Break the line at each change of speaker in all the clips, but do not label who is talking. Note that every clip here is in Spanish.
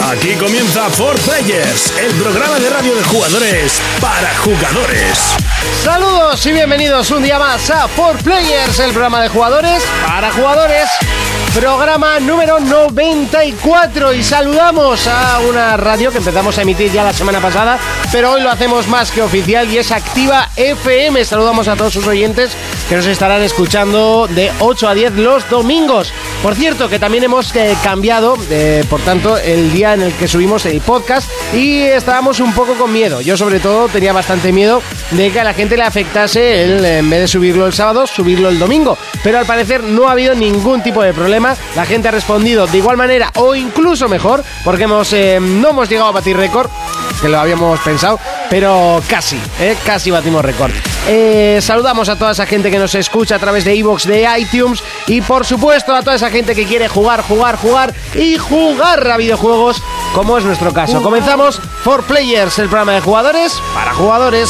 Aquí comienza For Players, el programa de radio de jugadores para jugadores.
Saludos y bienvenidos un día más a For Players, el programa de jugadores para jugadores. Programa número 94 y saludamos a una radio que empezamos a emitir ya la semana pasada, pero hoy lo hacemos más que oficial y es Activa FM. Saludamos a todos sus oyentes que nos estarán escuchando de 8 a 10 los domingos. Por cierto, que también hemos eh, cambiado, eh, por tanto, el día en el que subimos el podcast y estábamos un poco con miedo. Yo sobre todo tenía bastante miedo de que a la gente le afectase el, en vez de subirlo el sábado, subirlo el domingo. Pero al parecer no ha habido ningún tipo de problema. La gente ha respondido de igual manera o incluso mejor, porque hemos, eh, no hemos llegado a batir récord, que lo habíamos pensado, pero casi, eh, casi batimos récord. Eh, saludamos a toda esa gente que nos escucha a través de iVoox, de iTunes y por supuesto a toda esa gente que quiere jugar, jugar, jugar y jugar a videojuegos, como es nuestro caso. Comenzamos For Players, el programa de jugadores para jugadores.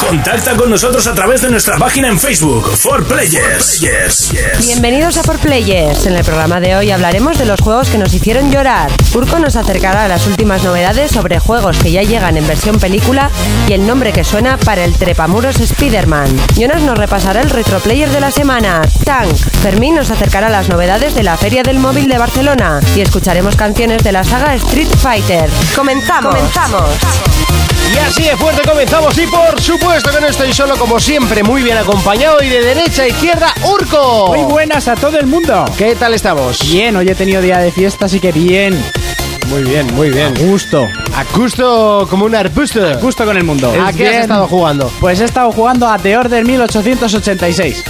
Contacta con nosotros a través de nuestra página en Facebook, For Players. Yes, yes.
Bienvenidos a Por Players. En el programa de hoy hablaremos de los juegos que nos hicieron llorar. Urco nos acercará a las últimas novedades sobre juegos que ya llegan en versión película y el nombre que suena para el trepamuros Spider-Man. Jonas nos repasará el retroplayer de la semana, Tank. Fermín nos acercará a las novedades de la Feria del Móvil de Barcelona y escucharemos canciones de la saga Street Fighter. ¡Comenzamos!
Y así de fuerte comenzamos y por supuesto que no estoy solo como siempre, muy bien acompañado y de derecha a izquierda, Urco.
Muy buenas a todo el mundo.
¿Qué tal estamos?
Bien, hoy he tenido día de fiesta, así que bien.
Muy bien, muy bien.
Gusto.
A gusto como un arbusto.
Gusto con el mundo.
¿A
Es
qué has
bien.
estado jugando?
Pues he estado jugando a The Order 1886.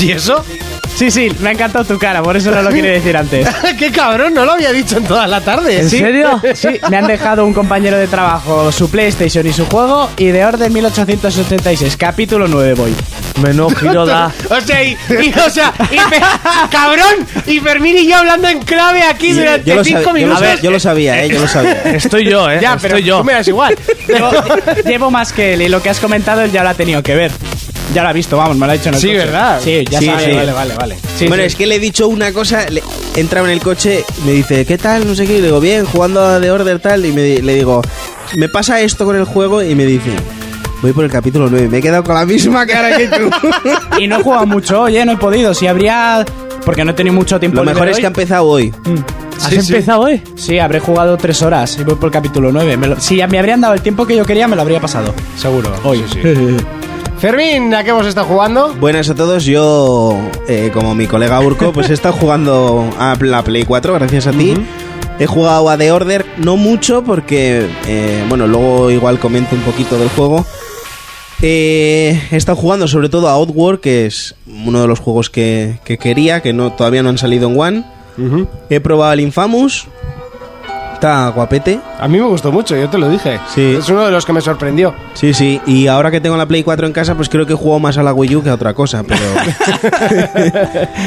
¿Y eso?
Sí, sí, me ha encantado tu cara, por eso no lo quería decir antes.
¡Qué cabrón! No lo había dicho en toda la tarde.
¿En
¿sí?
serio? Sí, me han dejado un compañero de trabajo su PlayStation y su juego y The Order 1886, capítulo 9 voy.
Menos giro da.
O sea, y, y- o sea, y Fe- cabrón, y Fermín y yo hablando en clave aquí durante
Yo lo,
cinco
sabía, yo, lo
minutos.
sa- yo lo sabía, eh, yo lo sabía.
Estoy yo, ¿eh?
ya,
Estoy
pero
yo.
tú me das igual.
Yo llevo más que él y lo que has comentado él ya lo ha tenido que ver. Ya lo ha visto, vamos, me lo ha dicho en el
Sí,
coche.
¿verdad?
Sí, ya
Sí,
sabe,
sí.
vale, vale, vale. Sí,
bueno,
sí.
es que le he dicho una cosa, le- entraba en el coche, me dice, ¿qué tal? No sé qué, y le digo, bien, jugando a The Order tal, y me di- le digo, me pasa esto con el juego, y me dice, voy por el capítulo 9, me he quedado con la misma cara que tú.
Y no he jugado mucho, oye, no he podido. Si habría. Porque no he tenido mucho tiempo.
Lo mejor
libre
es que ha
hoy.
empezado hoy.
¿Has empezado hoy?
Sí, habré jugado tres horas y voy por el capítulo 9. Si me habrían dado el tiempo que yo quería, me lo habría pasado.
Seguro.
Hoy.
Fermín, ¿a qué hemos estado jugando?
Buenas a todos, yo, eh, como mi colega Urco, pues he estado jugando a la Play 4, gracias a ti. He jugado a The Order, no mucho, porque, eh, bueno, luego igual comento un poquito del juego. Eh, he estado jugando sobre todo a Outward, que es uno de los juegos que, que quería, que no, todavía no han salido en One. He probado el Infamous, está guapete.
A mí me gustó mucho, yo te lo dije.
Sí.
Es uno de los que me sorprendió.
Sí, sí, y ahora que tengo la Play 4 en casa, pues creo que he jugado más a la Wii U que a otra cosa, pero...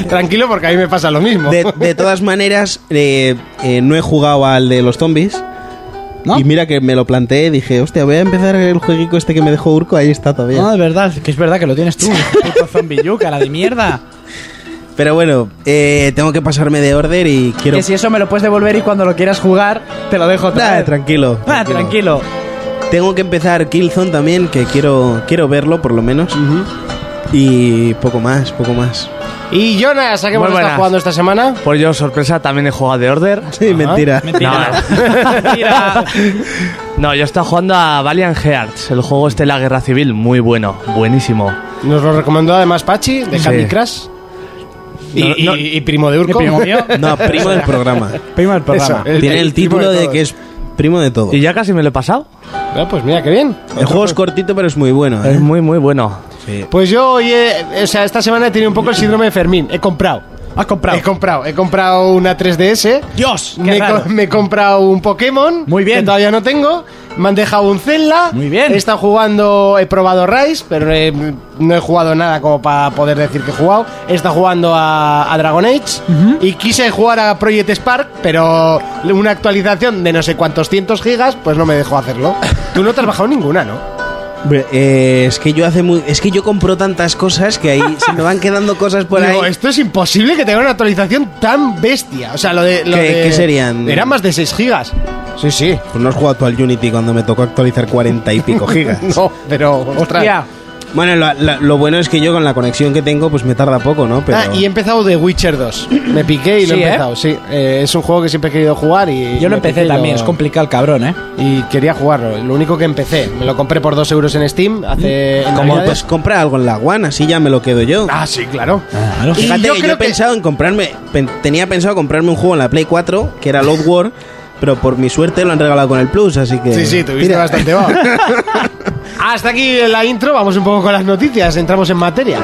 Tranquilo, porque a mí me pasa lo mismo.
De, de todas maneras, eh, eh, no he jugado al de los zombies.
¿No?
Y mira que me lo planteé, dije, hostia, voy a empezar el jueguico este que me dejó Urco, ahí está todavía.
No, es verdad, que es verdad que lo tienes tú. Puto zombie yuca, la de mierda.
Pero bueno, eh, tengo que pasarme de order y quiero...
Que si eso me lo puedes devolver y cuando lo quieras jugar, te lo dejo otra
Nah,
vez.
tranquilo.
Ah, tranquilo.
Tengo que empezar Killzone también, que quiero, quiero verlo por lo menos. Y poco más, poco más.
Y Jonas, ¿a qué
Muy
hemos estado
buenas.
jugando esta semana?
Por yo, sorpresa, también he jugado de Order.
Sí, mentira.
Mentira.
No,
Mentira.
no, yo he estado jugando a Valiant Hearts, el juego este de la guerra civil. Muy bueno, buenísimo.
Nos lo recomendó además Pachi, de
Sí.
Candy Crush. Y,
No, no.
y- y primo de Urco.
Primo mío.
No, primo del programa.
Primo del
Eso,
programa.
el-
Tiene el
primo
título de
todos.
que es primo de todo.
Y ya casi me lo he pasado.
Ah, pues mira, qué bien.
El juego es cortito, pero es muy bueno. ¿eh?
Es muy, muy bueno.
Sí.
Pues yo, oye, o sea, esta semana he tenido un poco el síndrome de Fermín. He comprado.
Has comprado.
He comprado. He comprado una 3DS.
Dios, qué
Me, he
raro.
co- me he comprado un Pokémon.
Muy bien.
Que todavía no tengo. Me han dejado un Zelda.
Muy bien.
He estado jugando, he probado Rise, pero eh, no he jugado nada como para poder decir que he jugado. He estado jugando a, a Dragon Age. Y quise jugar a Project Spark, pero una actualización de no sé cuántos cientos gigas, pues no me dejó hacerlo. Tú no te has bajado ninguna, ¿no?
Hombre, eh, es que yo hace muy, es que yo compro tantas cosas que ahí se me van quedando cosas por
Digo,
ahí.
esto es imposible que tenga una actualización tan bestia. O sea, lo de. lo
¿Qué-
de-
qué serían?
Eran más de 6 gigas. Sí, sí.
Pues no has jugado tú al Unity cuando me tocó actualizar 40 y pico gigas.
No, pero. Ostras.
Hostia.
Bueno, la- la- lo bueno es que yo con la conexión que tengo, pues me tarda poco, ¿no? Pero...
Ah, y he empezado The Witcher 2. Me piqué y lo
Sí,
he
¿eh?
empezado, sí. Eh, es un juego que siempre he querido jugar y.
Yo
me
lo
piqué
empecé
y
también, es complicado el cabrón, ¿eh?
Y quería jugarlo. Lo único que empecé. Me lo compré por 2 euros en Steam hace. en
Como
Navidades.
pues compra algo en la One, así ya me lo quedo yo.
Ah, sí, claro.
Pues- Claro.
Y
Fíjate,
yo
yo,
creo
he
que-
pensado en comprarme, pen- tenía pensado comprarme un juego en la Play 4, que era Love War, pero por mi suerte lo han regalado con el Plus, así que...
Sí, sí, tuviste
Mira,
bastante bajo. Hasta aquí la intro, vamos un poco con las noticias, entramos en materia.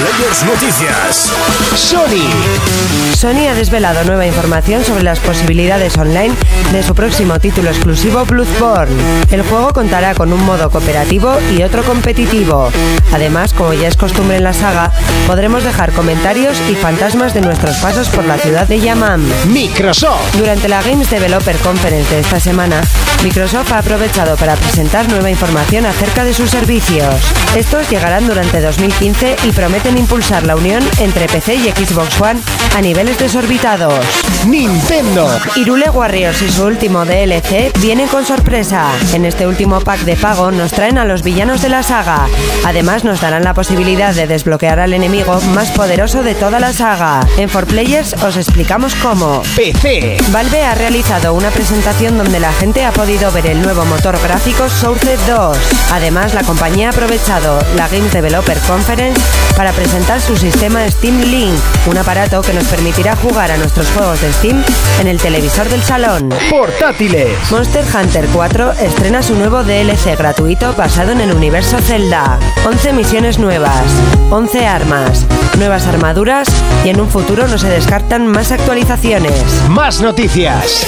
Players Noticias.
Sony,
Sony ha desvelado nueva información sobre las posibilidades online de su próximo título exclusivo Bloodborne. El juego contará con un modo cooperativo y otro competitivo. Además, como ya es costumbre en la saga, podremos dejar comentarios y fantasmas de nuestros pasos por la ciudad de Yamam.
Microsoft,
Durante la Games Developer Conference de esta semana, Microsoft ha aprovechado para presentar nueva información acerca de sus servicios. Estos llegarán durante 2015 y prometen impulsar la unión entre PC y Xbox One a niveles desorbitados.
Nintendo,
Irule Warriors y su último DLC vienen con sorpresa. En este último pack de pago nos traen a los villanos de la saga. Además nos darán la posibilidad de desbloquear al enemigo más poderoso de toda la saga. En 4Players os explicamos cómo.
PC,
Valve ha realizado una presentación donde la gente ha podido ver el nuevo motor gráfico Source 2. Además, la compañía ha aprovechado la Game Developer Conference para presentar su sistema Steam Link, un aparato que nos permitirá jugar a nuestros juegos de Steam en el televisor del salón.
portátiles,
Monster Hunter 4 estrena su nuevo DLC gratuito basado en el universo Zelda. 11 misiones nuevas, 11 armas, nuevas armaduras y en un futuro no se descartan más actualizaciones.
más noticias.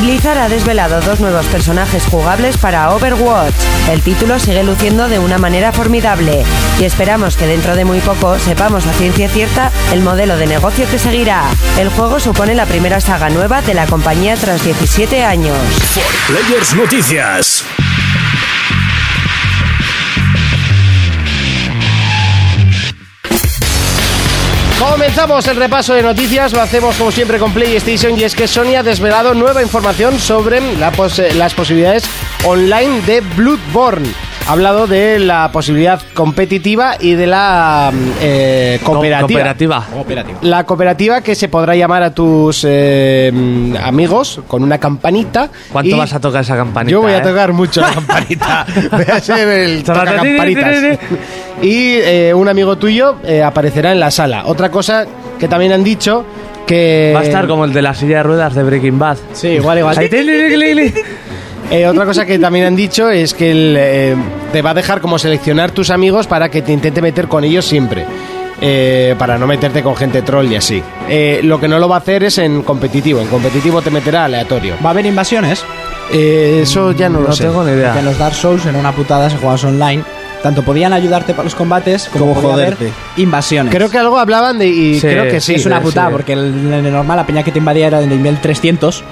Blizzard ha desvelado dos nuevos personajes jugables para Overwatch. El título sigue luciendo de una manera formidable y esperamos que dentro de muy poco sepamos a ciencia cierta el modelo de negocio que seguirá. El juego supone la primera saga nueva de la compañía tras 17 años.
Players Noticias.
Comenzamos el repaso de noticias, lo hacemos como siempre con PlayStation y es que Sony ha desvelado nueva información sobre la pos- las posibilidades online de Bloodborne. Ha hablado de la posibilidad competitiva y de la mm, eh, cooperativa.
Cooperativa.
La cooperativa que se podrá llamar a tus eh, mm, amigos con una campanita.
¿Cuánto
y
vas a tocar esa campanita?
Yo voy
eh?
a tocar mucho la campanita. Voy a ser el tocacampanitas. Y eh, un amigo tuyo eh, aparecerá en la sala. Otra cosa que también han dicho que
Va a
eh,
estar como el de la silla de ruedas de Breaking Bad.
sí igual igual
Ahí, tili, tili, tili.
Eh, otra cosa que también han dicho es que el, eh, te va a dejar como seleccionar tus amigos para que te intente meter con ellos siempre. Eh, para no meterte con gente troll y así. Eh, lo que no lo va a hacer es en competitivo. En competitivo te meterá aleatorio.
¿Va a haber invasiones?
Eh, eso ya no lo
No
sé.
tengo ni
Que
idea.
los Dark Souls en una putada se jugabas online. Tanto podían ayudarte para los combates como,
Como
podía haber
joderte.
invasiones.
Creo que algo hablaban de. Y
Sí,
creo que sí. ¿eh?
es una
sí, eh,
putada
sí.
porque el, en el normal la peña que te invadía era del nivel 300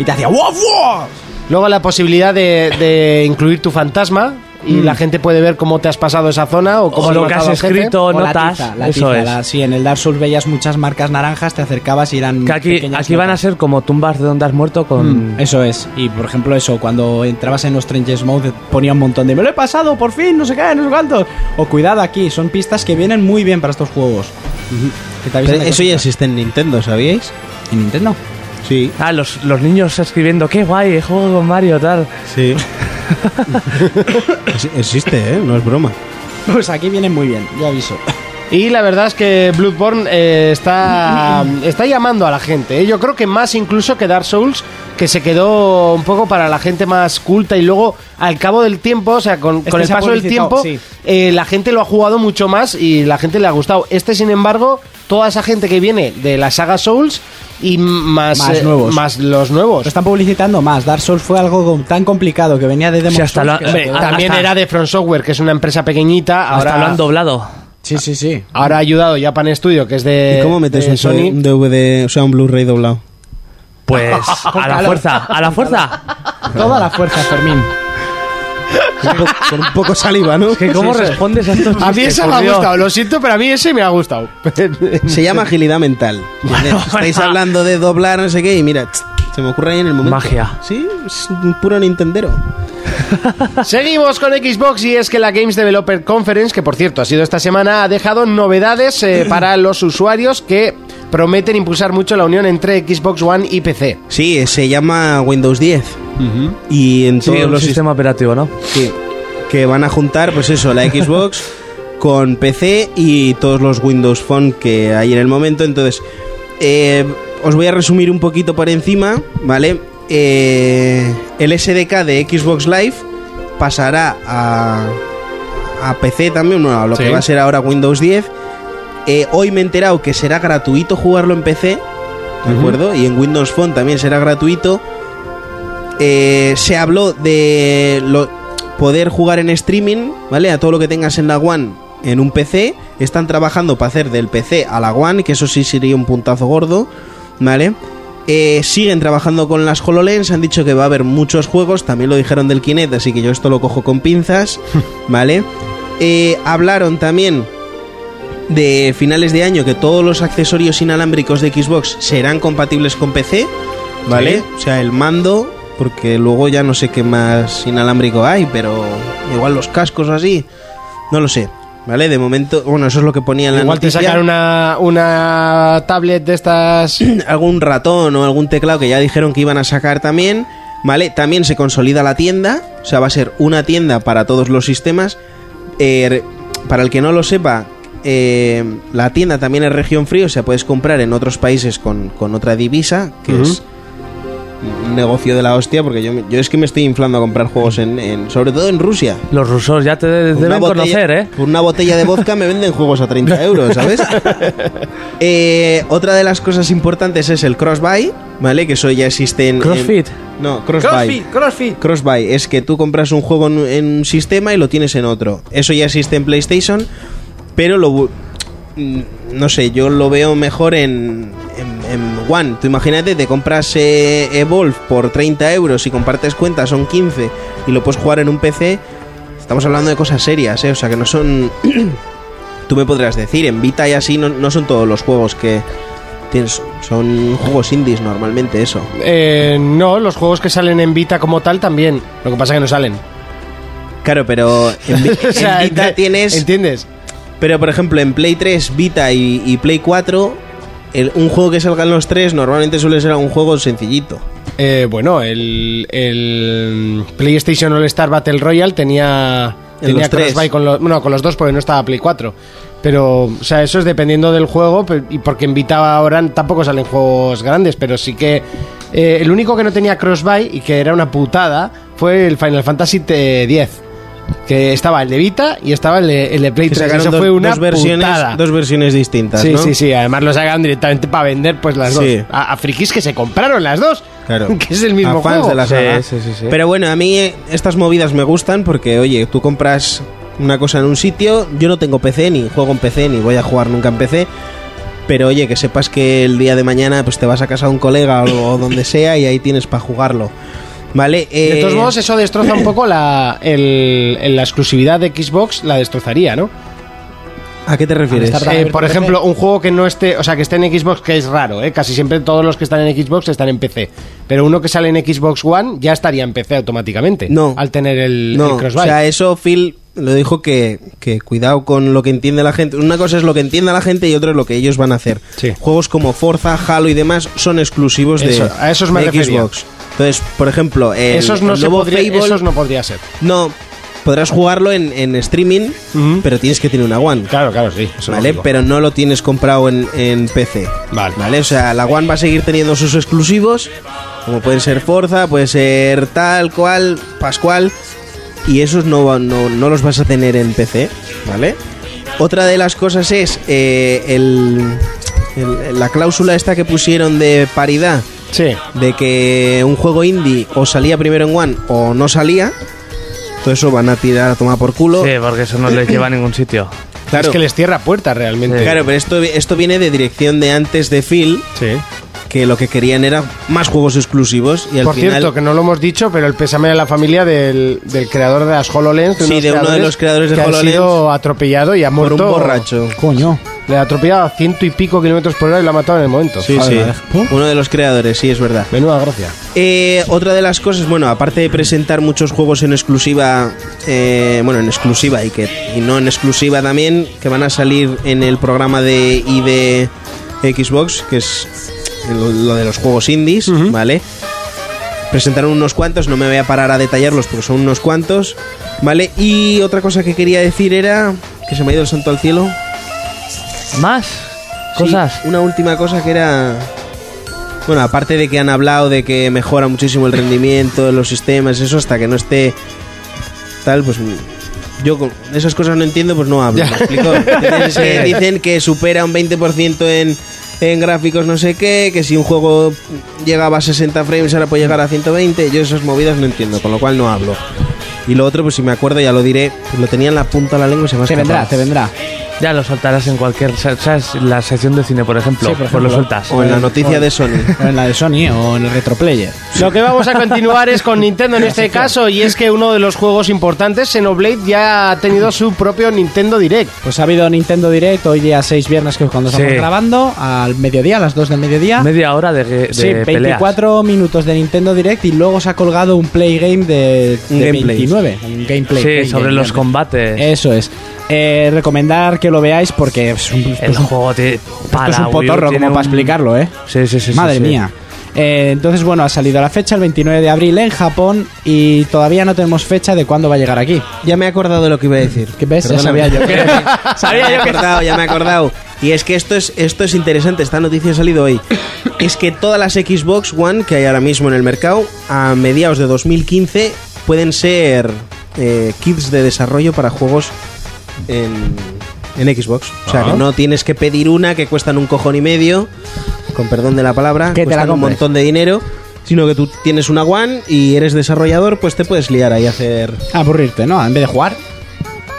y te hacía ¡Wow, wow!
Luego la posibilidad de, de incluir tu fantasma. Y
Mm.
la gente puede ver cómo te has pasado esa zona o cómo
O lo
has
que
matado
has
al jefe.
escrito,
O la
notas.
tiza, la
Eso
tiza,
es.
la- sí, en el Dark Souls veías muchas marcas naranjas, te acercabas y eran
Que aquí,
pequeñas
aquí van a
notas.
ser como tumbas de donde has muerto
Mm.
con.
Eso es. Y por ejemplo, eso, cuando entrabas en los trenches mode ponía un montón de me lo he pasado, por fin, no sé qué, no sé cuánto. O cuidado aquí, son pistas que vienen muy bien para estos juegos. Que te avisan
Pero
de
eso ya
cositas.
existe en Nintendo, ¿sabíais?
En Nintendo.
Sí,
Ah, los, los niños escribiendo, qué guay, juego con Mario, tal.
sí. Es- existe, ¿eh? No es broma.
Pues aquí vienen muy bien, ya aviso.
Pues
Y la verdad es que Bloodborne eh, está, está llamando a la gente. ¿eh? Yo creo que más incluso que Dark Souls, que se quedó un poco para la gente más culta y luego al cabo del tiempo, o sea, con,
Este
con el
se ha
paso del tiempo,
publicitado, sí.
eh, la gente lo ha jugado mucho más y la gente le ha gustado. Este, sin embargo, toda esa gente que viene de la saga Souls y m- más, eh,
Más nuevos.
más los nuevos.
Lo están publicitando más. Dark Souls fue algo con- tan complicado que venía de Demon
Sí, hasta
Souls
lo-
que-
hombre, ah,
También
hasta-
era de Front Software, que es una empresa pequeñita.
Hasta
Ahora,
lo han doblado.
Sí, sí, sí.
Eh,
ahora ha ayudado Japan Studio, que es de,
¿Y cómo metes
de
un,
Sony.
un DVD, o sea, un Blu-ray doblado?
Pues
Con
a la
calor.
fuerza, a la fuerza.
Toda la fuerza, Fermín.
Un po- con un poco saliva, ¿no?
Es que cómo respondes a estos
A mí
chistes,
ese me
por
ha
Dios.
gustado, lo siento, pero a mí ese me ha gustado.
Se llama agilidad mental. Estáis hablando de doblar, no sé qué, y mira, tsk, se me ocurre ahí en el momento.
Magia.
Sí, es un puro Nintendero.
Seguimos con Xbox y es que la Games Developer Conference, que por cierto ha sido esta semana, ha dejado novedades eh, para los usuarios que prometen impulsar mucho la unión entre Xbox One y PC.
Sí, se llama Windows 10. Y en
Sí,
todos
un
los
sistema operativo, ¿no?
sist- que, que van a juntar, pues eso, la Xbox con PC y todos los Windows Phone que hay en el momento. Entonces, eh, os voy a resumir un poquito por encima, ¿vale? Eh, el SDK de Xbox Live pasará a, a PC también, bueno, a lo
Sí.
que va a ser ahora Windows 10. Eh, hoy me he enterado que será gratuito jugarlo en PC, ¿de acuerdo? Y en Windows Phone también será gratuito. Eh, se habló de lo- poder jugar en streaming, ¿vale? A todo lo que tengas en la One en un PC. Están trabajando para hacer del PC a la One, que eso sí sería un puntazo gordo, ¿vale? Eh, siguen trabajando con las HoloLens, han dicho que va a haber muchos juegos, también lo dijeron del Kinect, así que yo esto lo cojo con pinzas, ¿vale? Eh, hablaron también de finales de año que todos los accesorios inalámbricos de Xbox serán compatibles con PC, ¿vale? O sea, el mando, porque luego ya no sé qué más inalámbrico hay, pero igual los cascos o así, no lo sé, ¿vale? De momento, bueno, eso es lo que ponía en la
Igual te
noticia.
sacan una, una tablet de estas...
algún ratón o algún teclado que ya dijeron que iban a sacar también, ¿vale? También se consolida la tienda, o sea, va a ser una tienda para todos los sistemas. Eh, re- para el que no lo sepa, eh, la tienda también es región frío, o sea, puedes comprar en otros países con, con otra divisa, que es un negocio de la hostia, porque yo, me- yo es que me estoy inflando a comprar juegos en, en- sobre todo en Rusia.
Los rusos ya te
Por
deben
Pues una botella-
conocer, ¿eh?
Por una botella de vodka me venden juegos a 30 euros, ¿sabes? Eh, otra de las cosas importantes es el cross-buy, ¿vale? Que eso ya existe en... en-
Crossfit.
no, cross-buy.
crossfit.
Cross-buy es que tú compras un juego en, en un sistema y lo tienes en otro. Eso ya existe en PlayStation, pero lo... bu- mm, No sé, yo lo veo mejor en, en, en One. Tú imagínate, te compras eh, Evolve por 30 euros y compartes cuentas, son 15, y lo puedes jugar en un PC. Estamos hablando de cosas serias, ¿eh? O sea, que no son... Tú me podrás decir, en Vita y así no, no son todos los juegos que tienes... Son juegos indies normalmente, eso.
Eh, no, los juegos que salen en Vita como tal también. Lo que pasa es que no salen.
Claro, pero en, Vi-
O sea,
en Vita
enti-
tienes...
¿Entiendes?
Pero por ejemplo, en Play 3, Vita y, y Play 4, el- un juego que salga en los tres normalmente suele ser un juego sencillito.
Eh, bueno, el, el PlayStation All Star Battle Royale tenía,
En
tenía
los tres.
crossbuy con los, no, con los dos porque no estaba Play 4. Pero, o sea, eso es dependiendo del juego pe- y porque invitaba ahora tampoco salen juegos grandes, pero sí que eh, el único que no tenía crossbuy y que era una putada fue el Final Fantasy eh, X. Que estaba el de Vita y estaba el de, el de Play
Que
3. Eso
dos-
fue una
dos, versiones,
putada.
dos versiones distintas,
Sí,
¿no?
sí, sí. Además lo sacaron directamente para vender pues las
Sí.
dos. A, a frikis que se compraron las dos.
Claro.
Que es el mismo
A fans
juego.
de la saga.
sí, sí, sí.
Pero bueno, a mí eh, estas movidas me gustan porque, oye, tú compras una cosa en un sitio, yo no tengo PC, ni juego en PC, ni voy a jugar nunca en PC. Pero oye, que sepas que el día de mañana pues te vas a casa de un colega o donde sea y ahí tienes para jugarlo. ¿Vale?
De todos
eh,
modos, eso destroza un poco la, el- el- la exclusividad de Xbox, la destrozaría, ¿no?
¿A qué te refieres?
Eh, por ejemplo, un juego que no esté, o sea, que esté en Xbox, que es raro, ¿eh? Casi siempre todos los que están en Xbox están en PC. Pero uno que sale en Xbox One ya estaría en PC automáticamente.
No.
Al tener el,
No,
el crossbuy.
o sea, eso Phil lo dijo que, que cuidado con lo que entiende la gente. Una cosa es lo que entiende la gente y otra es lo que ellos van a hacer.
Sí.
Juegos como Forza, Halo y demás son exclusivos de,
Eso, a esos me
de
refería.
Xbox. Entonces, por ejemplo, el,
esos, no
el
se
nuevo
podría,
Fable-
esos no podría ser.
no, podrás jugarlo en, en streaming,
Ujú.
pero tienes que tener una One.
Claro, claro, sí. eso
¿Vale?
lógico.
Pero no lo tienes comprado en, en PC.
Vale.
O sea, la One va a seguir teniendo sus exclusivos, como pueden ser Forza, puede ser tal, cual, Pascual, y esos no, va- no, no los vas a tener en PC, ¿vale? Otra de las cosas es eh, el- el- la cláusula esta que pusieron de paridad,
Sí.
de que un juego indie o salía primero en One o no salía. Todo eso van a tirar a tomar por culo.
Sí, porque eso no les lleva a ningún sitio.
Claro.
Es que les cierra puertas realmente.
Claro, pero esto, esto viene de dirección de antes de Phil,
Sí.
que lo que querían era más juegos exclusivos y al
Por
final...
cierto, que no lo hemos dicho, pero el pésame a la familia del, del creador de las HoloLens.
Sí, de uno de
creadores
los creadores de
que ha
HoloLens.
sido atropellado y ha
por
muerto.
un borracho.
Coño.
Le ha atropellado a ciento y pico kilómetros por hora y lo ha matado en el momento.
Sí,
Joder,
sí.
madre. ¿Eh?
Uno de los creadores, sí, es verdad.
Menuda gracia.
Eh, otra de las cosas, bueno, aparte de presentar muchos juegos en exclusiva, eh, bueno, en exclusiva y que y no en exclusiva también, que van a salir en el programa de IB Xbox, que es lo, lo de los juegos indies, ¿vale? Presentaron unos cuantos, no me voy a parar a detallarlos porque son unos cuantos, ¿vale? Y otra cosa que quería decir era que se me ha ido el santo al cielo.
¿Más?
Sí,
¿Cosas?
una última cosa que era. Bueno, aparte de que han hablado de que mejora muchísimo el rendimiento de los sistemas, eso hasta que no esté tal, pues yo con esas cosas no entiendo, pues no hablo. ¿me explico? Entonces, eh, dicen que supera un 20% en, en gráficos no sé qué, que si un juego llegaba a 60 frames ahora puede llegar a 120, yo esas movidas no entiendo, con lo cual no hablo. Y lo otro, pues si me acuerdo ya lo diré, pues, lo tenía en la punta de la lengua, y se me ha
Te vendrá,
escapado.
te vendrá.
Ya lo soltarás en cualquier. ¿Sabes? La sección de cine, por ejemplo.
Sí, por
Pues lo
ejemplo.
sueltas.
O en la noticia de Sony.
O en la de Sony o en el Retroplayer.
Lo que vamos a continuar es con Nintendo en este caso, y es que uno de los juegos importantes, Xenoblade, ya ha tenido su propio Nintendo Direct.
Pues ha habido Nintendo Direct hoy día 6 viernes, que es cuando estamos
Sí.
grabando, al mediodía, a las 2 del mediodía.
Media hora de, de
Sí,
peleas.
24 minutos de Nintendo Direct y luego se ha colgado un play game de,
Un
de
gameplay.
29. Un gameplay.
Sí,
play
sobre
game,
los
game.
combates.
Eso es. Eh, recomendar que lo veáis porque es un, esto
El
es pues un-
juego te para.
esto es un
Wii U
potorro
tiene
como para
un-
explicarlo, ¿eh?
Sí, sí, sí. sí,
Madre
sí.
mía. Eh, entonces, bueno, ha salido la fecha el 29 de abril en Japón y todavía no tenemos fecha de cuándo va a llegar aquí.
Ya me he acordado de lo que iba a decir.
¿Qué ves? Ya
Perdóname.
sabía yo.
ya me he acordado, ya me he acordado. Y es que esto es, esto es interesante, esta noticia ha salido hoy. Es que todas las Xbox One que hay ahora mismo en el mercado, a mediados de 2015, pueden ser eh, kits de desarrollo para juegos en, en Xbox. O sea,
Ah.
que no tienes que pedir una que cuestan un cojón y medio, con perdón de la palabra,
Que te la
cuestan un
compres.
montón de dinero. Sino que tú tienes una One y eres desarrollador, pues te puedes liar ahí a hacer.
Aburrirte, ¿no? En vez de jugar.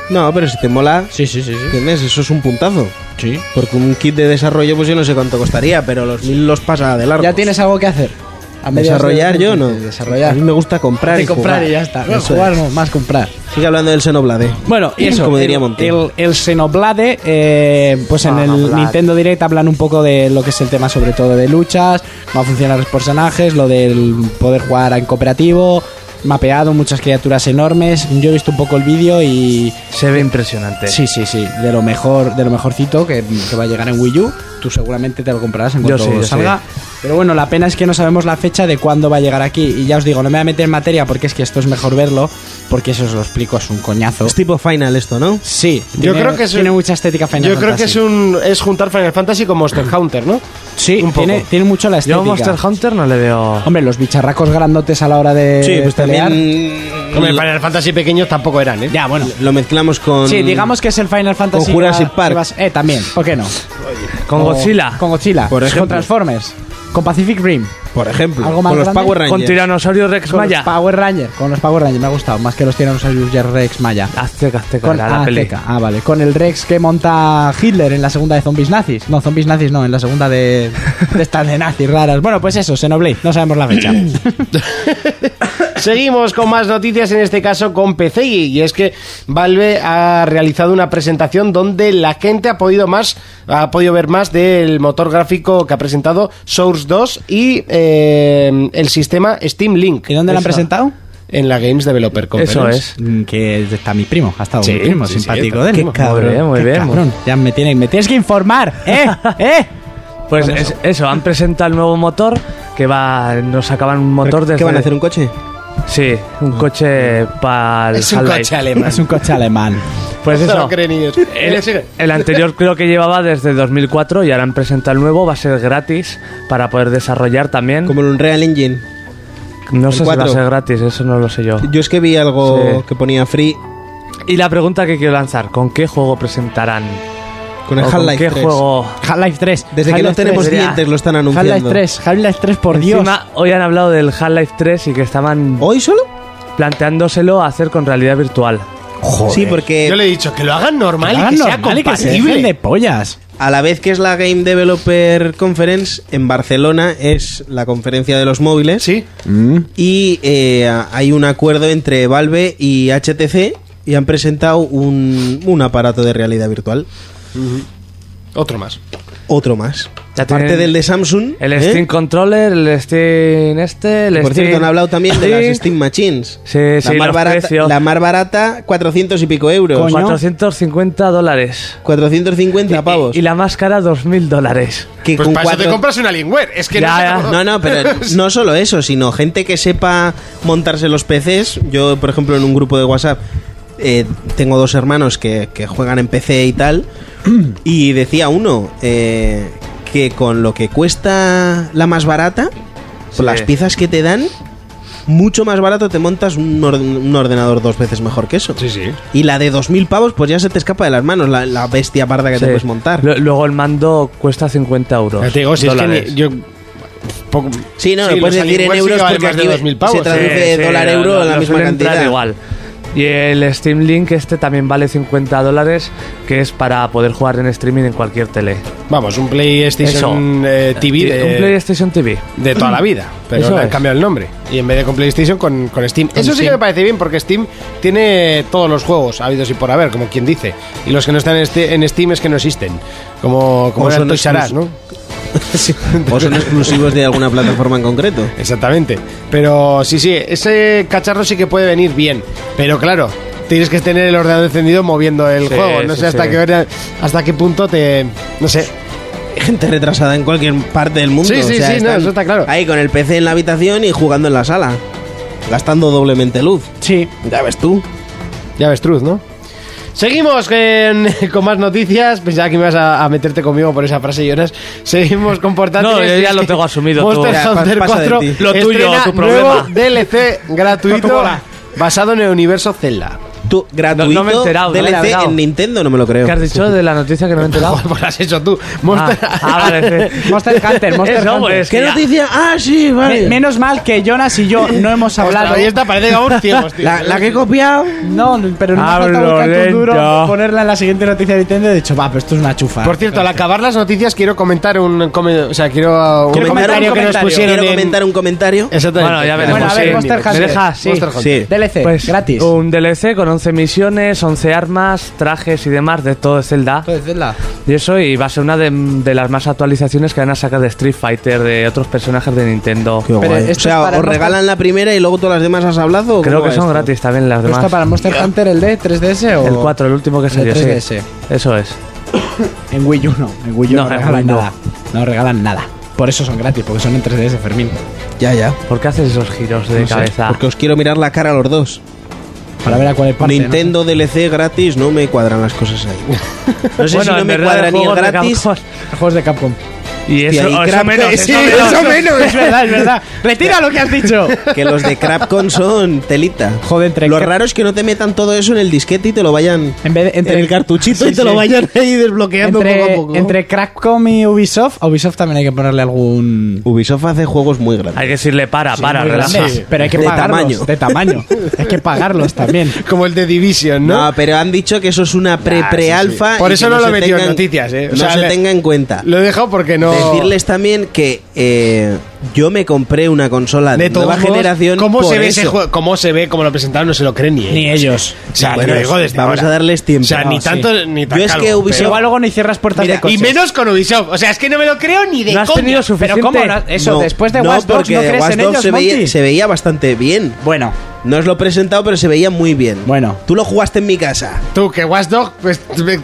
No, pero si te mola,
Sí, sí, sí. Sí.
¿Entiendes? Eso es un puntazo.
sí.
Porque un kit de desarrollo, pues yo no sé cuánto costaría, pero los mil los pasa de largo.
¿Ya tienes algo que hacer? A medias de-
Desarrollar yo no. A
Desarrollar.
mí me gusta comprar.
De
y
comprar
jugar.
y ya está. No,
Eso
jugar
es.
no, más comprar.
Sigue hablando del Xenoblade.
Bueno, y eso,
Como
el-
diría Montero.
El, el Xenoblade, eh, pues en el
Xenoblade.
Nintendo Direct hablan un poco de lo que es el tema, sobre todo de luchas, cómo funcionan los personajes, lo del poder jugar en cooperativo, mapeado, muchas criaturas enormes. Yo he visto un poco el vídeo y.
Se ve impresionante.
Sí, sí, sí, de lo mejor, de lo mejorcito que, que va a llegar en Wii U. Tú seguramente te lo comprarás en
Yo
cuanto
sí, yo
salga.
sí.
Pero bueno, la pena es que no sabemos la fecha de cuándo va a llegar aquí. Y ya os digo, no me voy a meter en materia porque es que esto es mejor verlo, porque eso os lo explico, es un coñazo.
Es tipo final esto, ¿no?
Sí,
Yo
tiene-
creo que es un-
tiene mucha estética Final
Yo creo que es
Fantasy.
un es juntar Final Fantasy con Monster Hunter, ¿no?
sí,
un poco.
tiene, tiene mucho la
Yo
estética.
a Monster Hunter no le veo.
Hombre, los bicharracos grandotes a la hora de pelear.
Hombre, Final Fantasy pequeños tampoco eran, ¿eh?
Ya, bueno.
Lo mezclamos con.
Sí, digamos que es el Final Fantasy.
Con Jurassic
que va-
Park.
que vas- eh, también. ¿Por qué no?
Con
O-
Godzilla.
Con Godzilla.
Por ejemplo.
Con Transformers. Con Pacific Rim.
Por ejemplo,
¿Algo más
con los
grande?
Power
Con
Rangers.
Tiranosaurio Rex
Con
Maya.
los Power Rangers. Con los Power Rangers. Me ha gustado. Más que los Tyrannosaurus Rex Rex Maya.
Azteca, Azteca,
Con
Ah, la, la
ah,
peli.
Azteca. Ah, vale. Con el Rex que monta Hitler en la segunda de zombies nazis. No, zombies nazis no, en la segunda de, de estas de nazis raras. Bueno, pues eso, Xenoblade. No sabemos la fecha.
Seguimos con más noticias, en este caso con PC, y es que Valve ha realizado una presentación donde la gente ha podido más, ha podido ver más del motor gráfico que ha presentado Source 2 y eh, el sistema Steam Link.
¿Y dónde la han
Eso.
presentado?
En la Games Developer Conference.
Eso es.
Mm, Que está mi primo, ha estado
Sí,
mi primo,
sí, sí,
simpático
está
de él.
Qué cabrón, bien, muy
qué
bien.
cabrón. Ya me, tienen, me tienes que informar, ¿eh? ¿Eh?
Pues es- eso. han presentado el nuevo motor que va. Nos sacaban un motor desde.
¿Qué van a hacer? Mm. ¿Un coche?
Sí, un coche para el
Es un
Half-Life.
coche alemán.
Es un coche alemán.
Pues
No
eso. Eh,
lo creen ellos.
El,
Sigue.
el anterior creo que llevaba desde 2004 y ahora han presentado el nuevo, va a ser gratis para poder desarrollar también.
Como el Unreal Engine.
No
el
sé si va
cuatro.
a ser gratis, eso no lo sé yo.
Yo es que vi algo
Sí.
que ponía free
Y la pregunta que quiero lanzar, ¿con qué juego presentarán?
con el
¿O ¿Con
Half-Life
qué
3.
juego?
Half-Life 3.
Desde que no
Half-Life
tenemos
3.
dientes lo están
Half-Life
anunciando.
3, Half-Life 3, por Dios.
Encima, hoy han hablado del Half-Life 3 y que estaban
¿Hoy solo?
planteándoselo a hacer con realidad virtual.
Sí, porque
Yo le he dicho que lo hagan normal
Hagan
y que sea
normal y que se
compatible.
dejen de pollas.
a la vez que es la Game Developer Conference, en Barcelona es la conferencia de los móviles.
Sí.
Y eh, hay un acuerdo entre Valve y HTC y han presentado un, un aparato de realidad virtual.
Otro más.
Otro más.
Ya
Aparte
tienen
del de Samsung.
El
¿eh?
Steam Controller, el Steam este, el
Por
Steam...
cierto, han hablado también de
Sí.
las Steam Machines.
Sí,
la
sí,
más
los
barata,
precios.
La más barata, 400 y pico euros.
Coño.
450 dólares.
450 pavos.
Y, y la máscara, 2.000 dólares.
que
Pues
con
para eso te
cuatro-
compras una Lingware. Es que
Ya,
no sé
ya.
cómo-
No, no, pero no solo eso, sino gente que sepa montarse los PCs. Yo, por ejemplo, en un grupo de WhatsApp eh, tengo dos hermanos que, que juegan en PC y tal. Y decía uno eh, que con lo que cuesta la más barata,
Sí.
con las piezas que te dan, mucho más barato te montas un, orde- un ordenador dos veces mejor que eso.
Sí, sí.
Y la de 2.000 pavos, pues ya se te escapa de las manos la, la bestia parda que
Sí.
te puedes montar.
Lu- Luego el mando cuesta 50 euros.
Ya te digo, si es que
dólares.
ni- yo... poco-
Sí, no, lo puedes
los
decir en
Alienware sí
euros
que valen
porque
más de
aquí
2.000 pavos.
se traduce
Sí, sí,
dólar
lo-
euro
lo-
a la
lo
misma
suelen entrar
cantidad.
igual. Y el Steam Link este también vale 50 dólares, que es para poder jugar en streaming en cualquier tele.
Vamos, un PlayStation eh, TV
Y-
de,
Un PlayStation TV.
de toda la vida. Pero
Eso
le han
es.
cambiado el nombre. Y en vez de con PlayStation, con, con Steam. Eso sí que
Steam.
me parece bien porque Steam tiene todos los juegos habidos y por haber, como quien dice. Y los que no están en, este- en Steam es que no existen. Como, como
O
era
son
Toys R Us, ¿no?
exclus- O son exclusivos de alguna plataforma en concreto.
Exactamente. Pero sí, sí, ese cacharro sí que puede venir bien. Pero claro, tienes que tener el ordenador encendido moviendo el
Sí,
juego. No
sí,
sé hasta,
sí.
qué, hora- hasta qué punto te... No sé.
Hay gente retrasada en cualquier parte del mundo.
Sí, sí,
o sea,
sí, no,
están
eso está claro.
Ahí con el PC en la habitación y jugando en la sala. Gastando doblemente luz.
Sí.
Ya ves tú.
Ya ves, Truz, ¿no? Seguimos en- con más noticias. Pensaba que me ibas a, a meterte conmigo por esa frase, Jonas. Seguimos con portátiles.
No, yo ya
Es
lo
que
tengo asumido, tú.
Monster
Ya, pa-
Hunter
pasa de
4
ti.
Lo tuyo,
estrena
tu
nuevo
problema.
DLC gratuito
Mola.
basado en el universo Zelda.
Tú, gratuito
no me he enterado, no me he
DLC
enterado.
en Nintendo, no me lo creo.
¿Qué has dicho de la noticia que no me he enterado?
Joder, pues lo has hecho tú. Monster-
Ah, ah, vale, sí.
Monster Hunter, Monster
Eso,
Hunter.
pues, es
¿Qué
que ya-
noticia? Ah, sí, vale.
Me- menos mal que Jonas y yo no hemos hablado.
Ostras, ahí está, parece que vamos ciegos, tío.
La, la que he copiado.
No, pero no me ha faltado
Hablo
buscar tu
lento.
duro ponerla en la siguiente noticia de Nintendo. De hecho, va, pero esto es una chufa.
Por cierto, al acabar las noticias quiero comentar un, come- o sea, quiero, un
Quiero comentar
comentario
un
que nos
comentario.
pusieron
Quiero
en-
comentar un comentario.
Exactamente.
Bueno, ya veremos,
Bueno, a
sí.
ver, Monster Hunter.
¿Me dejas? Sí.
Monster Hunter.
Sí.
DLC,
Pues,
gratis.
uh.
Un DLC con 11 misiones, 11 armas, trajes y demás de todo Zelda. Y eso, y va a ser una de, de las más actualizaciones que van a sacar de Street Fighter, de otros personajes de Nintendo.
Qué guay.
esto
O
es
sea,
para
os
Monster-
regalan la primera y luego todas las demás has hablado.
Creo que son gratis también las
¿Esto
demás.
para Monster Hunter el de 3DS o
El 4, el último que
el
salió, sí.
3DS?
Eso es.
En Wii U no. En Wii U no,
No, en
regalan
Wii U.
nada. No regalan nada. Por eso son gratis, porque son en 3DS, Fermín.
Ya, ya.
¿Por qué haces esos giros de
No sé,
cabeza?
porque os quiero mirar la cara a los dos.
Para ver a cuál es parte. ¿no?
Nintendo DLC gratis, no me cuadran las cosas ahí. No sé
Bueno,
si no
en
me
verdad,
cuadra
el
ni el
juego de
gratis.
Capcom-
Juegos de Capcom.
Y
Hostia,
eso,
y
eso
Crap-
menos,
sí,
eso menos.
eso menos.
Es verdad, es verdad. Retira lo que has dicho.
Que los de Crapcon son telita.
Joder, entre
Lo
Crap-
raro es que no te metan todo eso en el disquete y te lo vayan.
En vez de- entre-
en el cartuchito y
Sí,
te lo
sí.
vayan ahí desbloqueando poco a
Entre,
poco.
entre Crackcom y Ubisoft, a Ubisoft también hay que ponerle algún.
Ubisoft hace juegos muy
Hay
grandes.
que decirle para, para,
muy
relaja.
grandes, Pero hay que
De
pagarlos.
tamaño.
De tamaño. hay que pagarlos también.
Como el de Division, ¿no?
No, pero han dicho que eso es una
Ah,
pre-pre-alfa.
sí, sí.
y
Por
que
eso no
se
lo he metido en
tengan-
noticias, ¿eh? O
No
sea,
se
le-
tenga en cuenta.
Lo he dejado porque no...
Decirles también que eh, yo me compré una consola de,
de todos
nueva
modos,
generación.
¿Cómo
por
se ve ese
eso.
juego? ¿Cómo se ve? ¿Cómo lo presentaron? No se lo creen ni,
Ni
ellos.
ellos.
O sea,
Bueno,
lo digo desde
vamos
ahora.
a darles tiempo.
O sea, ni
No, sí.
tanto ni tan
Yo es que
calvo,
Ubisoft-
pero-
Igual luego ni cierras puertas
Mira,
de coches.
Y menos con Ubisoft. O sea, es que no me lo creo ni de
No has
coña.
tenido suficiente.
Pero cómo, no- eso,
No,
después de
no,
Watch Dogs,
porque
¿no crees
Watch
en
Dogs
ellos,
se veía,
Monty?
se veía bastante bien.
Bueno,
No os lo he presentado, pero se veía muy bien.
Bueno.
Tú lo jugaste en mi casa.
Tú, que Watchdog, pues,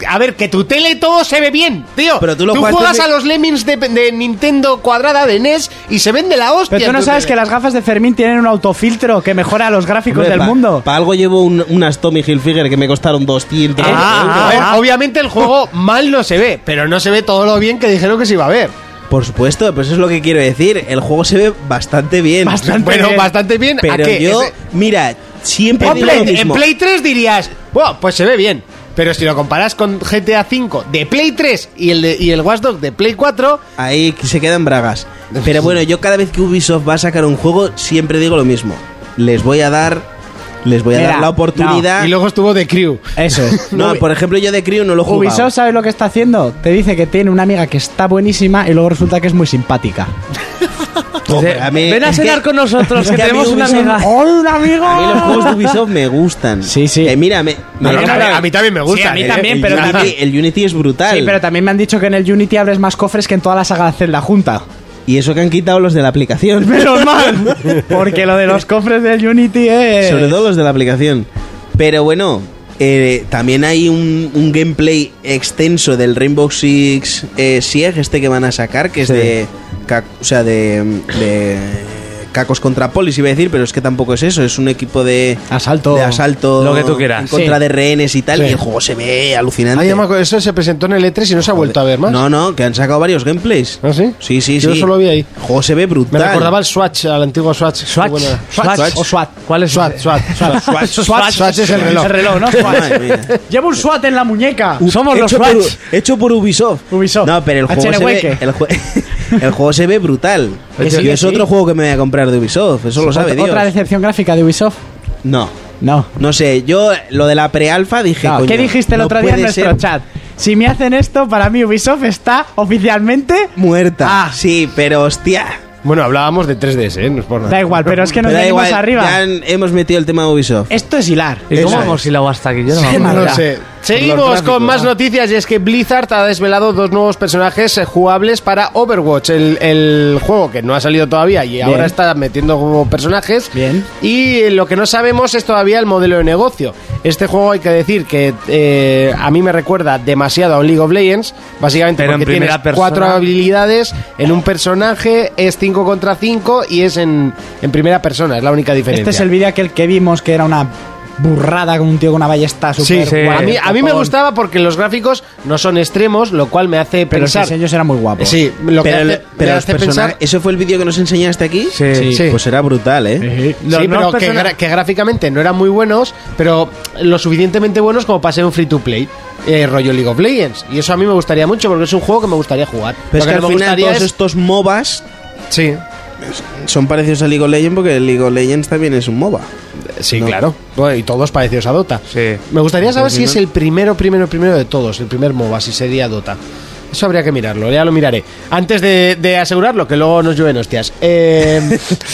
a ver, que tu tele todo se ve bien, tío.
Pero tú lo jugaste
juegas
en-
a los Lemmings de, de Nintendo cuadrada de NES y se vende la hostia.
pero tú no
en tu
sabes que
tele.
las gafas de Fermín tienen un autofiltro que mejora los gráficos del
Para
mundo.
algo llevo un- unas Tommy Hilfiger que me costaron 200.
Eh,
Ah,
a ver,
ah.
obviamente el juego mal no se ve, pero no se ve todo lo bien que dijeron que se iba a ver.
Por supuesto, pues eso es lo que quiero decir. El juego se ve bastante bien.
Bastante
bueno,
bien.
bastante bien. ¿a
Pero
qué?
yo,
Ese-
mira, siempre
En
digo
Play,
lo
en
mismo.
Play 3 dirías, wow, pues se ve bien. Pero si lo comparas con GTA V de Play 3 y el, de, y el Watch Dogs de Play 4,
Ahí se quedan bragas. Pero bueno, yo cada vez que Ubisoft va a sacar un juego, siempre digo lo mismo. Les voy a dar les voy a
Mira,
dar la oportunidad.
Y luego estuvo The Crew.
Eso.
No, por ejemplo, yo de Crew no lo he jugado.
Ubisoft sabe lo que está haciendo. Te dice que tiene una amiga que está buenísima y luego resulta que es muy simpática.
Hombre,
Dice,
a mí-
Ven a
es
cenar
que-
con nosotros,
es
que
que a mí
tenemos una
Ubisoft-
amiga.
¡Hola, amigo!
A mí los juegos de Ubisoft me gustan.
Sí, sí.
Que mira, me-
A
me-
mí, también- a mí también me gusta.
a mí
¿eh?
también, pero
Unity-
también-
el Unity es brutal.
Sí, pero también me han dicho que en el Unity abres más cofres que en toda la saga de Zelda junta.
Y eso que han quitado los de la aplicación.
Menos mal. Porque lo de los cofres del Unity es.
Sobre todo los de la aplicación. Pero bueno, eh, también hay un, un gameplay extenso del Rainbow Six eh, Siege, este que van a sacar, que es
Sí.
de. ca- O sea, de. de Cacos contra polis, iba a decir, pero es que tampoco es eso. Es un equipo de
Asalto.
de asalto
Lo que tú quieras.
en contra
Sí.
de rehenes y tal.
Sí.
Y el juego se ve
Ah,
alucinante.
ya me acuerdo, eso se presentó en el E3 y no se ha vuelto a ver más.
No, no, que han sacado varios gameplays.
¿Ah, sí?
Sí, sí,
Yo
sí.
solo vi ahí.
El juego se ve
Me
brutal.
recordaba al Swatch, al antiguo Swatch.
Swatch.
Bueno,
Swatch.
Swatch. O SWAT.
¿Cuál es?
Swatch, Swatch, Swatch.
Swatch.
Swatch. Swatch es el reloj.
El reloj, ¿no?
Madre
SWAT.
mía.
Llevo un SWAT en la muñeca.
Somos los
hecho por,
Swatch.
hecho por Ubisoft.
Ubisoft.
No, pero el juego,
HN
se ve,
Hueque.
el, jue- el juego se ve brutal.
Que sí,
y
que
es
sí.
otro juego que me voy a comprar de Ubisoft. Eso lo sabe
¿Otra,
Dios.
otra decepción gráfica de Ubisoft?
No.
No.
No sé, yo lo de la prealfa dije.
No,
coño,
¿Qué dijiste el
no
otro día en
puede
nuestro
ser
chat? Si me hacen esto, para mí Ubisoft está oficialmente.
Muerta.
Ah.
Sí, pero hostia.
Bueno, hablábamos de 3DS, ¿eh? No es por nada.
Da igual, pero es que nos
Pero da
venimos
igual,
arriba. Eh,
Ya han- hemos metido el tema de Ubisoft.
Esto es hilar.
¿Y cómo
Eso
hemos hilado hasta aquí? Yo no me
Sí,
acuerdo.
No
Mala.
sé.
Los
Seguimos
gráficos,
con más
ah.
noticias y es que Blizzard ha desvelado dos nuevos personajes eh, jugables para Overwatch, el, el juego que no ha salido todavía y ahora está metiendo como personajes.
Bien.
Y lo que no sabemos es todavía el modelo de negocio. Este juego hay que decir que eh, a mí me recuerda demasiado a un League of Legends, básicamente
Pero en
porque tienes
primera persona.
cuatro habilidades en un personaje, es 5 contra 5 y es en, en primera persona, es la única diferencia.
Este es el vídeo aquel que vimos que era una burrada con un tío con una ballesta
Sí,
súper
sí.
guay,
a mí, a mí me
guapón.
gustaba porque los gráficos no son extremos, lo cual me hace
Pero los
pensar.
diseños eran muy guapos.
Sí, lo que
Pero,
hace,
le- pero
me
los
hace
personajes.
pensar.
¿Eso fue el vídeo que nos enseñaste aquí?
Sí. Sí.
Pues era brutal, ¿eh?
Sí,
Los
pero
nuevos
que,
persona-
gra- que gráficamente no eran muy buenos, pero lo suficientemente buenos como para ser un free to play, eh, rollo League of Legends. Y eso a mí me gustaría mucho porque es un juego que me gustaría jugar.
Pero es
Lo
que al
no me
final
gustaría
todos
es-
estos MOBAs
Sí,
son parecidos a League of Legends porque League of Legends también es un MOBA.
sí,
No.
claro. Bueno, y todos parecidos a Dota.
Sí.
Me gustaría saber si es el primero, primero, primero de todos, el primer MOBA, si sería Dota. Eso habría que mirarlo, ya lo miraré. Antes de, de asegurarlo, que luego nos llueven hostias. Eh,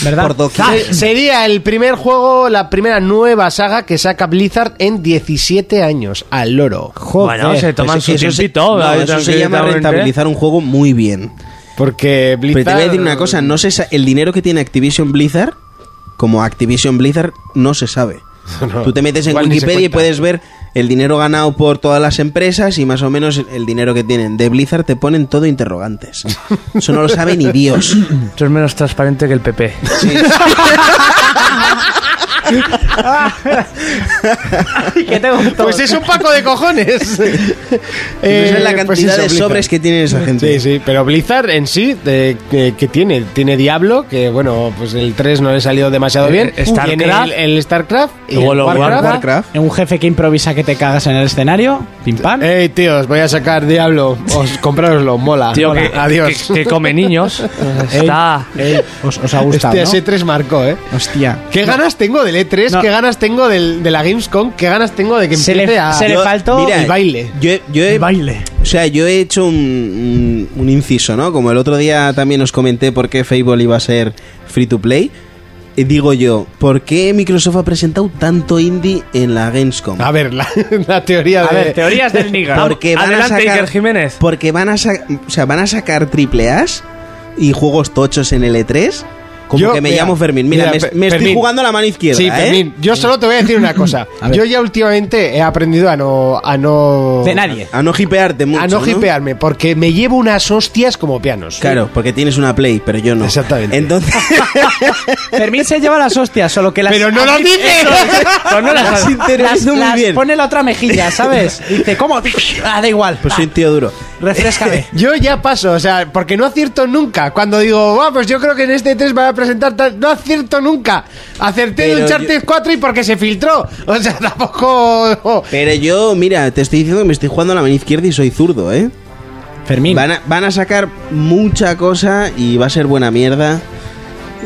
¿Verdad?
Por doquier.
se- Eh, sería el primer juego, la primera nueva saga que saca Blizzard en 17 años, al loro.
Joder.
Bueno, se toman su
Eso- eso se-
tiempito.
no,
¿verdad?
eso se llama
Tranquilamente.
rentabilizar un juego muy bien.
Porque Blizzard...
Pero te voy a decir una cosa, no se sa- el dinero que tiene Activision Blizzard, como Activision Blizzard, no se sabe.
No.
Tú te metes en
Igual ni se
Wikipedia y
cuenta.
puedes ver el dinero ganado por todas las empresas y más o menos el dinero que tienen. De Blizzard te ponen todo interrogantes. Eso no lo sabe ni Dios.
Esto es menos transparente que el PP.
que tengo todo.
Pues es un paco de cojones.
no
Eh,
sabes la
pues
cantidad
eso,
de
Blizzard.
sobres que tiene esa gente.
Sí, sí, pero Blizzard en sí, de- que, que tiene? Tiene Diablo, que bueno, pues el 3 no le salió demasiado bien.
Eh, StarCraft.
Tiene el, el StarCraft y
Luego
el
lo
Warcraft.
guarda.
Warcraft.
Un jefe que improvisa que te cagas en el escenario. Pim pam.
Ey, tíos, voy a sacar Diablo. Os comprároslo, mola.
Tío,
mola.
que,
Adiós.
que- que come niños. Está.
Ey, os, os ha gustado,
Hostia,
¿no?
ese 3 marcó, ¿eh?
Hostia.
¿Qué ganas tengo del E3?
No.
¿Qué ganas tengo del, de la Gamescom? ¿Qué ganas tengo de que
Se le-
empiece a...?
se le
Yo-
faltó
mira, eh.
el baile.
Yo, he- yo he-
baile.
O sea, yo he hecho un, un- un inciso, ¿no? Como el otro día también os comenté por qué Fable iba a ser free to play. eh, Digo yo, ¿por qué Microsoft ha presentado tanto indie en la Gamescom?
A ver, la, la teoría de...
A ver, teorías del Niga.
Porque van
Adelante,
a sacar,
Iker Jiménez.
Porque van a, sa- o sea, van a sacar triple A's y juegos tochos en L3. Como
Yo,
que me
mira,
llamo Fermín. Mira,
mira,
me,
Fe-
me estoy
Fermín.
jugando la mano izquierda.
Sí,
¿eh?
Fermín, yo solo te voy a decir una cosa.
A ver.
Yo ya últimamente he aprendido a no... A no...
De nadie.
A no hipearte mucho.
a no
¿no?
hipearme, porque me llevo unas hostias como pianos.
Claro, porque tienes una Play, pero yo no.
Exactamente.
Entonces,
Fermín se lleva las hostias, solo que las.
Pero no lo dices.
Pero no las,
Has intervenido muy
las
bien.
Pone la otra mejilla, ¿sabes? Dice, ¿cómo? Ah, da igual.
pues soy un tío duro.
Refrescame.
Yo ya paso, o sea, porque no acierto nunca. Cuando digo, ah, pues yo creo que en este 3 van a presentar tal", no acierto nunca. Acerté en
Pero
Uncharted
yo-
4 y porque se filtró. O sea, tampoco.
Pero yo, mira, te estoy diciendo que me estoy jugando a la mano izquierda y soy zurdo, ¿eh?
Fermín.
Van a, van a sacar mucha cosa y va a ser buena mierda.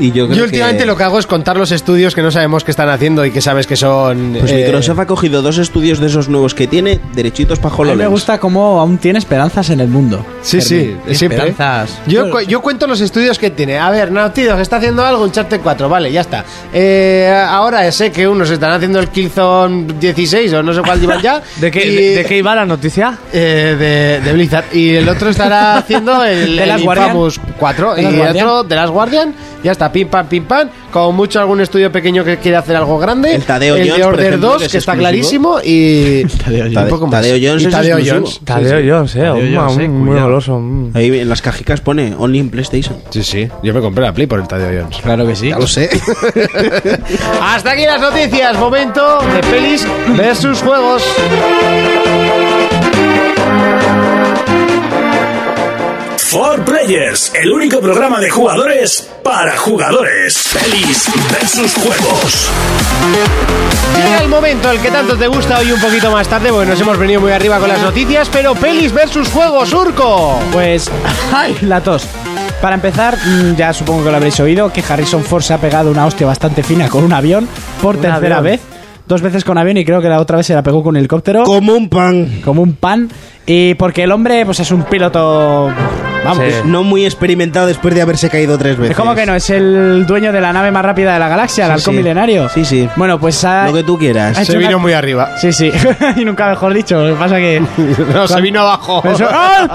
Y yo creo
Yo últimamente
que,
lo que hago es contar los estudios que no sabemos qué están haciendo y que sabes que son...
Pues
eh,
Microsoft ha cogido dos estudios de esos nuevos que tiene, derechitos para
A mí me
HoloLens.
gusta cómo aún tiene esperanzas en el mundo.
Sí, sí,
Tiene
siempre.
Esperanzas.
Yo, cu- yo cuento los estudios que tiene. A ver, Naughty Dog está haciendo algo, Uncharted 4, vale, ya está. Eh, ahora sé que unos están haciendo el Killzone 16 o no sé cuál llevan ya.
¿De qué,
y-
de, de qué iba la noticia?
eh, de, de Blizzard. Y el otro estará haciendo el,
The
el
Last Guardian.
Infamous 4.
The
Y
Last
el
Guardian.
otro, de las Guardian, ya está, pim pam, pim pam. Como mucho algún estudio pequeño que quiere hacer algo grande.
El Tadeo
de
Jones, por
Order
ejemplo,
2,
que es
que está
exclusivo.
clarísimo. Y.
Tadeo
y
Jones.
poco más.
Tadeo Jones
Y
es
Tadeo
exclusivo.
Jones.
Tadeo Jones, eh.
Tadeo
un-
Jones, eh,
un- muy
cuidado.
goloso. mm.
Ahí en las cajicas pone Only in PlayStation.
Sí, sí. Yo me compré la Play por el Tadeo Jones.
Claro que sí.
Ya lo sé. Hasta aquí las noticias. Momento de pelis versus juegos.
For Players, el único programa de jugadores para jugadores. Pelis versus juegos.
Llega el momento, el que tanto te gusta hoy un poquito más tarde. Bueno, nos hemos venido muy arriba con las noticias, pero pelis versus juegos, Urco.
Pues, ¡ay! La tos. Para empezar, mm, ya supongo que lo habréis oído, que Harrison Ford se ha pegado una hostia bastante fina con un avión por tercera
avión.
vez. Dos veces con avión y creo que la otra vez se la pegó con un helicóptero.
Como un pan.
Como un pan. Y porque el hombre, pues es un piloto. Vamos.
Sí.
No muy experimentado después de haberse caído tres veces.
Es como que no, es el dueño de la nave más rápida de la galaxia, el
Sí,
halcón
sí.
milenario.
Sí, sí.
Bueno, pues ha.
Lo que tú quieras.
ha hecho una-
muy arriba.
Sí, sí. y nunca mejor dicho. Lo que pasa que.
No, se vino abajo.
Eso- ¡Ah!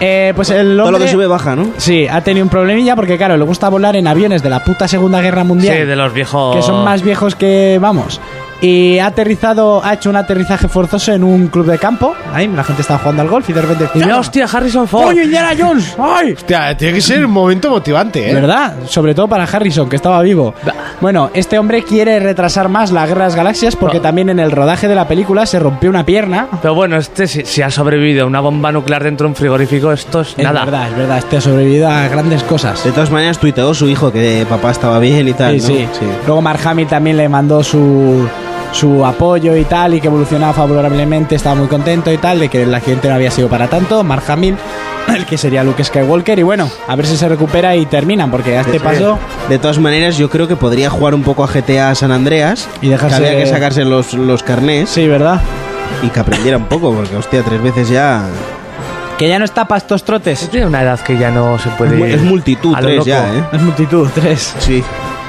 Eh, pues el hombre.
Todo lo que sube baja, ¿no?
Sí, ha tenido un problemilla porque, claro, le gusta volar en aviones de la puta Segunda Guerra
Sí,
Mundial,
de los viejos.
que son más viejos que vamos. Y ha aterrizado, ha hecho un aterrizaje forzoso en un club de campo. Ahí la gente estaba jugando al golf y de repente.
Y mira, hostia, Harrison Ford.
¡Coño, Indiana Jones! ¡Ay!
Hostia, tiene que ser un momento motivante, ¿eh?
¿Verdad? Sobre todo para Harrison, que estaba vivo. Bueno, este hombre quiere retrasar más la Guerra de las Galaxias porque
Ah.
también en el rodaje de la película se rompió una pierna.
Pero bueno, este si, si ha sobrevivido a una bomba nuclear dentro de un frigorífico, esto es,
Es
nada.
verdad, es verdad, este ha sobrevivido a grandes cosas.
De todas maneras, tuiteó su hijo que papá estaba bien y tal.
Sí, sí.
¿no?
Luego Mark Hamill también le mandó su, su apoyo y tal, y que evolucionaba favorablemente, estaba muy contento y tal, de que el accidente no había sido para tanto. Mark Hamill, el que sería Luke Skywalker, y bueno, a ver si se recupera y terminan, porque a este paso...
De todas maneras, yo creo que podría jugar un poco a GTA San Andreas.
Y dejarse-
Que había que sacarse los, los carnés
Sí, ¿verdad?
y que aprendiera un poco, porque hostia, tres veces ya.
Que ya no está para estos trotes.
Tiene una edad que ya no se puede. ir
Es multitud,
a lo
tres
loco.
ya, ¿eh?
Es multitud, tres.
Sí.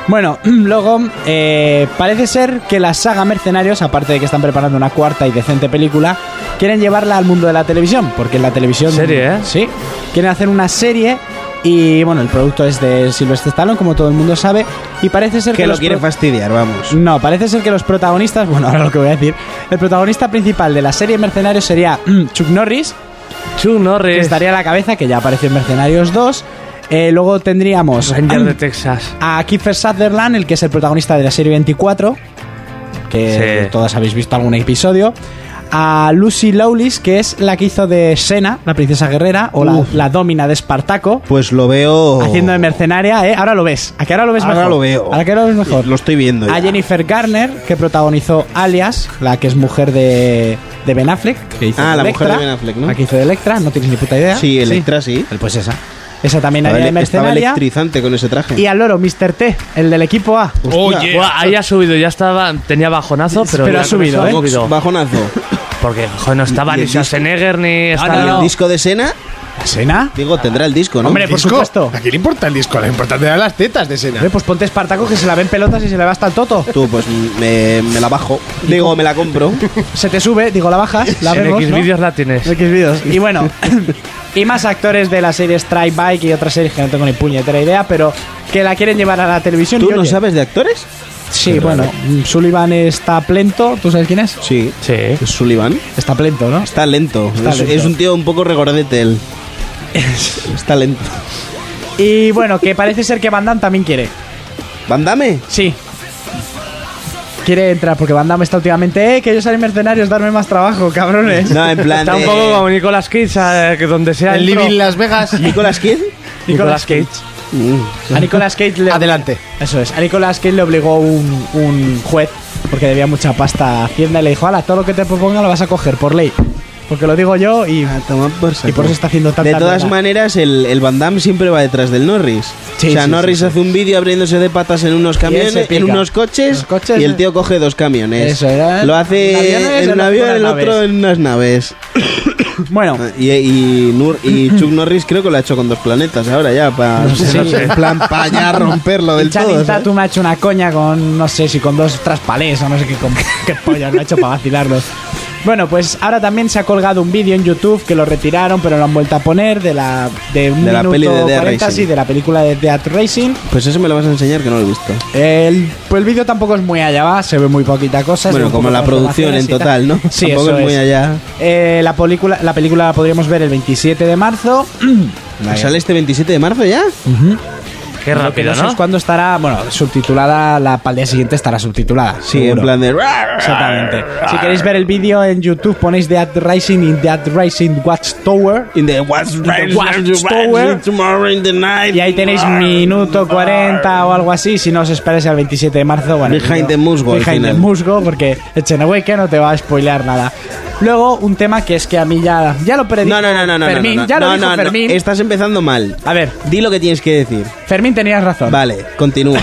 Bueno, luego eh, parece ser que la saga Mercenarios, aparte de que están preparando una cuarta y decente película, quieren llevarla al mundo de la televisión, porque en la televisión...
Serie, ¿eh?
Sí, quieren hacer una serie y bueno, el producto es de Sylvester Stallone, como todo el mundo sabe, y parece ser que,
Que lo
los
quiere
pro-
fastidiar, vamos.
no, parece ser que los protagonistas, bueno, ahora lo que voy a decir, el protagonista principal de la serie Mercenarios sería mm, Chuck Norris,
Chuck
que
Norris.
estaría a la cabeza, que ya apareció en Mercenarios 2. Eh, luego tendríamos
Ranger de Texas.
a Kiefer Sutherland, el que es el protagonista de la serie 24, que
Sí.
todas habéis visto algún episodio. A Lucy Lawless, que es la que hizo de Sena, la princesa guerrera, o la,
Uf.
la domina de Espartaco,
Pues lo veo.
haciendo de mercenaria, ¿eh? Ahora lo ves, a que ahora lo ves
Ahora
mejor.
lo veo.
¿A que ahora lo ves mejor.
Lo estoy viendo. ya.
a Jennifer Garner, que protagonizó Alias, la que es mujer de, de Ben Affleck. Que hizo
Ah, la
Electra,
mujer de Ben Affleck, ¿no?
La que hizo de Electra, no tienes ni puta idea.
Sí, Electra sí.
Pues esa. Esa también
Estaba
haría de
ele- Estaba
mercenaria.
electrizante con ese traje.
Y al loro, Mr. T, el del equipo A.
Hostia,
Buah, ahí ha subido, ya estaba, tenía bajonazo, pero,
Pero
ya
ha
con
subido,
eso
¿eh?
Bajonazo.
Porque joder, no estaba
Y
ni
el disco.
Schwarzenegger ni
no,
estaba
no.
¿El disco de Sena?
¿La Sena?
Digo, tendrá el disco, ¿no?
Hombre, por
¿Disco?
supuesto.
¿A quién le importa el disco? Lo importante eran las tetas de Sena.
Hombre, pues ponte Espartaco que se la ven pelotas y se le va hasta el toto.
Tú, pues me, me la bajo. Digo, me la compro.
Se te sube, digo, la bajas, la
en
vemos,
X
¿no?
vídeos la tienes.
En Xvideos. Y bueno, y más actores de la serie Strike Bike y otras series que no tengo ni puñetera idea, pero que la quieren llevar a la televisión.
¿Tú
y
no
oye,
sabes de actores?
Sí, bueno, mm, Sullivan está plento, ¿tú sabes quién es?
Sí.
Sí.
Es Sullivan.
Está plento, ¿no?
Está lento.
Está
es,
lento.
es un tío un poco regordete él. Está lento.
Y bueno, que parece ser que Van Damme también quiere.
Bandame.
Sí. Quiere entrar porque Van Damme está últimamente, eh, que yo salí mercenarios, darme más trabajo, cabrones.
No, en plan.
Está un
de- eh,
poco como Nicolas Cage, eh, que donde sea
El
entro.
Living Las Vegas.
¿Nicolas Kid?
Nicolas Cage.
A Nicolas Cage le...
Adelante.
Eso es. A Nicolas Cage le obligó un, un juez porque debía mucha pasta a Hacienda y le dijo, ala, todo lo que te proponga lo vas a coger por ley. Porque lo digo yo y.
A tomar por saco.
Y por eso está haciendo tanta
De todas
mierda.
maneras, el, el Van Damme siempre va detrás del Norris.
Sí,
o sea,
sí,
Norris
sí, sí.
hace un vídeo abriéndose de patas en unos
se
camiones,
pica.
en unos coches,
Los coches,
y el
eh.
tío coge dos camiones.
Eso, era-
Lo
en
hace
aviones,
en
en
un
las
avión,
puras
el otro
naves.
en unas naves.
Bueno,
Y, y, Nur- y Chuck Norris creo que lo ha hecho con dos planetas ahora ya, para
sé, no sé.
en plan para ya romperlo del
el
todo.
Channing
¿sabes?
Tatum ha hecho una coña con, no sé si con dos traspalés o no sé qué, con, qué pollas lo ha hecho para vacilarlos. Bueno, pues ahora también se ha colgado un vídeo en YouTube que lo retiraron, pero lo han vuelto a poner de la de un
De la
minuto
peli de Dead
40,
Racing.
sí, de la película de Dead Racing.
Pues eso me lo vas a enseñar que no lo he visto.
El, pues el vídeo tampoco es muy allá, va, se ve muy poquita cosa. se ve
Bueno,
un
como
poco
la
las
producción en
relaciones y tal.
total, ¿no?
Sí,
Tampoco
eso
es muy
es.
allá.
Eh, la, película, la película la podríamos ver el 27 de marzo. Vaya.
¿Sale este 27 de marzo ya?
Qué
Lo que
rápido,
no sé
¿no?
es cuándo estará, bueno, subtitulada, la para el día siguiente estará subtitulada.
Sí, en
seguro.
plan de...
Exactamente. Si queréis ver el vídeo en YouTube, ponéis Dead Rising y Dead Rising Watchtower.
In the what's right,
watchtower.
tomorrow in the night.
Y ahí tenéis minuto 40 o algo así. Si no os esperáis al 27 de marzo, bueno.
Behind
no-
the musgo, al
Behind the
final.
musgo, porque Echenohueque no te va a spoilear nada. Luego, un tema que es que a mí ya, ya lo predijo
No, no, no, no, no.
Fermín.
no, no,
ya lo
no,
dijo
no, no.
Fermín.
Estás empezando mal.
A ver,
Di lo que tienes que decir.
Fermín tenías razón.
Vale, continúa.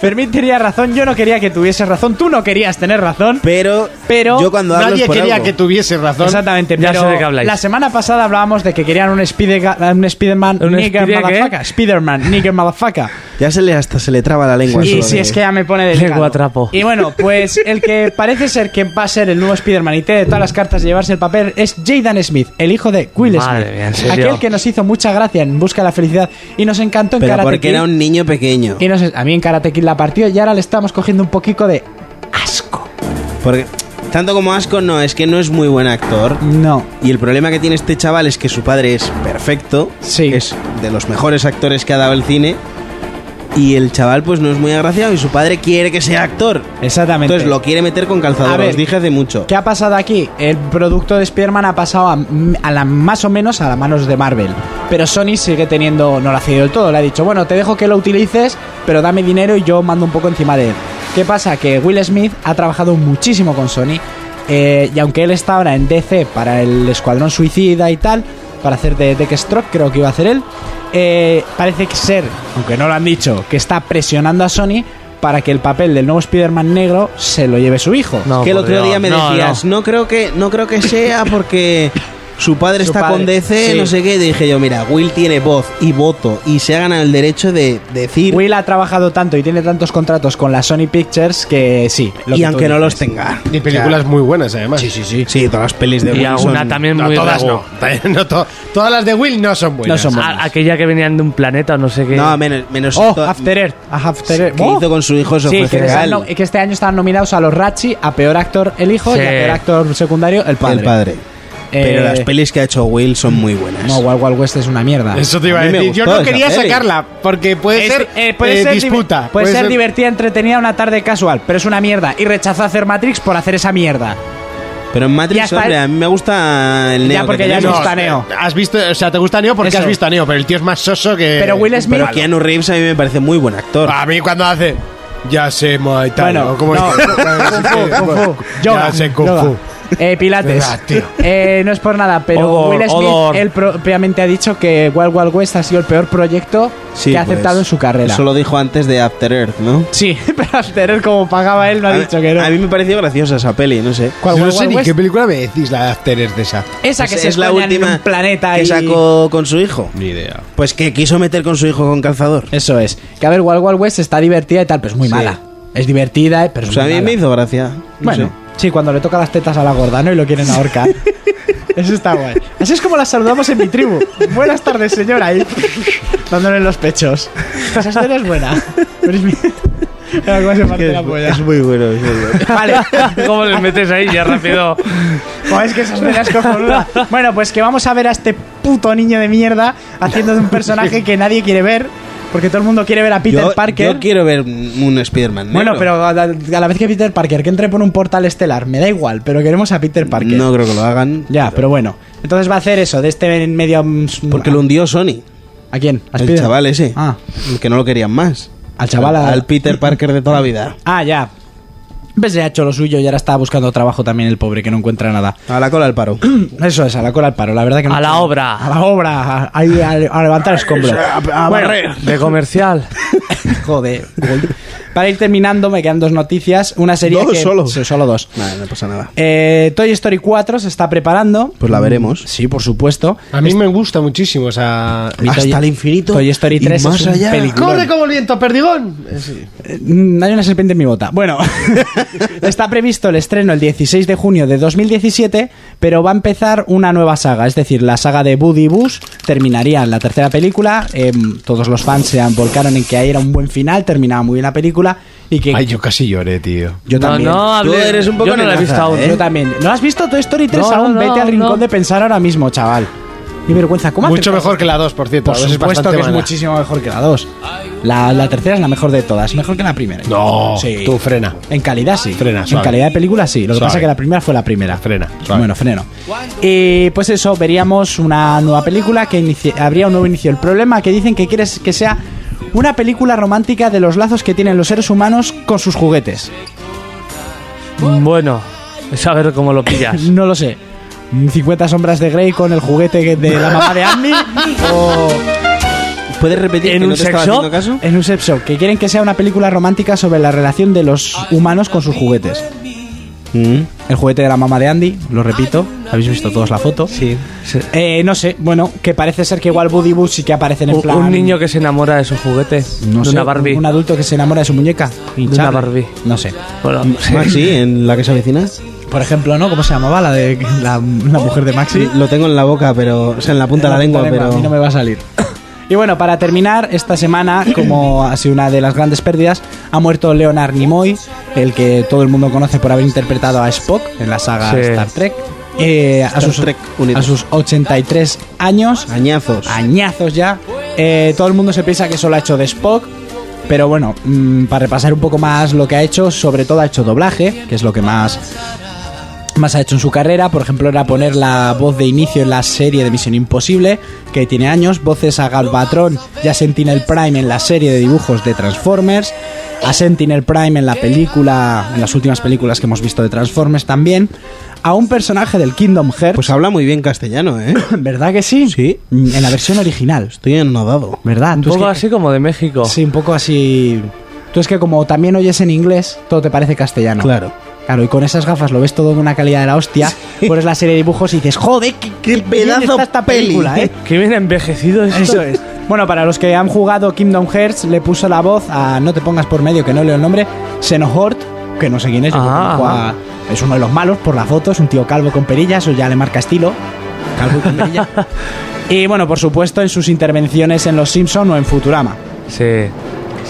Fermín tenía razón. Yo no quería que tuviese razón. Tú no querías tener razón.
Pero,
Pero
yo cuando hablo
Nadie
es por
quería
algo.
que tuviese razón.
Exactamente,
Ya
pero
sé de qué habláis.
la semana pasada hablábamos de que querían un, Spiderga- un Spiderman
¿Un
Nigger
Spide- qué?
Malafaca. Spiderman Nigger Malafaca.
Ya se le hasta se le traba la
Pues
lengua.
Y
solo
si
de-
es que ya me pone del
Lengua trapo.
Y bueno, pues el que parece ser que va a ser el nuevo Spiderman y tiene todas las cartas de llevarse el papel es Jaden Smith, el hijo de Will
Madre
Smith.
mía, ¿en serio?
Aquel que nos hizo mucha gracia en Busca de la Felicidad y nos encantó en
Pero
Karate
porque
Kid.
era un niño pequeño.
Y nos- a mí en Karate Kid la partió y ahora le estamos cogiendo un poquito de asco.
Porque tanto como asco no, es que no es muy buen actor.
No.
Y el problema que tiene este chaval es que su padre es perfecto.
Sí.
Es de los mejores actores que ha dado el cine. Y el chaval pues no es muy agraciado y su padre quiere que sea actor.
Exactamente.
Entonces lo quiere meter con
A
calzador,
ver,
os dije hace mucho.
¿Qué ha pasado aquí? El producto de Spider-Man ha pasado a, a la, más o menos a las manos de Marvel. Pero Sony sigue teniendo, no lo ha cedido del todo. Le ha dicho, bueno, te dejo que lo utilices, pero dame dinero y yo mando un poco encima de él. ¿Qué pasa? Que Will Smith ha trabajado muchísimo con Sony. eh, y aunque él está ahora en DC para el Escuadrón Suicida y tal, para hacer de Deathstroke, creo que iba a hacer él, eh, parece que ser, aunque no lo han dicho, que está presionando a Sony para que el papel del nuevo Spider-Man negro se lo lleve su hijo.
No,
que el
por
otro día
Dios.
me
No,
decías,
no.
no. creo que no creo que sea porque su padre
Su
está
padre,
con DC,
sí.
no sé qué, y dije yo, mira, Will tiene voz y voto y se ha ganado el derecho de decir
Will ha trabajado tanto y tiene tantos contratos con la Sony Pictures que sí. lo
y
que
aunque
tú
no los
dices.
tenga.
Y películas muy buenas, además.
Sí, sí, sí. Sí, todas las pelis de
Y
Will son-
alguna también
No,
muy
todas
regu.
no. No to- todas las de Will no son buenas.
No son
A- aquella que venían de un planeta o no sé qué.
No, menos menos mm,
Oh,
to-
After Earth. Ah, After Earth.
que
Oh.
hizo con su hijo eso
Sí,
fue
que, les han
genial.
nom- que este año estaban nominados a los Ratchi, a peor actor el hijo
Sí.
y a peor actor secundario el padre.
El padre. Pero
Eh,
las pelis que ha hecho Will son muy buenas.
No, Wild Wild West es una mierda.
Eso te iba
A
a
mí me
decir. Yo
gustó
no
esa
quería
peli.
sacarla porque puede
Es-
ser,
eh, puede
eh,
ser divi-
disputa.
Puede, ser, divertida, entretenida, una tarde casual, pero es una mierda. Y rechazó hacer Matrix por hacer esa mierda.
Pero en
Ya
Matrix,
está. eh.
hombre, a mí me gusta el
Ya,
Neo. que
porque ya
tenemos.
no está Neo.
eh, Has visto, o sea, te gusta Neo porque
Eso.
has visto a Neo, pero el tío es más soso que.
Pero Will Smith-
Pero Keanu Reeves a mí me parece muy buen actor.
Ah,
A mí cuando hace. Ya sé, Muay Thai",
Bueno,
o ¿cómo
no.
es?
Kung Fu.
Ya
Yoga,
sé, Kung
yoga.
Fu.
Eh, Pilates.
Ah, tío.
Eh, no es por nada, pero
Odor,
Will Smith,
odor.
él propiamente ha dicho que Wild Wild West ha sido el peor proyecto
Sí,
que ha
pues,
aceptado en su carrera.
Eso lo dijo antes de After Earth, ¿no?
Sí, pero al tener como pagaba él, no ha
a,
dicho que no.
a mí me pareció graciosa esa peli, no sé.
¿Cuál,
Yo no
Wild
sé
Wild
ni
West?
qué película me decís la de After Earth de esa.
Esa que
Pues
se
es la última
en un planeta
que
y...
sacó con su hijo.
Ni idea.
Pues que quiso meter con su hijo con calzador.
Eso es. Que a ver, Wild Wild West está divertida y tal, pero es muy
Sí.
mala. Es divertida, eh, pero es
O sea, a
muy
mí
mala.
me hizo gracia. No
Bueno,
sé.
sí, cuando le toca las tetas a la gorda, ¿no? Y lo quieren ahorcar. Eso está guay. Así es como las saludamos en mi tribu. Buenas tardes, señora. Y dándole en los pechos. Esa escena es buena. Pero es mi... Era como se parte la polla.
Es muy bueno. es muy bueno.
Vale.
¿Cómo les metes ahí ya rápido?
Joder, es que esas venas cojonuda. Bueno, pues que vamos a ver a este puto niño de mierda haciendo de un personaje que nadie quiere ver. Porque todo el mundo quiere ver a Peter
yo,
Parker.
yo quiero ver un un Spider-Man.
bueno,
negro.
pero a la, a la vez que Peter Parker, que entre por un portal estelar, me da igual, pero queremos a Peter Parker.
No creo que lo hagan.
Ya, pero bueno. Entonces va a hacer eso, de este medio.
Porque lo hundió Sony.
¿A quién? ¿A
El
Spider?
chaval ese.
Ah.
Que no lo querían más.
Al chaval,
Al,
al-
Peter Parker de toda la vida.
Ah, ya. Pues ya ha hecho lo suyo y ahora está buscando trabajo también el pobre que no encuentra nada.
A la cola al paro.
Eso es, a la cola al paro, la verdad que no.
A la obra.
A la obra, a, ahí a- a levantar escombros. Bueno,
De comercial.
Joder. güey. Para ir terminando, me quedan dos noticias. Una serie
¿Dos
que...
solo?
Sí, solo dos.
Vale, no pasa nada.
Eh, Toy Story 4 se está preparando.
Pues la veremos.
Sí, por supuesto.
A mí me gusta muchísimo esa...
Mi
Hasta
Toy-
el infinito
Toy Story
y
3 es
más
un
allá.
peliculón.
¡Corre como el viento, perdigón! Eh, sí.
Eh, mm, Hay una serpiente en mi bota. Bueno, está previsto el estreno el 16 de junio de 2017, pero va a empezar una nueva saga. Es decir, la saga de Buddy y Bush terminaría en la tercera película. Eh, todos los fans se volcaron en que ahí era un buen final, terminaba muy bien la película y que
Ay, yo casi lloré, tío.
yo también.
No, no, hable-
Tú eres un poco
yo no la he
nenaza,
visto aún.
¿eh?
Yo también. ¿No has visto Toy Story 3
No, no,
aún?
no,
Vete al rincón
no.
de pensar ahora mismo, chaval. Qué vergüenza. ¿Cómo
Mucho
aceptas
mejor que la 2, por cierto.
por
la dos es
supuesto
bastante
que es
mala.
muchísimo mejor que la 2. La, la tercera es la mejor de todas, mejor que la primera.
No,
Sí.
tú frena.
En calidad sí.
Frena,
en
suave.
calidad de película sí. Lo que
Suave.
pasa es que la primera fue la primera.
Frena, suave.
Bueno, freno. Y pues eso, veríamos una nueva película que inici- habría un nuevo inicio. El problema que dicen que quieres que sea una película romántica de los lazos que tienen los seres humanos con sus juguetes.
Bueno, es a ver cómo lo pillas.
No lo sé. 50 sombras de Grey con el juguete que- de la mamá de Andy o
¿Puedes repetir
¿En
que
un
no te
sex
estaba
shop?
haciendo caso?
en un sex shop, que quieren que sea una película romántica sobre la relación de los humanos con sus juguetes.
Mm.
El juguete de la mamá de Andy, lo repito, habéis visto todos la foto. Sí. Eh, no sé, bueno, que parece ser que igual Buddy Bush sí que aparecen en
Un,
plan...
un niño que se enamora de su juguete.
no
de
sé,
una Barbie.
Un adulto que se enamora de su muñeca.
una
Charlie.
Barbie.
No sé.
Bueno,
Ah, sí, en la que se avecina.
Por ejemplo, ¿no? ¿Cómo se llamaba la de la, la mujer de Maxi?
Lo tengo en la boca, pero. O sea, en la punta de la lengua,
A mí no me
pero.
va a salir. Y bueno, para terminar, esta semana, como ha sido una de las grandes pérdidas, ha muerto Leonard Nimoy, el que todo el mundo conoce por haber interpretado a Spock en la saga
Sí.
Star Trek. Eh, a,
Star
sus,
Trek unido.
a sus 83 años,
Añazos.
añazos ya, eh, todo el mundo se piensa que solo ha hecho de Spock, pero bueno, mm, para repasar un poco más lo que ha hecho, sobre todo ha hecho doblaje, que es lo que más más ha hecho en su carrera, por ejemplo, era poner la voz de inicio en la serie de Misión Imposible, que tiene años, voces a Galvatron y a Sentinel Prime en la serie de dibujos de Transformers, a Sentinel Prime en la película, en las últimas películas que hemos visto de Transformers también, a un personaje del Kingdom Hearts,
Pues habla muy bien castellano, ¿eh?
¿verdad que sí?
Sí.
Mm, En la versión original,
Estoy enodado.
¿verdad?
un
Tú es
poco
que-
así como de México.
Sí, un poco así. Tú es que como también oyes en inglés, todo te parece castellano.
Claro.
Claro, y con esas gafas lo ves todo de una calidad de la hostia, pones la serie de dibujos y dices, joder, qué, qué bien
pedazo
está esta
peli".
película, ¿eh?
Que viene envejecido esto.
Eso es. Bueno, para los que han jugado Kingdom Hearts, le puso la voz a No te pongas por medio, que no leo el nombre, Xenohort, que no sé quién es, yo
Ah.
conozco a- es uno de los malos por la foto, es un tío calvo con perillas, o ya le marca estilo. Calvo y con perillas. y bueno, por supuesto, en sus intervenciones en Los Simpson o en Futurama.
Sí.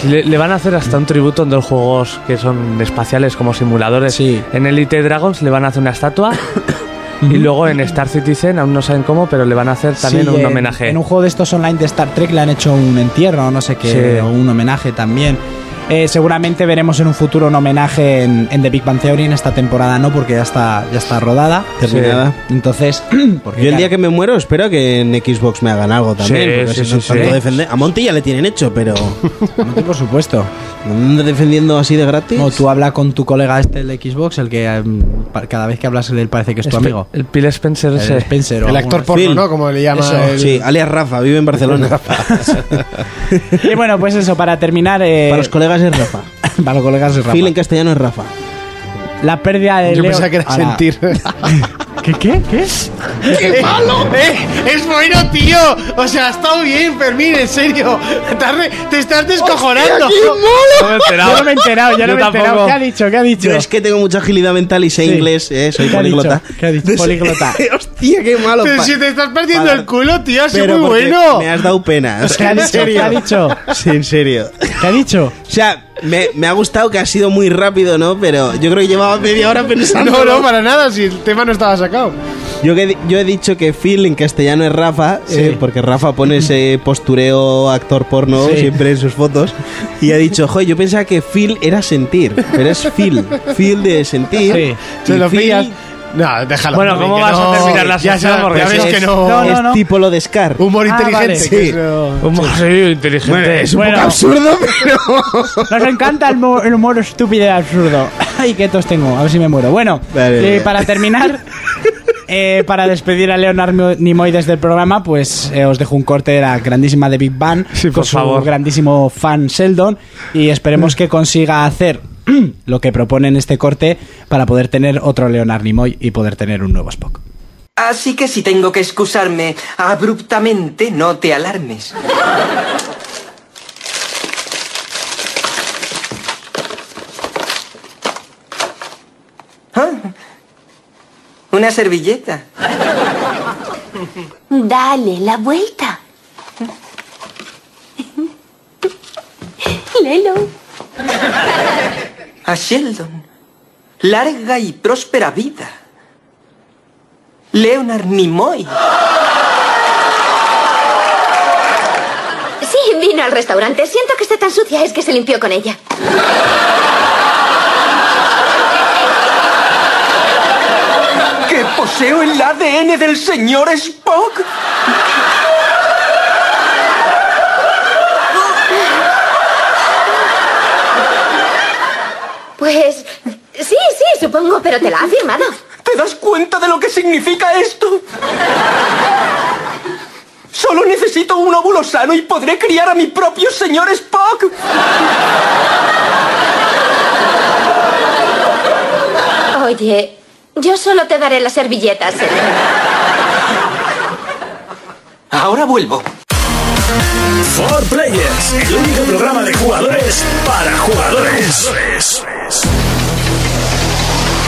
Sí, Le, le van a hacer hasta un tributo en dos juegos que son espaciales como simuladores.
Sí.
En Elite Dragons le van a hacer una estatua. y luego en Star Citizen, aún no saben cómo, pero le van a hacer también
Sí,
un
en-
homenaje.
En un juego de estos online de Star Trek le han hecho un entierro, no sé qué,
Sí.
o un homenaje también. Eh, seguramente veremos en un futuro un homenaje en, en The Big Bang Theory en esta temporada, no, porque ya está, ya está rodada.
Terminada.
Entonces, porque,
Yo el día
claro,
que me muero espero que en Xbox me hagan algo también.
Sí,
porque
sí,
si no,
sí,
tanto
sí.
defender- A Monty ya le tienen hecho, pero.
no, por supuesto.
¿Ando defendiendo así de gratis?
No, tú habla con tu colega este del Xbox, el que em, pa- cada vez que hablas de él parece que es tu
Espe-
amigo.
El Phil Spencer
El
ese.
Spencer o
El
alguno.
actor porno,
Phil.
¿no? Como le llama
Eso,
el-
Sí, alias Rafa, vive en Barcelona. Eh,
Y bueno, pues eso, para terminar. eh,
Para los colegas es Rafa.
para los colegas es Rafa.
Phil en castellano es Rafa.
La pérdida de
Yo
Leo-
pensaba que era
Ahora,
sentir.
¿Qué, qué, qué?
¡Qué malo! ¡Eh! ¡Es bueno, tío! O sea, ha estado bien, Fermín, en serio. Te, has re- te estás descojonando.
No me he enterado.
Yo no me he enterado, yo no
Yo
me he enterado.
tampoco.
¿Qué ha dicho? ¿Qué ha dicho?
Yo es que tengo mucha agilidad mental y sé
Sí.
inglés, eh, soy
¿Qué ha dicho?
poliglota.
¿Qué ha dicho?
Entonces-
Poliglota.
Hostia, qué malo.
Pero
pa-
si te estás perdiendo
Para-
el culo, tío, ha sido
Pero
muy
porque
bueno.
Me has dado pena. o
¿Qué
sea,
ha
en
dicho? ¿Qué ha
serio.
dicho?
Sí, en serio.
¿Qué ha dicho?
O sea, me, me ha gustado que ha sido muy rápido, ¿no? Pero yo creo que llevaba media hora pensando.
No, no, para nada, si el tema no estaba sacado.
Yo, que- yo he dicho que Phil en castellano es Rafa, eh, porque Rafa pone ese postureo actor porno siempre en sus fotos. Y ha dicho, joder, yo pensaba que Phil era sentir, pero es Phil. Phil de sentir.
Sí.
Y
Se lo
Phil
pillas. No, déjalo.
Bueno,
Fermín,
¿cómo
que
vas a
no.
terminar la
Ya,
sección?
sabes-
Porque
ya ves
es-
que no.
No,
Es
no, no.
tipo lo de Scar.
Humor
Ah,
inteligente.
vale.
que
Sí.
es lo-
Un sí, inteligente.
Bueno, es un
Bueno.
poco absurdo, pero...
Nos encanta el, mo- el humor estúpido y absurdo. Ay, qué tos tengo. A ver si me muero. Bueno,
Vale,
eh,
vale.
para terminar, eh, para despedir a Leonard Nimoy desde el programa, pues eh, os dejo un corte de la grandísima de Big Bang
Sí, por
con su
favor.
grandísimo fan Sheldon y esperemos que consiga hacer lo que propone en este corte para poder tener otro Leonard Nimoy y poder tener un nuevo Spock.
Así que si tengo que excusarme abruptamente, no te alarmes. Ah, Una servilleta.
Dale la vuelta. Lelo.
A Sheldon. Larga y próspera vida. Leonard Nimoy.
Sí, vino al restaurante. Siento que esté tan sucia, es que se limpió con ella.
que poseo el ADN del señor Spock.
Pues sí, sí, supongo, pero te la ha firmado.
¿Te das cuenta de lo que significa esto? Solo necesito un óvulo sano y podré criar a mi propio señor Spock.
Oye, yo solo te daré las servilletas. ¿eh?
Ahora vuelvo.
For Players, el único programa de jugadores para jugadores.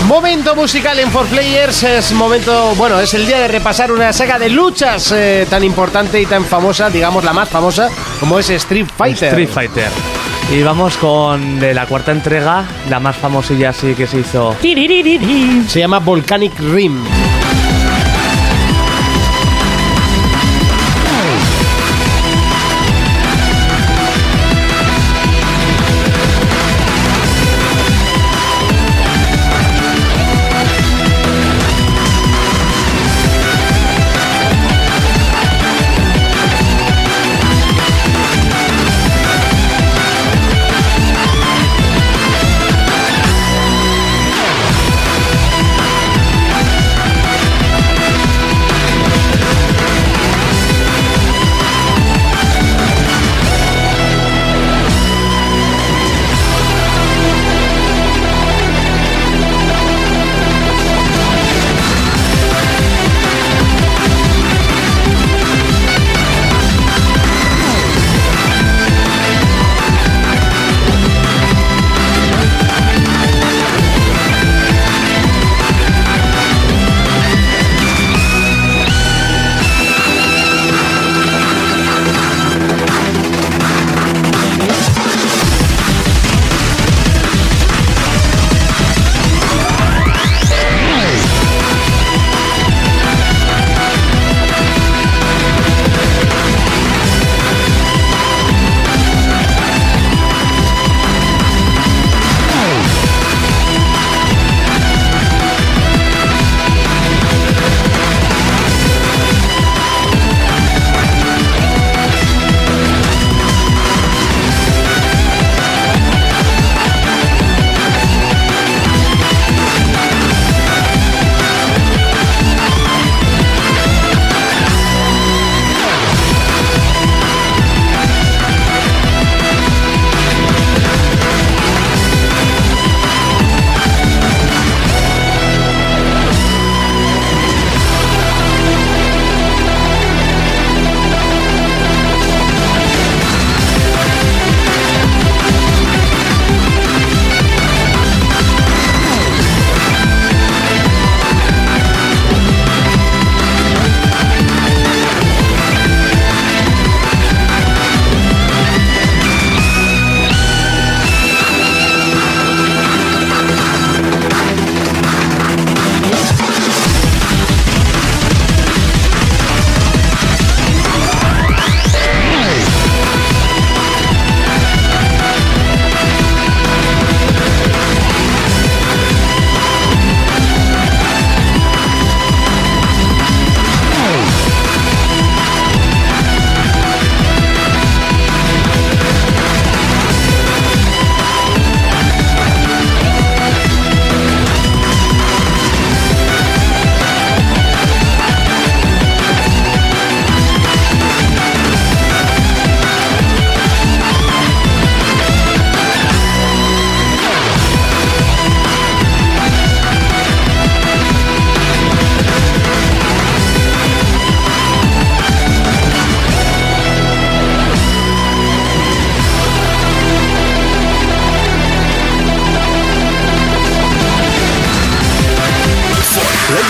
Momento musical en 4Players es momento, bueno, es el día de repasar una saga de luchas eh, tan importante y tan famosa, digamos la más famosa, como es Street Fighter.
Street Fighter. Y vamos con de la cuarta entrega, la más famosilla así que se hizo.
Se llama Volcanic Rim.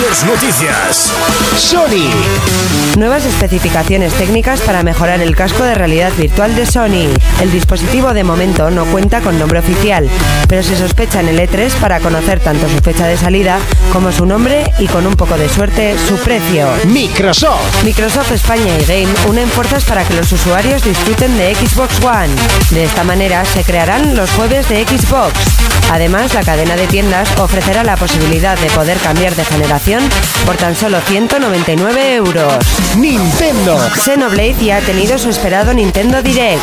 Más noticias.
Sony.
Nuevas especificaciones técnicas para mejorar el casco de realidad virtual de Sony. El dispositivo de momento no cuenta con nombre oficial, pero se sospecha en el E3 para conocer tanto su fecha de salida como su nombre y con un poco de suerte su precio.
Microsoft.
Microsoft España y Game unen fuerzas para que los usuarios disfruten de Xbox One. De esta manera se crearán los jueves de Xbox. Además, la cadena de tiendas ofrecerá la posibilidad de poder cambiar de generación por tan solo 199 euros.
Nintendo.
Xenoblade ya ha tenido su esperado Nintendo Direct.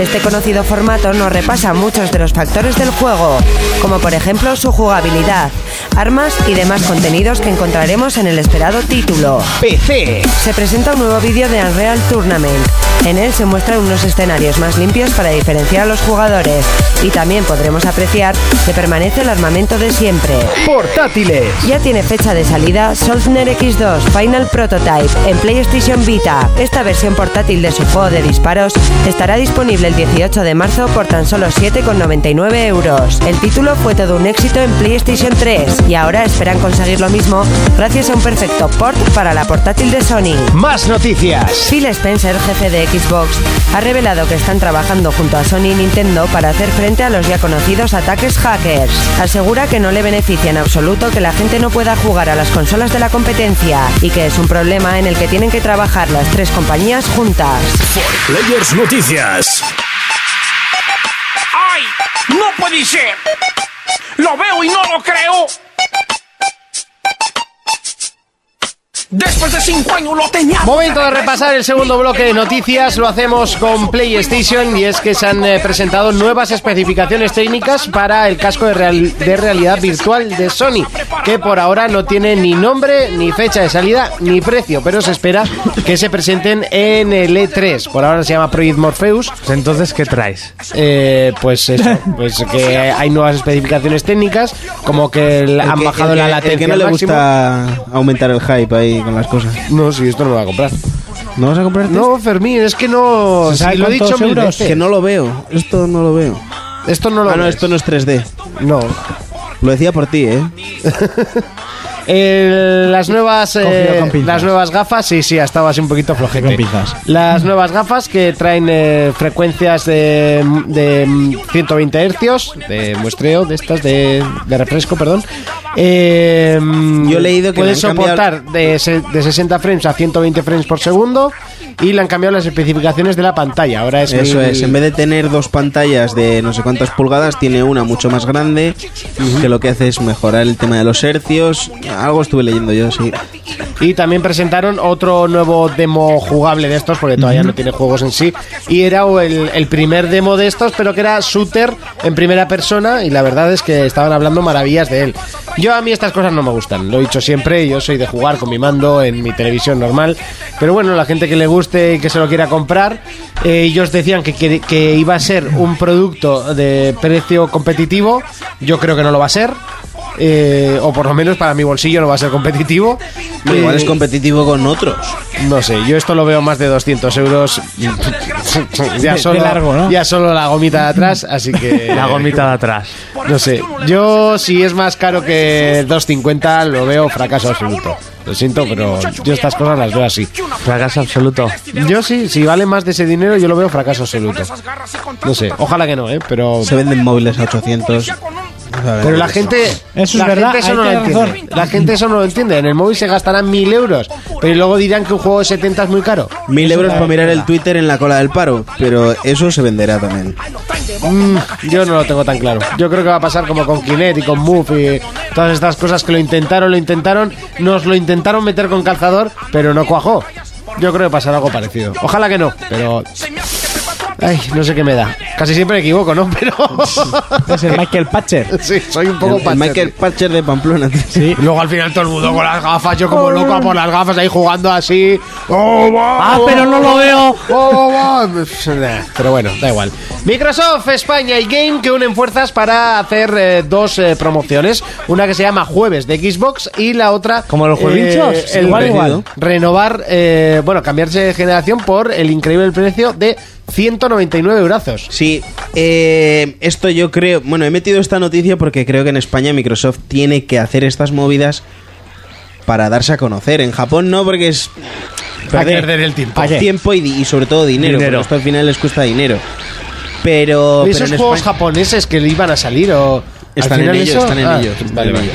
Este conocido formato nos repasa muchos de los factores del juego, como por ejemplo su jugabilidad, armas y demás contenidos que encontraremos en el esperado título.
PC.
Se presenta un nuevo vídeo de Unreal Tournament. En él se muestran unos escenarios más limpios para diferenciar a los jugadores y también podremos apreciar que permanece el armamento de siempre.
Portátiles.
Ya tiene fecha de salida Solzner X2 Final Prototype en PlayStation Vita. Esta versión portátil de su juego de disparos estará disponible el 18 de marzo por tan solo 7,99 euros. El título fue todo un éxito en PlayStation 3 y ahora esperan conseguir lo mismo gracias a un perfecto port para la portátil de Sony.
Más noticias.
Phil Spencer, jefe de Xbox, ha revelado que están trabajando junto a Sony y Nintendo para hacer frente a los ya conocidos ataques hackers. Asegura que no le beneficia en absoluto que la gente no pueda jugar a las consolas de la competencia y que es un problema en el que tienen que trabajar las tres compañías juntas.
Players Noticias.
¡Ay! ¡No puede ser! ¡Lo veo y no lo creo! Después de cinco años lo tenía.
Momento de repasar el segundo bloque de noticias. Lo hacemos con PlayStation y es que se han eh, presentado nuevas especificaciones técnicas para el casco de, real- de realidad virtual de Sony, que por ahora no tiene ni nombre, ni fecha de salida, ni precio, pero se espera que se presenten en el E3. Por ahora se llama Project Morpheus.
Pues Entonces, ¿qué traes?
Eh, pues eso, pues que hay nuevas especificaciones técnicas, como que el-
El
han
que-
bajado
el
la
que-
latencia.
El que no
al
le
máximo.
gusta aumentar el hype ahí con las cosas.
No, si esto no lo va a comprar.
¿No vas a comprarte?
No, Fermín, es que no.
Ah,
¿Se sabe
si lo he dicho
cuántos
mil
euros?
veces.
Que no lo veo. Esto no lo veo.
Esto no lo.
Ah, no,
ves.
esto no es 3D.
No.
Lo decía por ti, ¿eh?
El- las nuevas eh,
Cogido con pinzas.
las nuevas gafas, sí, sí, ha estado así un poquito flojete.
Con pinzas.
Las nuevas gafas que traen eh, frecuencias de, de 120 hercios, de muestreo, de estas, de, de refresco, perdón. Eh,
Yo he leído que
puede
le han cambiado-
soportar de, se- de 60 frames a 120 frames por segundo y le han cambiado las especificaciones de la pantalla. Ahora es
Eso
el-
es, en vez de tener dos pantallas de no sé cuántas pulgadas, tiene una mucho más grande, que lo que hace es mejorar el tema de los hercios. Algo estuve leyendo yo, sí.
Y también presentaron otro nuevo demo jugable de estos, porque todavía no tiene juegos en sí. Y era el, el primer demo de estos, pero que era shooter en primera persona. Y la verdad es que estaban hablando maravillas de él. Yo a mí estas cosas no me gustan, lo he dicho siempre. Yo soy de jugar con mi mando en mi televisión normal. Pero bueno, la gente que le guste y que se lo quiera comprar, eh, ellos decían que, que- que iba a ser un producto de precio competitivo. Yo creo que no lo va a ser. eh, o por lo menos para mi bolsillo no va a ser competitivo.
Igual
Eh,
es competitivo con otros.
no sé, yo esto lo veo más de 200 euros. ya,
de
solo,
largo, ¿no?
ya solo la gomita de atrás, así que.
La gomita de atrás.
No sé, yo si es más caro que 250 lo veo fracaso absoluto. Lo siento, pero yo estas cosas las veo así.
Fracaso absoluto.
Yo sí, si vale más de ese dinero, yo lo veo fracaso absoluto. No sé, ojalá que no, ¿eh? Pero,
Se venden móviles a 800.
pero la gente.
Eso es
la
verdad,
gente eso
ahí
no lo
tienes
entiende. La gente eso no lo entiende. En el móvil se gastarán mil euros, pero luego dirán que un juego de 70 es muy caro.
Mil euros para mirar el Twitter en la cola del paro, pero eso se venderá también.
Mm, Yo no lo tengo tan claro. Yo creo que va a pasar como con Kinect y con Move y todas estas cosas que lo intentaron, lo intentaron, nos lo intentaron meter con calzador, pero no cuajó. Yo creo que pasará algo parecido. Ojalá que no, pero. Ay, no sé qué me da. Casi siempre me equivoco, ¿no? Pero.
Es el Michael Patcher.
sí, soy un
El,
poco
el
patcher.
Michael Patcher de Pamplona. tío.
Sí.
Y luego al final todo el mundo con las gafas, yo como loco a por las gafas ahí jugando así. ¡Oh, va,
Ah,
va,
pero no lo veo.
Oh, oh, oh. Nah, Pero bueno, da igual. Microsoft, España y Game que unen fuerzas para hacer eh, dos eh, promociones. Una que se llama Jueves de Xbox y la otra. eh,
¿Como los juevinchos?
el
Igual,
re-
igual.
Renovar, eh, bueno, cambiarse de generación por el increíble precio de 199 eurazos.
Sí, eh, esto yo creo. Bueno, he metido esta noticia porque creo que en España Microsoft tiene que hacer estas movidas para darse a conocer. En Japón no, porque es perder,
perder el tiempo.
¿Para qué?
tiempo y, di- y sobre todo dinero,
Dinero.
porque esto al final les cuesta dinero. Oh,
¿Y
Pero, pero
esos
en
juegos
España-
japoneses que le iban a salir o... al
están en
final
ello,
eso?
están en
Ah,
ello.
están
Vale,
en
vale.
ello.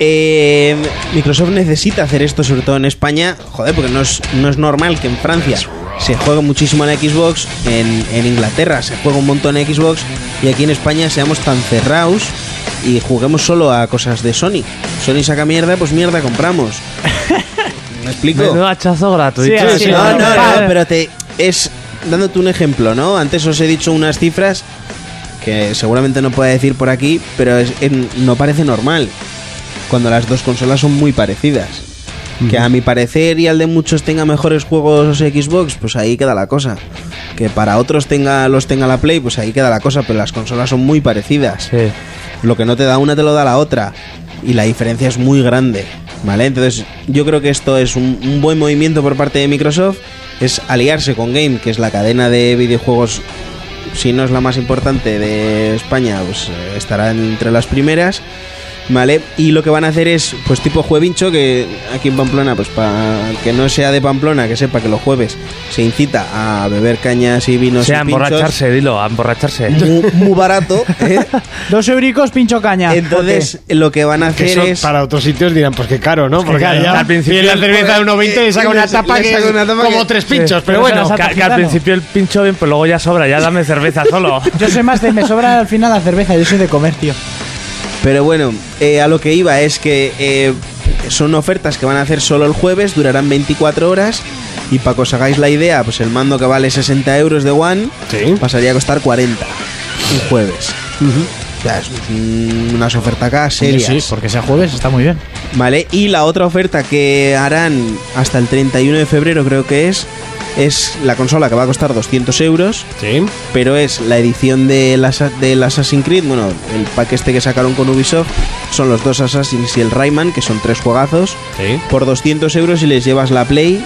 Eh, Microsoft necesita hacer esto, sobre todo en España. Joder, porque no es, no es normal que en Francia se juegue muchísimo en Xbox, en, en Inglaterra se juega un montón en Xbox, y aquí en España seamos tan cerrados y juguemos solo a cosas de Sony. Sony saca mierda, pues mierda compramos. ¿Me explico?
Menudo hachazo gratuito. Ah,
Sí, sí,
"Ah, no, no,
no,
no,
no.
pero te es dándote un ejemplo, ¿no? Antes os he dicho unas cifras que seguramente no pueda decir por aquí, pero es- en- no parece normal cuando las dos consolas son muy parecidas. Que a mi parecer y al de muchos tenga mejores juegos Xbox, pues ahí queda la cosa. Que para otros tenga los tenga la Play, pues ahí queda la cosa, pero las consolas son muy parecidas.
Sí.
Lo que no te da una te lo da la otra. Y la diferencia es muy grande. ¿Vale? Entonces yo creo que esto es un, un buen movimiento por parte de Microsoft. Es aliarse con Game, que es la cadena de videojuegos, si no es la más importante de España, pues eh, estará entre las primeras. ¿Vale? Y lo que van a hacer es, pues tipo juevincho, que aquí en Pamplona, pues para que no sea de Pamplona, que sepa que los jueves se incita a beber cañas y
O
vinos
sea, a
y pinchos.
emborracharse, dilo, a emborracharse.
Muy, muy barato, ¿eh?
Dos euricos, pincho caña.
Entonces, lo que van a
Que
hacer
eso
es.
Para otros sitios dirán, pues que caro, ¿no? Porque
claro,
allá
al principio-
viene la cerveza de 1,20 y saca una
Le-
tapa
le
que
saca
es
una tapa
como
que-
tres pinchos,
Sí.
pero bueno.
Pero
que, que al
gitano.
principio el pincho bien, pero luego ya sobra, ya dame cerveza solo.
Yo soy más de. Me sobra al final la cerveza, yo soy de comer, tío.
Pero bueno, eh, a lo que iba es que eh, son ofertas que van a hacer solo el jueves, durarán 24 horas. Y para que os hagáis la idea, pues el mando que vale 60 euros de One
Sí.
pasaría a costar 40 un jueves. O sea, es un- unas ofertas acá serias.
porque sea jueves está muy bien.
¿Vale? Y la otra oferta que harán hasta el 31 de febrero, creo que es, es la consola que va a costar 200 euros.
Sí.
pero es la edición de las, del Assassin's Creed, bueno, el pack este que sacaron con Ubisoft, son los dos Assassins y el Rayman, que son tres juegazos,
Sí.
por 200 euros y les llevas la Play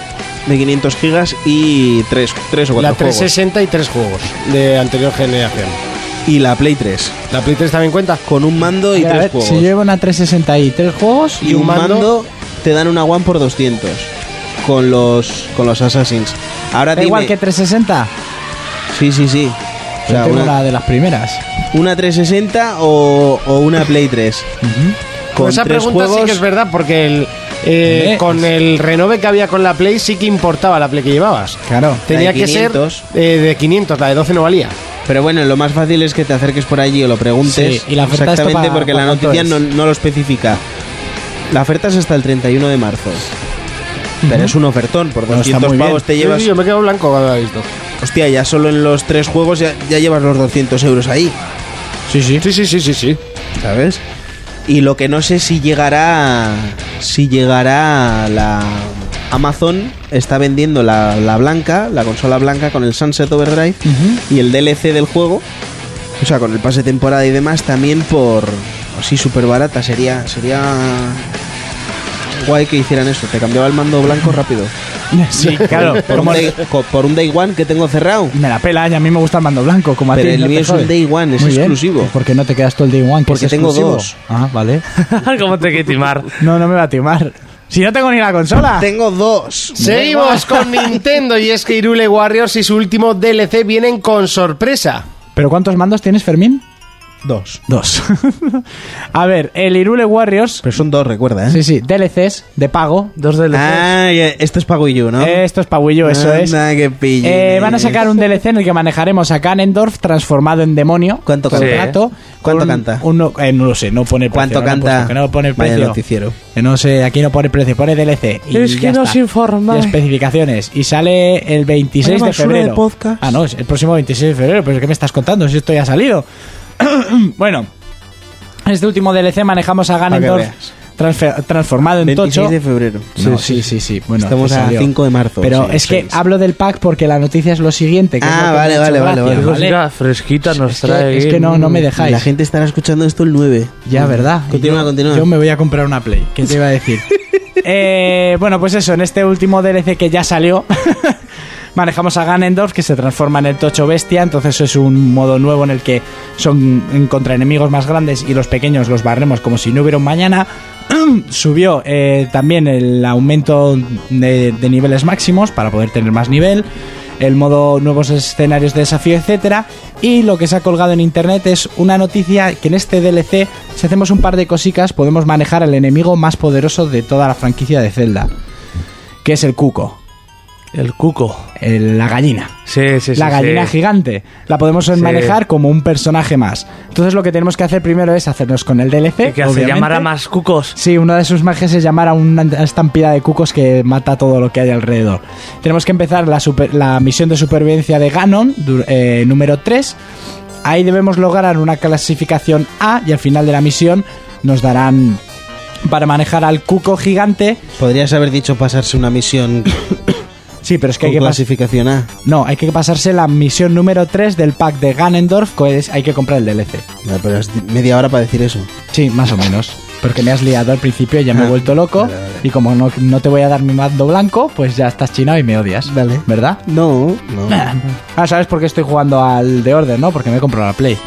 de 500 gigas y tres, tres o cuatro
La
juegos.
360 y tres juegos de anterior generación.
Y la Play 3,
¿La Play 3 también cuenta?
con un mando y
Mira, a
tres
ver,
juegos.
si yo llevo una 360 y tres juegos,
Y un mando, te dan una One por 200 con los, con los Assassins. Ahora
da
dime-
igual que 360.
Sí, sí, sí. O
Yo
sea,
tengo
una,
la de las primeras.
una 360 o, o una Play 3. Con
esa
tres
pregunta sí
juegos-
que es verdad, porque el, eh,
Hombre.
con el renove que había con la Play sí que importaba la Play que llevabas.
Claro.
Tenía
La de
que ser
500.
eh, de 500, la de 12 no valía.
Pero bueno, lo más fácil es que te acerques por allí o lo preguntes.
Sí, y la oferta esto
exactamente
pa-
porque
pa
la
cuánto
noticia
es.
no, no lo especifica. La oferta es hasta el 31 de marzo. Pero es un ofertón, por
Bueno, está
200
muy bien.
pavos te
Sí,
llevas...
sí, yo me quedo blanco cuando la he visto.
Hostia, ya solo en los tres juegos ya, ya llevas los 200 euros ahí,
Sí, sí.
Sí, sí, sí, sí, sí.
¿sabes? Y lo que no sé si llegará... Si llegará la... Amazon está vendiendo la, la blanca, la consola blanca con el Sunset Overdrive y el DLC del juego, o sea, con el pase de temporada y demás, también por. Así súper barata, sería. Sería. Guay que hicieran eso, te cambiaba el mando blanco rápido.
Sí, claro.
Por,
como
un day, co- por un day one que tengo cerrado.
Me la pela, y a mí me gusta el mando blanco, como a ti.
Pero el
no te
mío es un
jode.
day one, es
Muy bien.
exclusivo.
¿Y ¿Por qué no te quedas todo el day one? que
Porque
es
tengo
exclusivo?
dos.
Ah, vale.
¿Cómo te que timar?
No, no me va a timar. Si no tengo ni la consola.
Tengo dos.
Seguimos con Nintendo y es que Irule Warriors y su último DLC vienen con sorpresa.
¿Pero cuántos mandos tienes, Fermín?
Dos.
Dos. a ver, el Irule Warriors.
Pero son dos, recuerda, ¿eh?
Sí, sí, DLCs de pago.
Dos de
Ah, ya, esto es pago y yo, ¿no?
Esto es pagullo, eso es.
Anda, qué pillines.
Eh, van a sacar un DLC en el que manejaremos a Ganondorf transformado en demonio.
¿Cuánto
Todo el
canta?
rato,
¿Cuánto
con
canta?
un no, eh, no lo sé, no pone precio.
¿Cuánto
no lo he
canta?
puesto, que no pone
Vaya
precio.
noticiero.
Que no sé, aquí no pone precio, pone DLC. Y
Es que
ya
nos
está.
informa.
Y especificaciones. Y sale el 26
Vaya
de
basura de
febrero.
podcast.
Ah, no, es el próximo 26 de febrero. ¿Pero qué me estás contando? Si esto ya ha salido. bueno, en este último DLC manejamos a
que
Ganondorf
veas.
transfer- transformado en
26
tocho.
de febrero.
No, sí, sí, sí. Bueno,
Estamos
que
a
salió.
5 de marzo.
Pero
pues sí,
es que
seis.
hablo del pack porque la noticia es lo siguiente. Que es
Ah,
lo que
vale,
me ha hecho
vale, vale,
gracia,
vale.
Digo, mira, fresquita nos
Es, que,
trae.
es que no, no me dejáis.
La gente estará escuchando esto el 9.
Ya, ¿verdad?
Continúa,
yo,
continúa.
Yo me voy a comprar una Play. ¿Qué te iba a decir? Eh, bueno, pues eso, en este último DLC que ya salió, manejamos a Ganondorf que se transforma en el Tocho Bestia. Entonces es un modo nuevo en el que son en contra enemigos más grandes y los pequeños los barremos como si no hubiera un mañana. Subió eh, también el aumento de, de niveles máximos para poder tener más nivel, el modo nuevos escenarios de desafío, etcétera. Y lo que se ha colgado en internet es una noticia que en este DLC, si hacemos un par de cositas, podemos manejar al enemigo más poderoso de toda la franquicia de Zelda, que es el Cuco,
El cuco.
el- la gallina
Sí, sí, sí.
la gallina
sí.
gigante. La podemos manejar como un personaje más. Entonces lo que tenemos que hacer primero es hacernos con el DLC.
Y que se
¿Eh? obviamente.
llamará más cucos.
Sí, una de sus magias es llamar a una estampida de cucos que mata todo lo que hay alrededor. Tenemos que empezar la, super- la misión de supervivencia de Ganon, du- eh, número 3. Ahí debemos lograr una clasificación A y al final de la misión nos darán para manejar al cuco gigante.
Podrías haber dicho pasarse una misión
Sí, pero es que
con
hay que pas-
clasificación A.
No, hay que pasarse la misión número 3 del pack de Ganondorf, que es- hay que comprar el DLC.
Ya, pero es di- media hora para decir eso.
Sí, más o menos. Porque me has liado al principio, ya me he
Ah,
vuelto loco.
vale, vale.
Y como no, no te voy a dar mi mando blanco, pues ya estás chinado y me odias.
Vale.
¿Verdad?
No, no.
Ah, ¿sabes por qué estoy jugando al The Order, no? Porque me he comprado la Play.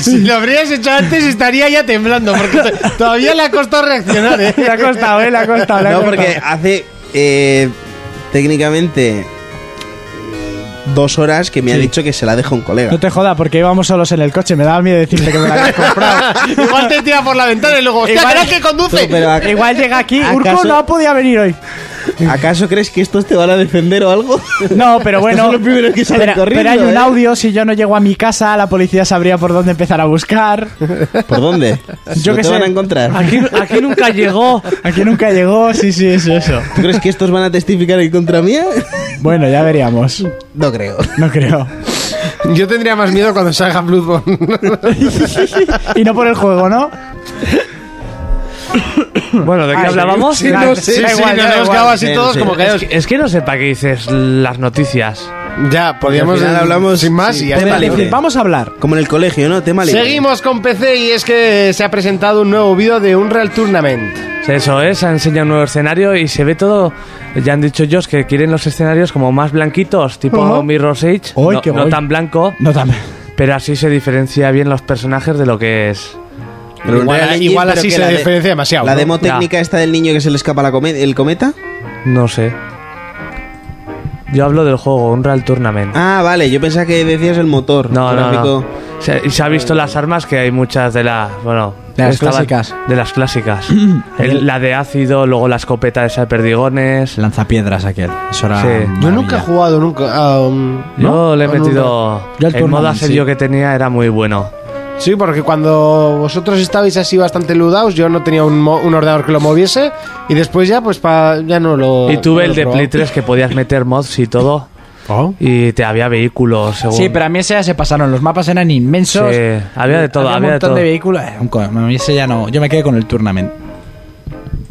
Si lo habrías hecho antes estaría ya temblando, porque to- todavía le ha costado reaccionar, ¿eh?
Le ha costado, ¿eh? Le ha costado.
No, porque hace eh, técnicamente eh, dos horas que me ha dicho que se la deja un colega.
No te joda, porque íbamos solos en el coche. Me daba miedo decirte que me la habías comprado.
Igual te tira por la ventana y luego, hostia,
Igual-
¿verdad que conduce?
Tú, pero a-
Igual llega aquí.
¿Acaso-
Urco no podía venir hoy.
¿Acaso crees que estos te van a defender o algo?
No, pero bueno.
Estos son los primeros que salen
pero,
corriendo,
pero hay un
¿eh?
audio. Si yo no llego a mi casa, la policía sabría por dónde empezar a buscar.
¿Por dónde?
Yo
¿No
qué
te
sé.
van a encontrar?
Aquí, aquí nunca llegó.
Aquí nunca llegó. Sí, sí, eso, eso.
¿Tú crees que estos van a testificar en contra mía?
Bueno, ya veríamos.
No creo.
No creo.
Yo tendría más miedo cuando salga Bloodborne.
y no por el juego, ¿no?
Bueno, ¿de qué
Ay,
hablábamos?
sí,
Da-
no
sí,
da
sí,
igual,
nos
da
hemos
igual.
quedado así
Sí,
todos
sí.
como que...
Es que, es que no sé para qué dices las noticias.
Ya, podríamos...
Al final
eh,
hablamos-
sin más
sí,
y ya
tema
está.
Es decir,
libre.
vamos a hablar.
Como en el colegio, ¿no? Tema libre.
Seguimos con PC y es que se ha presentado un nuevo vídeo de Unreal Tournament.
O sea, Eso es, han enseñado un nuevo escenario y se ve todo. Ya han dicho ellos que quieren los escenarios como más blanquitos, tipo
Ajá.
Mirror's Edge.
Uy,
no,
qué
no
guay.
tan blanco,
No también.
pero así se diferencia bien los personajes de lo que es.
Pero
Igual-
Unreal Engine,
igual
pero
así
que
se
la de-
diferencia demasiado,
La
¿no?
demo técnica esta del niño que se le escapa la come- el cometa.
No sé. Yo hablo del juego, un Real Tournament.
Ah, vale, yo pensaba que decías el motor.
no, no, no.
gráfico.
Se, y se ha visto las armas que hay muchas de las. Bueno.
De las
estaban-
clásicas.
De las clásicas. El- la de ácido, luego la escopeta esa de perdigones.
Lanzapiedras aquel. Eso era.
Sí. Yo
Yo nunca he jugado nunca um, a un-
Yo le he
a un Unreal.
metido.
Yo al
el modo
Tournament,
asedio
sí.
que tenía era muy bueno.
Sí, porque cuando vosotros estabais así bastante ludados, yo no tenía un, mo- un ordenador que lo moviese y después ya pues pa- ya no lo
Oh,
Y tuve
no lo
el de
probaba.
Play 3 que podías meter mods y todo.
Oh.
Y te había vehículos, según.
Sí, pero a mí ese ya se pasaron. Los mapas eran inmensos.
Sí, había de todo, había
un
de
montón
todo.
de vehículos. Eh, un co- a mí ese ya no. Yo me quedé con el tournament.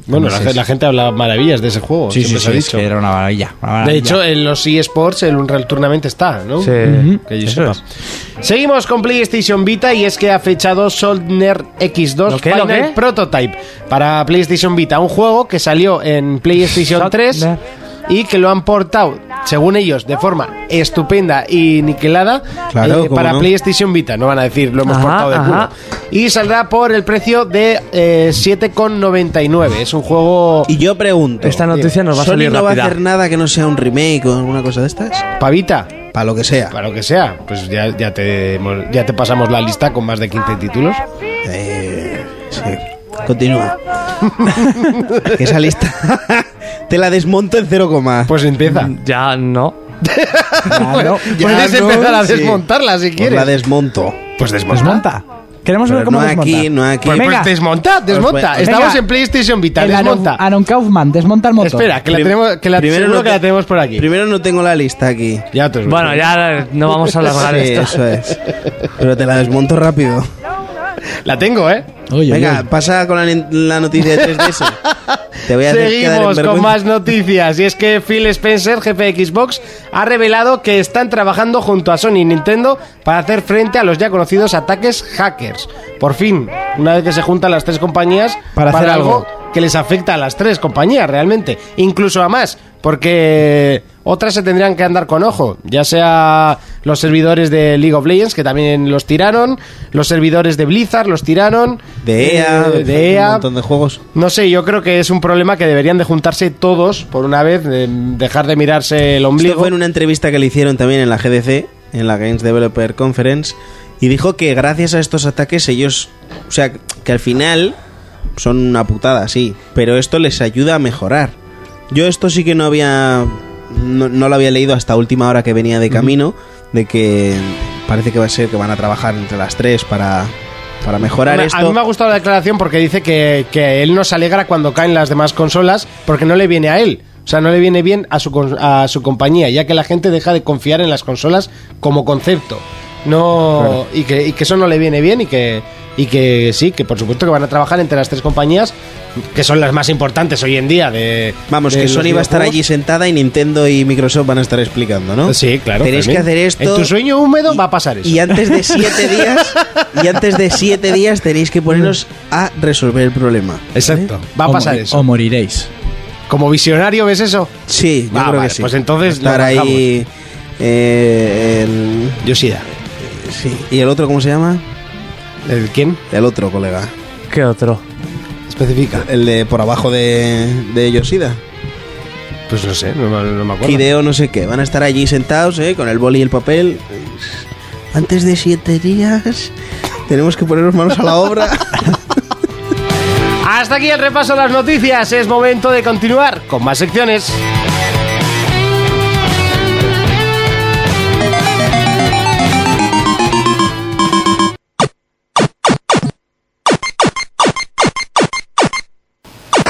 Bueno, la,
Sí,
gen-
sí.
la gente habla maravillas de ese
Pues
juego,
Sí, sí,
siempre
sí. Es
se ha
que
dicho.
era una maravilla. una
De
maravilla.
hecho, en los eSports el Unreal Tournament está, ¿no?
Sí.
eh,
Que yo
Eso
sepa.
es.
Seguimos con PlayStation Vita y es que ha fechado Soldier X2
¿Lo qué, lo
Final
qué?
Prototype para PlayStation Vita, un juego que salió en PlayStation 3
Soldier.
y que lo han portado, según ellos, de forma estupenda y niquelada
Claro, cómo
para
no.
PlayStation Vita. No van a decir, lo hemos
Ajá,
portado de culo.
ajá.
Y saldrá por el precio de eh, 7,99. Es un juego
Y yo pregunto.
Esta noticia nos va a
¿Sony
salir
no va
rápida.
a hacer nada que no sea un remake o alguna cosa de estas?
pavita.
Para lo que sea.
Para lo que sea, pues ya, ya, te, hemos- ya te pasamos la lista con más de 15 títulos.
Eh, sí. Continúa. Que esa lista te la desmonto en cero coma.
Pues empieza.
Ya no.
Ya, Ah, no.
Mm, Ya
Puedes
no,
empezar a
sí.
desmontarla si
Pues
quieres.
la desmonto.
pues desmonta.
Desmonta. Queremos ver
Pero
cómo
no
desmonta.
aquí, no aquí.
Pues, pues
Venga.
desmonta, desmonta.
Pues, pues,
Estamos
venga.
en PlayStation Vita,
El Aaron-
desmonta.
Aaron Kaufman, desmonta el motor.
Espera, que la
Prim-
tenemos, que la,
primero
seguro
no
que
te-
la tenemos por aquí.
Primero no tengo la lista aquí.
Ya te os lo
Bueno,
juro.
ya no vamos a alargar
Sí,
esto.
eso es. Pero te la desmonto rápido.
La tengo, ¿eh?
Oye,
Venga, pasa con la, la noticia de 3DS. Te voy a hacer quedar en
Seguimos con
vergüenza.
más noticias. Y es que Phil Spencer, jefe de Xbox, ha revelado que están trabajando junto a Sony y Nintendo para hacer frente a los ya conocidos ataques hackers. Por fin, una vez que se juntan las tres compañías
Para hacer algo.
que les afecta a las tres compañías realmente, incluso a más, porque otras se tendrían que andar con ojo, ya sea los servidores de League of Legends que también los tiraron, los servidores de Blizzard los tiraron,
De EA,
eh, de EA.
un montón de juegos.
No sé, yo creo que es un problema que deberían de juntarse todos por una vez, de dejar de mirarse el ombligo.
Esto fue en una entrevista que le hicieron también en la GDC, en la Games Developer Conference, y dijo que gracias a estos ataques ellos, o sea, que al final son una putada, sí, pero esto les ayuda a mejorar. Yo esto sí que no había, no, no lo había leído hasta última hora que venía de camino, de que parece que va a ser que van a trabajar entre las tres para, para mejorar
Me-
esto.
A mí me ha gustado la declaración porque dice que, que él no se alegra cuando caen las demás consolas porque no le viene a él. O sea, no le viene bien a su, con- a su compañía, ya que la gente deja de confiar en las consolas como concepto. No, y, que, y que eso no le viene bien y que, y que sí, que por supuesto que van a trabajar entre las tres compañías que son las más importantes hoy en día de...
Vamos,
de
que
los
Sony va a estar
videojuegos.
allí sentada y Nintendo y Microsoft van a estar explicando, ¿no?
Sí, claro.
Tenéis que
Fermín.
hacer esto.
En tu sueño húmedo va a pasar eso.
Y antes de siete días, y antes de siete días tenéis que poneros a resolver el problema.
Exacto.
¿Eh?
Va a
O
pasar
mori-
eso.
O moriréis.
Como visionario, ¿ves eso?
Sí, yo
Ah,
creo
vale,
que sí.
pues entonces
estar
lo
ahí. eh, el-
Yoshida.
sí. ¿Y el otro cómo se llama?
¿El quién?
El otro colega.
¿Qué otro?
Especifica.
El de por abajo de, de Yoshida.
Pues no sé, no, me- no me acuerdo.
Kideo, no sé qué. Van a estar allí sentados, ¿eh? Con el boli y el papel. Antes de siete días, tenemos que ponernos manos a la obra.
Hasta aquí el repaso de las noticias. Es momento de continuar con más secciones.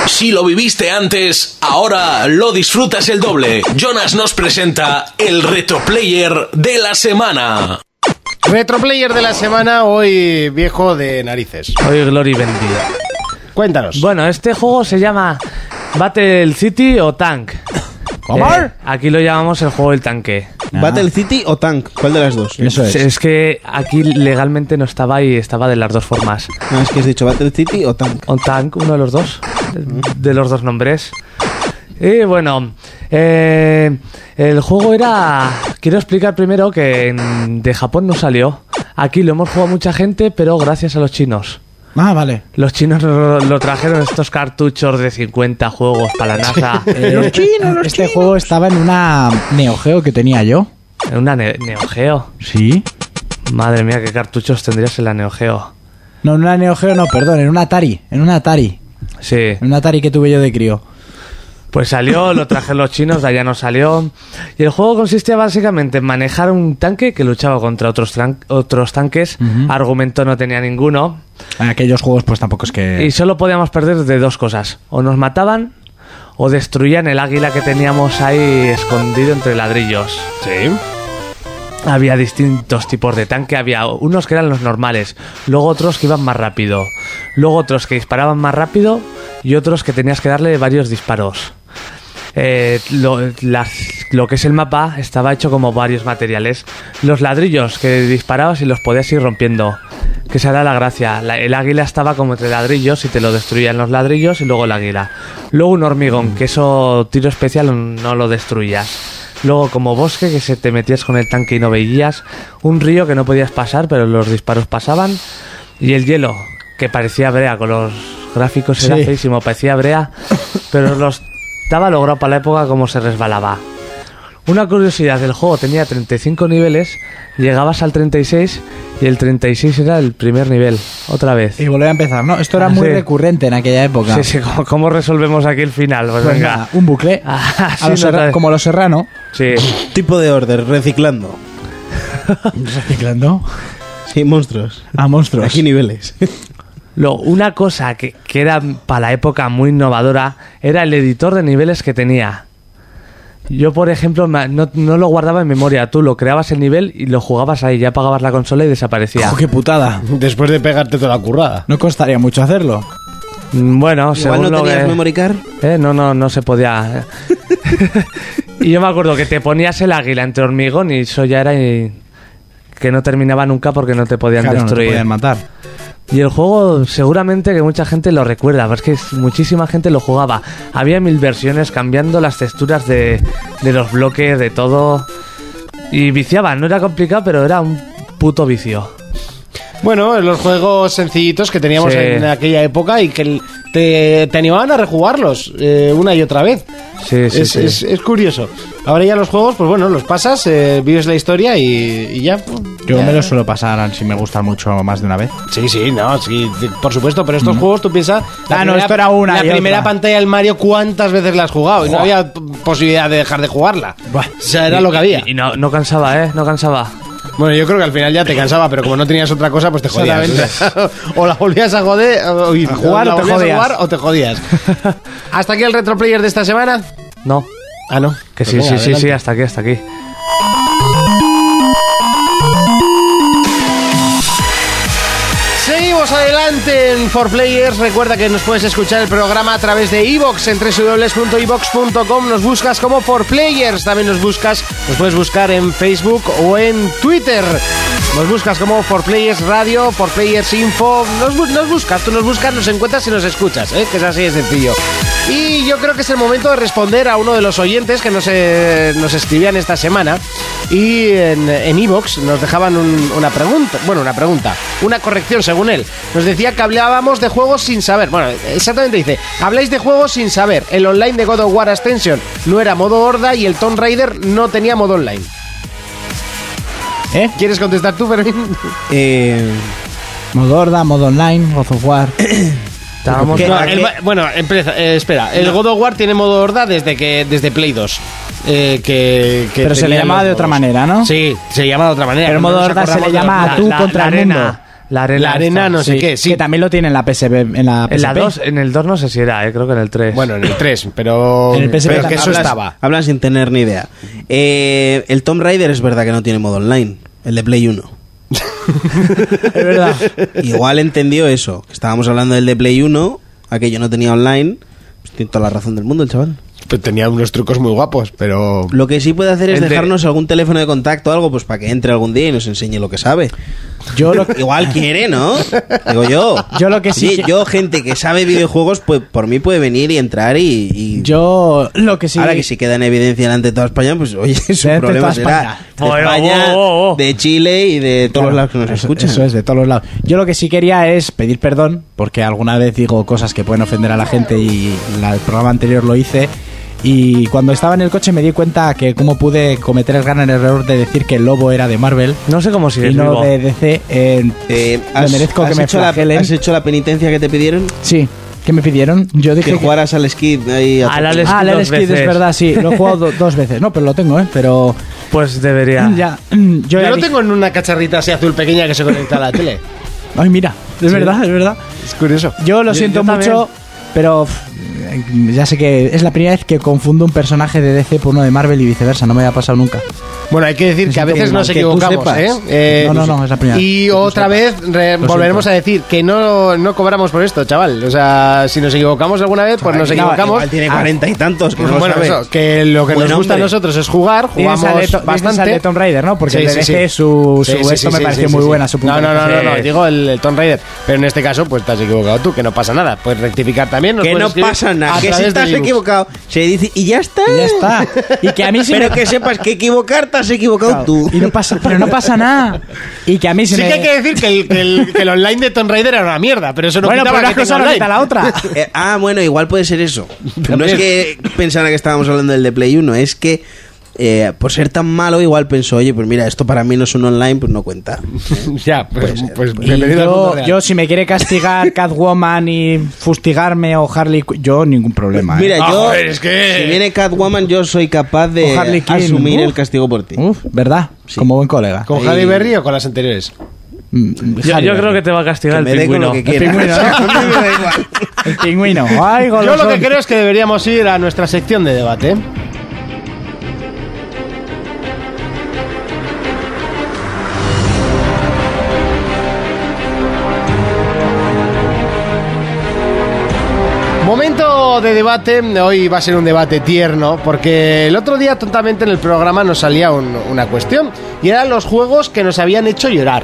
Si lo viviste antes, ahora lo disfrutas el doble. Jonas nos presenta el retroplayer de la semana.
Retroplayer de la semana, hoy viejo de narices.
Hoy Glory bendita.
Cuéntanos.
Bueno, este juego se llama Battle City o Tank. Eh,
¿Cómo?
aquí lo llamamos el juego del tanque.
¿Battle City o Tank? ¿Cuál de las dos?
Eso es.
Sí, Es que aquí legalmente no estaba y estaba de las dos formas.
No, es que has dicho Battle City o Tank.
O Tank, uno de los dos. de- De los dos nombres. Y bueno, eh, el juego era... Quiero explicar primero que en- de Japón no salió. Aquí lo hemos jugado mucha gente, pero gracias a los chinos.
Ah, vale.
Los chinos lo, lo trajeron estos cartuchos de 50 juegos para la NASA.
Eh, este juego estaba en una Neo Geo que tenía yo.
En una ne- Neo Geo.
Sí.
Madre mía, qué cartuchos tendrías en la Neo Geo.
No, en una Neo Geo no, perdón, en una Atari. En una Atari.
Sí.
En una Atari que tuve yo de crío.
Pues salió, lo traje los chinos, de allá no salió. Y el juego consistía básicamente en manejar un tanque que luchaba contra otros, tran- otros tanques. Argumento no tenía ninguno.
Aquellos juegos, pues tampoco es
Y
que.
solo podíamos perder de dos cosas. O nos mataban o destruían el águila que teníamos ahí escondido entre ladrillos.
Sí.
Había distintos tipos de tanque, había unos que eran los normales, luego otros que iban más rápido, luego otros que disparaban más rápido y otros que tenías que darle varios disparos. Eh, lo, las- lo que es el mapa estaba hecho como varios materiales. Los ladrillos que disparabas y los podías ir rompiendo. Que esa era la gracia. La- el águila estaba como entre ladrillos y te lo destruían los ladrillos y luego el águila. Luego un hormigón, que eso tiro especial no lo destruías. Luego como bosque que se te metías con el tanque y no veías. Un río que no podías pasar pero los disparos pasaban. Y el hielo, que parecía brea con los gráficos, era
Sí.
feísimo, parecía brea. Pero los estaba logrado para la época como se resbalaba. Una curiosidad, el juego tenía 35 niveles, llegabas al 36 y el 36 era el primer nivel, otra vez.
Y volver a empezar, ¿no? Esto era
Ah,
muy
sí.
recurrente en aquella época.
Sí, sí, ¿cómo, cómo resolvemos aquí el final? Pues
Pues
venga.
nada, un bucle.
Ah,
A
sí,
lo
no
Serra-
sabes.
como los Serrano.
Sí.
Tipo de order, reciclando.
Reciclando.
Sí, monstruos.
A monstruos.
Aquí niveles.
Lo- una cosa que, que era para la época muy innovadora era el editor de niveles que tenía. Yo, por ejemplo, ma- no, no lo guardaba en memoria. Tú lo creabas el nivel y lo jugabas ahí. Ya apagabas la consola y desaparecía.
Ojo, qué putada.
Después de pegarte toda la currada.
No costaría mucho hacerlo.
Mm, Bueno, según
Igual no
lo
tenías
que-
memory card.
Eh, no, no, no se podía. y yo me acuerdo que te ponías el águila entre hormigón y eso ya era eh, que no terminaba nunca porque no te podían
Claro, no te
destruir.
podían matar.
Y el juego seguramente que mucha gente lo recuerda, pero es que es- muchísima gente lo jugaba. Había mil versiones cambiando las texturas de, de los bloques, de todo. Y viciaba, no era complicado, pero era un puto vicio.
Bueno, los juegos sencillitos que teníamos
Sí.
en aquella época y que el- te, te animaban a rejugarlos eh, una y otra vez.
Sí, sí,
es,
sí.
es- es curioso. Ahora ya los juegos, pues bueno, los pasas, eh, vives la historia y, y ya.
Yo me lo suelo pasar si me gusta mucho más de una vez. Mm.
Sí, sí, no, sí, t- por supuesto, pero estos juegos tú piensas... la
Ah, no, esto era una
La
y
primera
otra.
pantalla del Mario, ¿cuántas veces la has jugado? Y no
Buah.
había p- posibilidad de dejar de jugarla.
Buah.
O sea, era lo que había.
Y no, no cansaba, ¿eh? No cansaba.
Bueno, yo creo que al final ya te cansaba, pero como no tenías otra cosa, pues te jodías. o la volvías a joder, o, y-
A jugar
la
o te
volvías
jodías.
a jugar o te jodías. Hasta aquí el retroplayer de esta semana.
No.
Ah, no.
Que
Pues
sí,
venga,
sí, sí, sí,
adelante.
hasta aquí, hasta aquí.
Seguimos adelante en 4Players. Recuerda que nos puedes escuchar el programa a través de iVox en www.ivox.com. Nos buscas como 4Players. También nos buscas, nos puedes buscar en Facebook o en Twitter. Nos buscas como 4Players Radio, 4Players Info. Nos, bu- nos buscas, tú nos buscas, nos encuentras y nos escuchas. ¿eh? Que es así de sencillo. Y yo creo que es el momento de responder a uno de los oyentes que nos, eh, nos escribían esta semana. Y en en iVoox nos dejaban un- una pregunta. Bueno, una pregunta. Una corrección, según él. Nos decía que hablábamos de juegos sin saber. Bueno, exactamente dice: habláis de juegos sin saber. El online de God of War Ascension no era modo horda y el Tomb Raider no tenía modo online.
¿Eh?
¿Quieres contestar tú, Fermín?
Eh,
Modo Horda, modo online, God of War.
Estábamos.
No, el ma- bueno, empieza- eh, espera. El God of War tiene modo horda desde que desde Play 2. eh, que, que
Pero se
tenía
le llamaba
los
de otra
modos.
manera, ¿no?
Sí, se llama de otra manera.
Pero
no
modo
nos
horda se
acordamos
le
de
llama
los-
a tú contra
la
el
arena,
mundo.
La arena.
La arena
esta.
no sé qué, sí.
Que también lo tiene en la PSP. En la,
En la
PSP.
2, en el 2 no sé si era, eh, creo que en el 3.
Bueno, en el 3, pero.
En el PSP
pero que eso
hablas-
estaba.
Hablan sin tener ni idea. Eh, el Tomb Raider es verdad que no tiene modo online. El de Play 1.
Es verdad.
Igual entendió eso. Que estábamos hablando del de Play 1. Aquello no tenía online. Pues tiene toda la razón del mundo el chaval.
Pues tenía unos trucos muy guapos, pero.
Lo que sí puede hacer es
El de-
dejarnos algún teléfono de contacto o algo, pues para que entre algún día y nos enseñe lo que sabe.
Yo lo,
Igual quiere, ¿no? Digo yo.
Yo lo que sí
Oye,
que-
yo, gente que sabe videojuegos, pues por mí puede venir y entrar y. y-
yo lo que sí.
Ahora que sí queda en evidencia delante de toda España, pues oye, su
de
problema
toda
será
España.
de
Bueno,
España,
oh, oh, oh.
de Chile y de todos los lados que nos
Eso-
escuchan.
Eso es, de todos los lados. Yo lo que sí quería es pedir perdón, porque alguna vez digo cosas que pueden ofender a la gente y la- el programa anterior lo hice. Y cuando estaba en el coche me di cuenta que cómo pude cometer el gran error de decir que el lobo era de Marvel
No sé cómo sigue
y no
vivo.
de DC. eh,
Eh,
me merezco que me
hecho la,
flagelen.
¿Has hecho la penitencia que te pidieron?
Sí, ¿qué me pidieron? Yo dije
Que jugaras al skid ahí a
Al
tope.
Alex-
Ah, el
dos
Alex Kidd, es
veces.
verdad, sí. Lo he jugado do- dos veces. No, pero lo tengo, ¿eh? Pero
Pues debería.
ya... Yo,
Yo,
ya
lo
dije-
tengo en una cacharrita así azul pequeña que se conecta a la tele.
Ay, mira. Es verdad, es verdad.
Es curioso.
Yo lo
Yo-
siento
yo también.
mucho, pero pff, ya sé que es la primera vez que confundo un personaje de DC por uno de Marvel y viceversa. No me había pasado nunca.
Bueno, hay que decir
Me
que a
siento
veces
muy mal,
nos
que tú
equivocamos,
sepas.
¿eh? Eh,
No, no, no, es la primera vez
Y
que tú
otra vez re-
Lo
volveremos
siento.
a decir que no, no cobramos por esto, chaval. O sea, si nos equivocamos alguna vez, pues nos
No,
equivocamos.
igual tiene
Ah,
cuarenta y tantos. Que no lo
bueno,
sabe.
eso, que lo que
Buen
nos gusta a
hombre.
nosotros es jugar, jugamos
Tienes al de To- tienes
bastante.
al de Tomb Raider, ¿no? Porque el de DC su- su esto me pareció muy buena, su
No,
punto
no,
de
no, no,
vista.
no,
Sí.
digo el, el Tomb Raider. Pero en este caso, pues te has equivocado tú, que no pasa nada. Puedes rectificar también. nos
Que
puedes
no
escribir
pasa
pues a
nada. Que si
través
estás
del iVoox.
equivocado, se dice y ya está.
Y ya está. Y que a mí sí
Pero
me-
que sepas que equivocarte has equivocado tú.
Y no pasa, pero no pasa nada. Y que a mí se
Sí
me...
que hay que decir que el, que el- que el online de Tomb Raider era una mierda, pero eso no
bueno,
quitaba
pero una
que tenga
cosa no
online.
quita la otra.
Eh, ah, bueno, igual puede ser eso. No es que pensara que estábamos hablando del de Play 1, es que eh, por ser tan malo, igual pensó, oye, pues mira, esto para mí no es un online, pues no cuenta.
Ya, pues, pues
Y
bienvenido al mundo
yo,
real.
yo, si me quiere castigar Catwoman y fustigarme o Harley... Qu- Yo ningún problema. ¿eh?
Mira,
Ah,
yo,
joder, es que-
si viene Catwoman, yo soy capaz de
O Harley Quinn.
asumir
Uf.
el castigo por ti.
Uf, ¿verdad? Como buen colega.
¿Con Harry Berry o con las anteriores?
Mm,
Yo,
Harley
yo creo que
Berry.
te va a castigar
Que
el
me dé con
pingüino.
lo que quiera.
pingüino, ¿no?
A mí me da igual.
El pingüino. Ay,
Yo lo
golosón.
que creo es que deberíamos ir a nuestra sección de debate. Momento de debate, hoy va a ser un debate tierno, porque el otro día tontamente en el programa nos salía un- una cuestión, y eran los juegos que nos habían hecho llorar.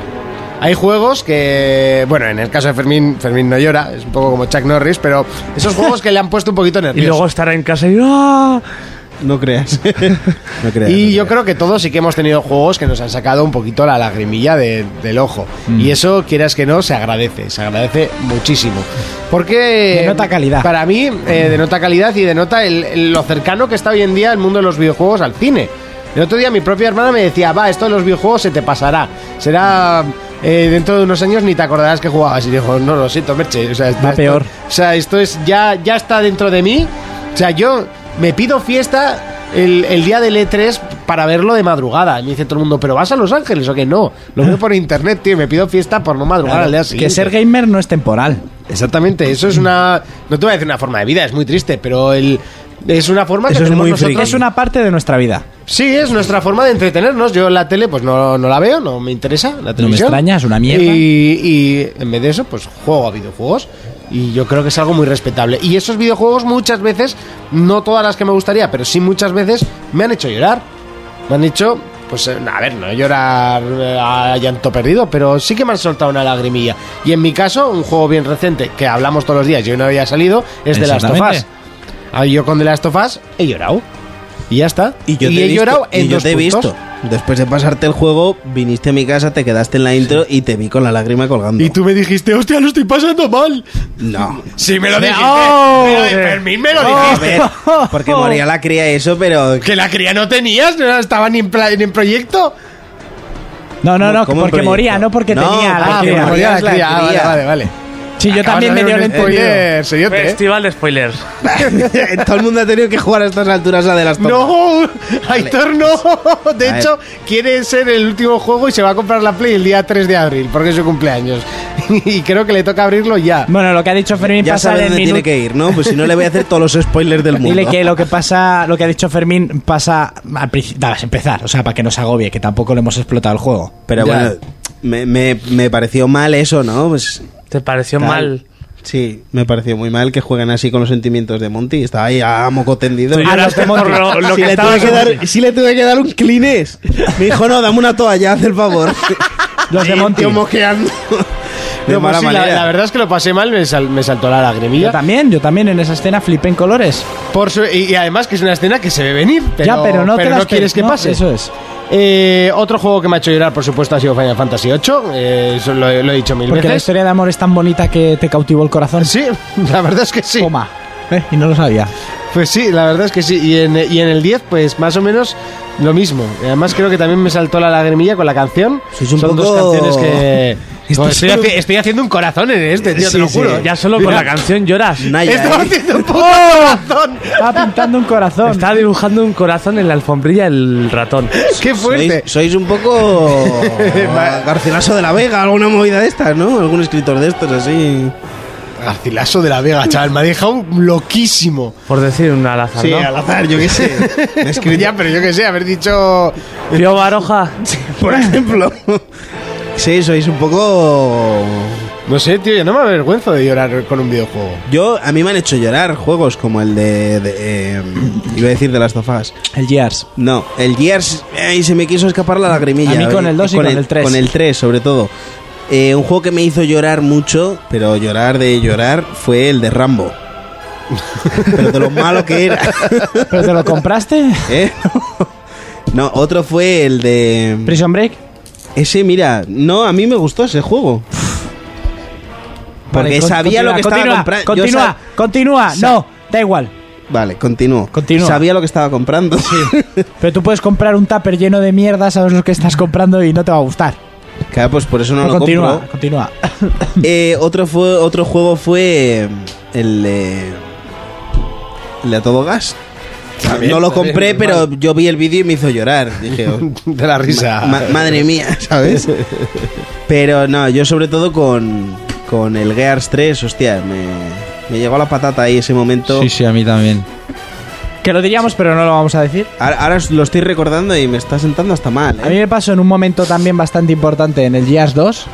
Hay juegos que, bueno, en el caso de Fermín, Fermín no llora, es un poco como Chuck Norris, pero esos juegos que le han puesto un poquito
Y
nervioso.
luego estará en casa y... ¡ah!
No creas. no creas.
Y
no
yo
creas.
creo que todos sí que hemos tenido juegos que nos han sacado un poquito la lagrimilla de- del ojo. Y eso, quieras que no, se agradece, se agradece muchísimo. Porque...
Denota calidad.
Para mí, eh, denota calidad y denota el- el- lo cercano que está hoy en día el mundo de los videojuegos al cine. El otro día mi propia hermana me decía, va, esto de los videojuegos se te pasará. Será... eh, dentro de unos años ni te acordarás que jugabas. Y dijo, no lo siento, Merche. O sea, esto-
Va
esto-
peor.
o sea, esto es ya, ya está dentro de mí. O sea, yo me pido fiesta el, el día del E3 para verlo de madrugada. Y me dice todo el mundo, ¿pero vas a Los Ángeles o que no? Lo veo por internet, tío. y Me pido fiesta por no madrugar al día siguiente.
que ser gamer no es temporal.
Exactamente. Eso es una. No te voy a decir una forma de vida, es muy triste, pero el. Es una forma que
Eso es
tenemos
muy
nosotros.
friki.
Es una parte de nuestra vida.
Sí, es nuestra forma de entretenernos. Yo la tele, pues no, no la veo, no me interesa. La televisión.
extraña, es una mierda.
Y, y en vez de eso, pues juego a videojuegos. Y yo creo que es algo muy respetable. Y esos videojuegos muchas veces, no todas las que me gustaría, pero sí muchas veces, me han hecho llorar. Me han hecho, pues, eh, a ver, no llorar eh, a llanto perdido, pero sí que me han soltado una lagrimilla. Y en mi caso, un juego bien reciente, que hablamos todos los días, yo no había salido, es de las
Exactamente.
tofas. Yo con de las tofas he llorado. Y ya está.
Y yo te he
he
visto,
llorado en
y yo
dos
te he
puntos.
visto. Después de pasarte el juego, viniste a mi casa, te quedaste en la intro y te vi con la lágrima colgando.
Y tú me dijiste, hostia, lo estoy pasando mal.
No.
Sí, me lo dijiste.
¡Oh!
Me lo di- Fermín, me lo
A
dijiste.
ver, porque moría la cría y eso, pero...
Que la cría no tenías, no estaba ni en, pla- ni en proyecto.
No, no, no,
¿Cómo
porque
proyecto?
moría, no porque
No,
tenía la
ah,
cría.
que moría la cría.
Ah, vale, vale, vale.
Sí, yo
Acabas
también
de
me dio
hacer
el
un
entendido.
spoiler, seriote, ¿eh?
Festival de spoilers.
Todo el mundo ha tenido que jugar a estas alturas a de las Tofas.
No, Aitor no. De
Vale.
hecho, quiere ser el último juego y se va a comprar la Play el día 3 de abril, porque es su cumpleaños. Y creo que le toca abrirlo ya.
Bueno, lo que ha dicho Fermín
Ya
pasa en
sabes
el
dónde
minuto.
tiene que ir, ¿no? Pues si no le voy a hacer todos los spoilers del mundo.
Dile que lo que pasa, lo que ha dicho Fermín pasa al principio, nada, es empezar, o sea, para que no se agobie, que tampoco le hemos explotado el juego.
Pero
Ya.
bueno, me, me- me pareció mal eso, ¿no? Pues...
¿Te pareció
tal.
mal?
Sí, me pareció muy mal que jueguen así con los sentimientos de Monty. Estaba ahí a moco tendido.
Tú
Ah,
lloraste por lo, lo
si,
que
le
estaba
tuve que
seguro.
dar, si le tuve que dar un clines. Me dijo, no, dame una toalla, haz el favor.
Los de Monty.
Tío moqueando. De
No, pues
mala
sí, la,
manera.
la verdad es que lo pasé mal, me, sal- me saltó la lagrimilla.
Yo también, yo también en esa escena flipé en colores.
Por su- y, y además que es una escena que se ve venir, pero,
ya, pero no te las
quieres que
no,
pase.
Eso es.
Eh, otro juego que me ha hecho llorar, por supuesto, ha sido Final Fantasy VIII. eh, eso lo, he- lo he dicho mil
Porque la
veces.
historia de amor es tan bonita que te cautivó el corazón.
Sí, la verdad es que sí.
Toma. Eh, y no lo sabía.
Pues sí, la verdad es que sí. Y en, y en el 10, pues más o menos lo mismo. Además, creo que también me saltó la lagrimilla con la canción.
Sois un
Son dos
poco-
canciones que.
Esto
Joder,
es
estoy,
un-
haci- estoy haciendo un corazón en este, tío, te
Sí,
lo
sí.
juro.
Ya solo con
Mira,
la canción lloras.
Naya,
Estaba
¿eh?
haciendo un puto corazón.
Estaba pintando un corazón.
Estaba dibujando un corazón en la alfombrilla el ratón.
¡Qué fuerte!
Sois, sois un poco ah, Garcilaso de la Vega, alguna movida de estas, ¿no? Algún escritor de estos así.
Garcilaso de la Vega, chaval. Me ha dejado loquísimo.
Por decir un al azar, ¿no?
azar, yo qué sé. Me he escrito,
Ya, pero yo qué sé, haber dicho.
Tío Baroja.
por ejemplo. Sí, sois un poco.
No sé, tío, yo no me avergüenzo de llorar con un videojuego.
Yo, a mí me han hecho llorar juegos como el de. de, eh, iba a decir de las tofas.
El Gears.
No, el Gears. eh, y se me quiso escapar la lagrimilla.
A mí con el dos y con el tres.
Con el 3, sobre todo. Eh, un juego que me hizo llorar mucho, pero llorar de llorar, fue el de Rambo. pero de lo malo que era.
¿Pero te lo compraste?
¿Eh? No, otro fue el de.
Prison Break.
Ese, mira, no, a mí me gustó ese juego. Porque
Vale, con-
sabía lo que
continúa,
estaba comprando. Yo
Continúa,
sab-
continúa.
sa-
No, da igual.
Vale, continúo.
Continúa.
Sabía lo que estaba comprando.
Pero tú puedes comprar un tupper lleno de mierda, sabes lo que estás comprando y no te va a gustar.
Claro, pues por eso no,
No,
lo
continúa,
compro.
continúa.
Eh, otro, fue, otro juego fue eh, el de. El de a todo gas. no lo compré, pero yo vi el vídeo y me hizo llorar. Dije, oh,
De la risa.
ma- madre mía, ¿sabes? Pero no, yo sobre todo con, con el Gears 3, hostia, me, me llegó la patata ahí ese momento.
sí, a mí también. Que lo diríamos, pero no lo vamos a decir.
Ahora, ahora os lo estoy recordando y me está sentando hasta mal. ¿eh?
A mí me pasó en un momento también bastante importante en el Gears 2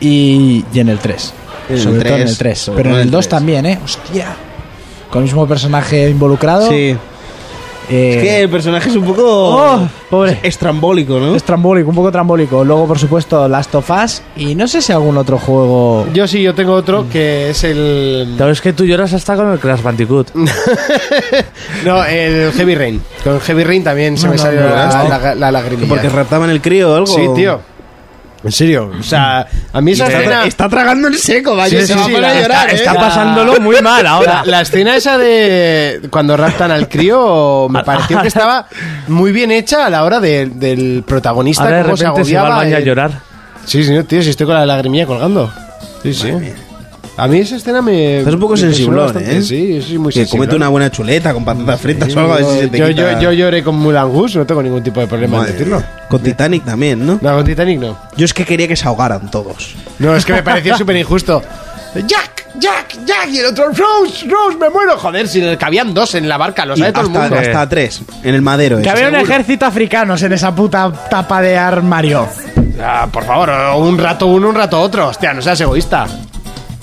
y, y en el 3.
En el
sobre todo en
3,
el 3.
sobre
Pero
todo
en
en
el
el
2
3.
también, ¿eh? Hostia. Con el mismo personaje involucrado.
Sí.
Eh,
Es que el personaje es un poco.
Oh, pobre.
Estrambólico, ¿no?
es trambólico, un poco trambólico. Luego, por supuesto, Last of Us. Y no sé si algún otro juego.
Yo sí, yo tengo otro que es el.
Pero es que tú lloras hasta con el Crash Bandicoot.
No, el Heavy Rain. Con Heavy Rain también se me salió la, la, la lagrimilla.
Porque raptaban el crío o algo.
Sí, tío. En serio, o sea, a mí esa escena...
Está tragando el seco, vaya.
Sí, sí,
se va a
sí,
poner a
la-
llorar,
está-
¿eh?
Está
La-
pasándolo muy mal ahora.
La, la escena esa de cuando raptan al crío me pareció que estaba muy bien hecha a la hora de- del protagonista,
Ahora de
cómo se
repente se va al
agobiaba.
baño a
eh.
llorar.
Sí, señor, tío, si estoy con la lagrimilla colgando. Sí, sí. A mí esa escena me.
Estás un poco
me impresionó
sensiblón,
bastante.
¿eh?
Sí, sí, muy
Que
sensible.
comete una buena chuleta con patatas fritas o algo. a ver si se te
yo, yo,
quita.
yo lloré con Mulan Goose, no tengo ningún tipo de problema
Madre
en decirlo.
mía. Con Titanic también, ¿no?
No, con Titanic no.
Yo es que quería que se ahogaran todos.
No, es que me pareció súper injusto. Jack, Jack, Jack y el otro Rose, Rose, me muero. Joder, si le cabían dos en la barca, lo
Y
sabe todo el
hasta,
mundo.
hasta tres. En el madero.
Que
ese.
había un ejército africanos en esa puta tapa de armario.
Ah, por favor, o un rato uno, un rato otro. Hostia, no seas egoísta.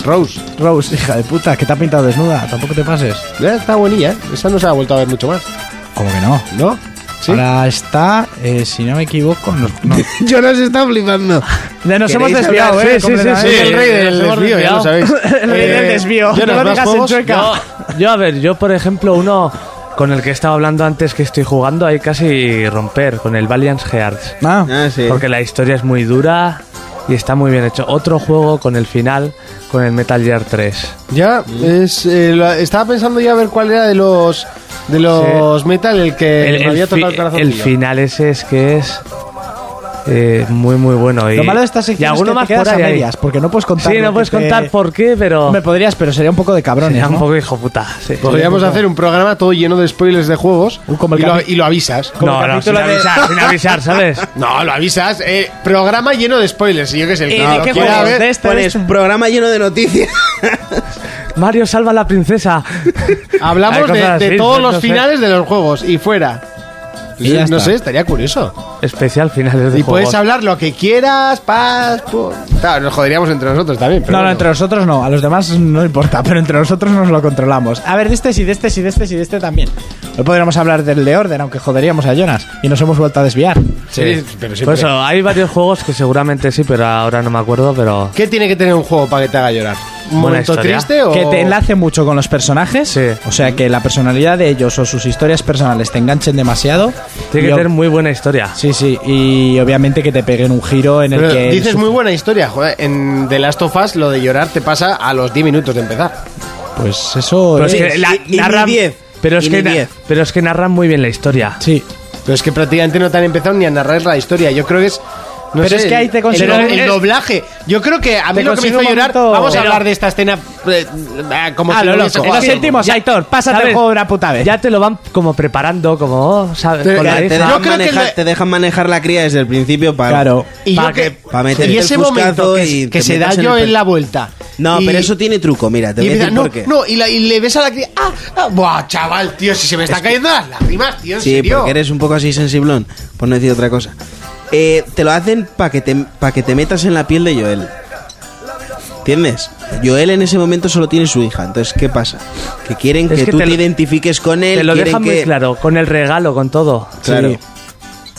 Rose.
Rose, hija de puta, que te ha pintado desnuda. Tampoco te pases.
Eh, Está buenilla, ¿eh? Esa no se ha vuelto a ver mucho más,
¿Cómo que no?
¿no? Sí.
Ahora está, eh, si no me equivoco, no. no.
Yo nos está flipando.
De nos hemos
¿Queréis
desviado,
hablar?
¿eh?
Sí, sí, sí,
Sí,
completamente.
el rey del
Nos hemos
desvío, ya lo
desviado.
sabéis.
El rey del
Eh,
desvío.
Jonas,
No lo
¿más
digas en
juegos?
chueca.
Yo, yo, a ver, yo por ejemplo, uno con el que estaba hablando antes que estoy jugando, hay casi romper con el Valiant Hearts.
Ah,
Ah, sí.
Porque la historia es muy dura y está muy bien hecho. Otro juego con el final, con el Metal Gear 3.
Ya, es, eh, lo- estaba pensando ya a ver cuál era de los de los metal el
Eh,
que
El,
me
el
había
fi-
tocado el corazón.
el final ese es que es eh, muy, muy bueno. Y,
Lo malo de estas
y
secciones es
alguno
que
más
te quedas
por
a
ahí hay.
medias, porque no puedes contar.
Sí,
lo
no
que
puedes
te-
contar por qué, pero.
Hombre, podrías, pero sería un poco de cabrones,
Sería un
¿no?
poco hijo puta. sí.
Podríamos hacer un programa todo lleno de spoilers de juegos
Uh, como el
y, lo,
capi-
y lo avisas.
No, no, sin avisar, sin avisar, ¿sabes?
No, lo avisas. eh, programa lleno de spoilers. Y yo qué sé, el que
¿Y Eh, de
lo
qué
quiera
juegos?
ver-
De este, de
Pones
este.
un programa lleno de noticias.
Mario salva a la princesa. Hay
Hablamos de,
cosas
de
así,
todos
no
los
sé.
finales de los juegos y fuera. Pues, eh,
Y ya
no
está.
sé, estaría curioso.
Especial finales de
Y
juegos.
puedes hablar lo que quieras, paz, pu- Claro, nos joderíamos entre nosotros también. Pero
No, no,
bueno.
entre nosotros no. A los demás no importa, pero entre nosotros nos lo controlamos. A ver, de este sí, de este sí, de este sí, de este también. Hoy podríamos hablar del de Orden, aunque joderíamos a Jonas. Y nos hemos vuelto a desviar.
Sí, pero siempre.
Por eso, Pues hay varios juegos que seguramente sí, pero ahora no me acuerdo, pero...
¿Qué tiene que tener un juego para que te haga llorar? ¿Un
Buena
momento
historia.
triste o.?
Que te enlace mucho con los personajes.
Sí.
O sea, que la personalidad de ellos o sus historias personales te enganchen demasiado.
Tiene
Y
que
ob-
tener muy buena historia.
Sí, sí. Y obviamente que te peguen un giro en el
Pero
que. él
dices
sufre.
muy buena historia, joder. En The Last of Us lo de llorar te pasa a los 10 minutos de empezar.
Pues eso.
Pero
es-
es que
Sí,
la-
y- y
narran-
ni diez,
Pero es,
y
que
ni
na-
diez.
pero es que narran muy bien la historia.
Sí.
Pero es que prácticamente no te han empezado ni a narrar la historia. Yo creo que es. no
Pero
sé,
es que ahí te
el-
consigo-
El, el
es-
doblaje. Yo creo que a mí
Te
lo que me hizo
consigo un
llorar.
momento-
Vamos a
Pero-
hablar de esta escena. eh, ah, como
Ah,
si
lo
no
loco.
hubiese jugado.
Lo sentimos, Aitor. Pásate
¿Sabes?
el juego de una puta vez.
Ya te lo van como preparando, como... oh, ¿sabes?
Pero
Con la
te
hija.
Te
Yo
dejan,
creo que
manejar,
la-
te dejan manejar la cría desde el principio para.
Claro.
Y, yo
Pa'
que-
que-
pa' meterte
y
el
ese
fuscazo
momento que,
y
que
te
se da
metas en
yo
el
en
pel-
la vuelta.
No,
Y-
pero eso tiene truco, mira, te
y
voy a
empieza,
decir
no,
por qué.
no, y, la- y le ves a la cría. ¡Ah! ah, ¡Buah, chaval, tío! Si se me están cayendo las lágrimas, tío, en
Sí,
serio.
porque eres un poco así sensiblón, por no decir otra cosa. Eh, te lo hacen para que, te- pa' que te metas en la piel de Joel. ¿Entiendes? Joel en ese momento solo tiene su hija, entonces ¿qué pasa? Que quieren
Es
que,
que
tú
te
te,
lo-
identifiques con él.
Te lo
quieren
dejan
que-
muy claro, con el regalo, con todo.
Claro.
Sí.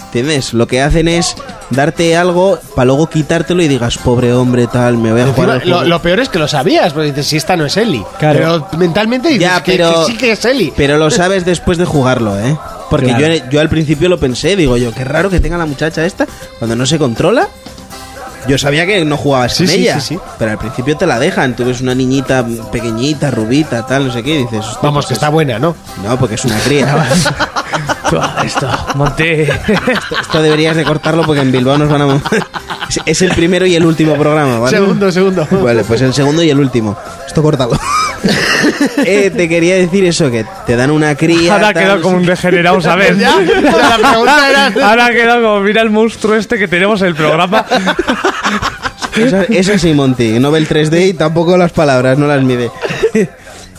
¿Entiendes? Lo que hacen es darte algo para luego quitártelo y digas, pobre hombre, tal, me voy a jugar.
Encima,
al
lo,
juego".
lo peor es que lo sabías, porque dices, si esta no es Ellie.
Claro.
Pero mentalmente dices
Ya,
que-
pero-
que, sí que es Ellie.
Pero lo sabes después de jugarlo, ¿eh? Porque
Claro.
yo, yo al principio lo pensé, digo yo, qué raro que tenga la muchacha esta cuando no se controla. Yo sabía que no jugabas
Sí,
sin
sí,
ella,
sí, sí.
pero al principio te la dejan. Tú ves una niñita pequeñita, rubita, tal, no sé qué, y dices, "Hostia,
Vamos, que
pues
está buena, ¿no?
es- No, porque es una cría.
Buah, Esto, Monty.
esto, esto deberías de cortarlo porque en Bilbao nos van a. Es- es el primero y el último programa, ¿vale?
Segundo, segundo.
Vale, pues el segundo y el último. Esto córtalo. Eh, te quería decir eso, que te dan una cría.
Ahora ha
tal,
quedado
no
como
sé
un degenerado, ¿sabes?
Ya, o sea, la pregunta era-
Ahora ha quedado como, mira el monstruo este que tenemos en el programa.
Eso, eso sí, Monty. No ve el 3D y tampoco las palabras, no las mide.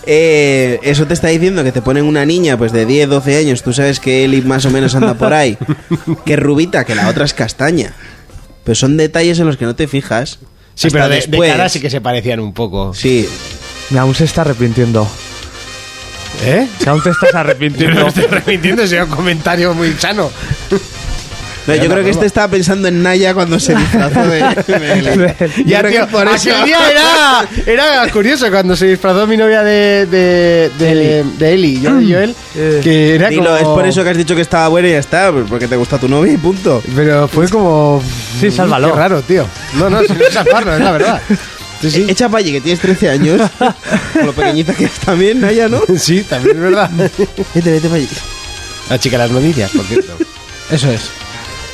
Eh, eso te está diciendo que te ponen una niña pues de 10, 12 años. Tú sabes que Eli más o menos anda por ahí. Que es rubita, que la otra es castaña. Pero son detalles en los que no te fijas.
Sí,
Hasta
pero de, de
después.
cara sí que se parecían un poco.
Sí,
Me aún se está arrepintiendo.
¿Eh?
Que aún te estás arrepintiendo.
No estoy arrepintiendo, sería un comentario muy sano.
No, yo creo que este estaba pensando en Naya cuando se disfrazó de. de- Yo
Ya,
creo
tío,
que por eso.
aquel día era, era curioso cuando se disfrazó mi novia de, de, de, Eli. Eh. de Eli, yo de Joel, que era
Dilo,
como...
es por eso que has dicho que estaba bueno y ya está, pues, porque te gusta tu novia y punto.
Pero fue como...
Sí, sálvalo.
Qué raro, tío. No, no, si no es salvarlo, es la verdad. Sí, sí.
E-, Echa para allí, que tienes 13 años. Con lo pequeñita que es también, Naya, ¿no?
Sí, también es verdad.
Vete, vete para allí.
La chica de las noticias, por cierto.
Eso es.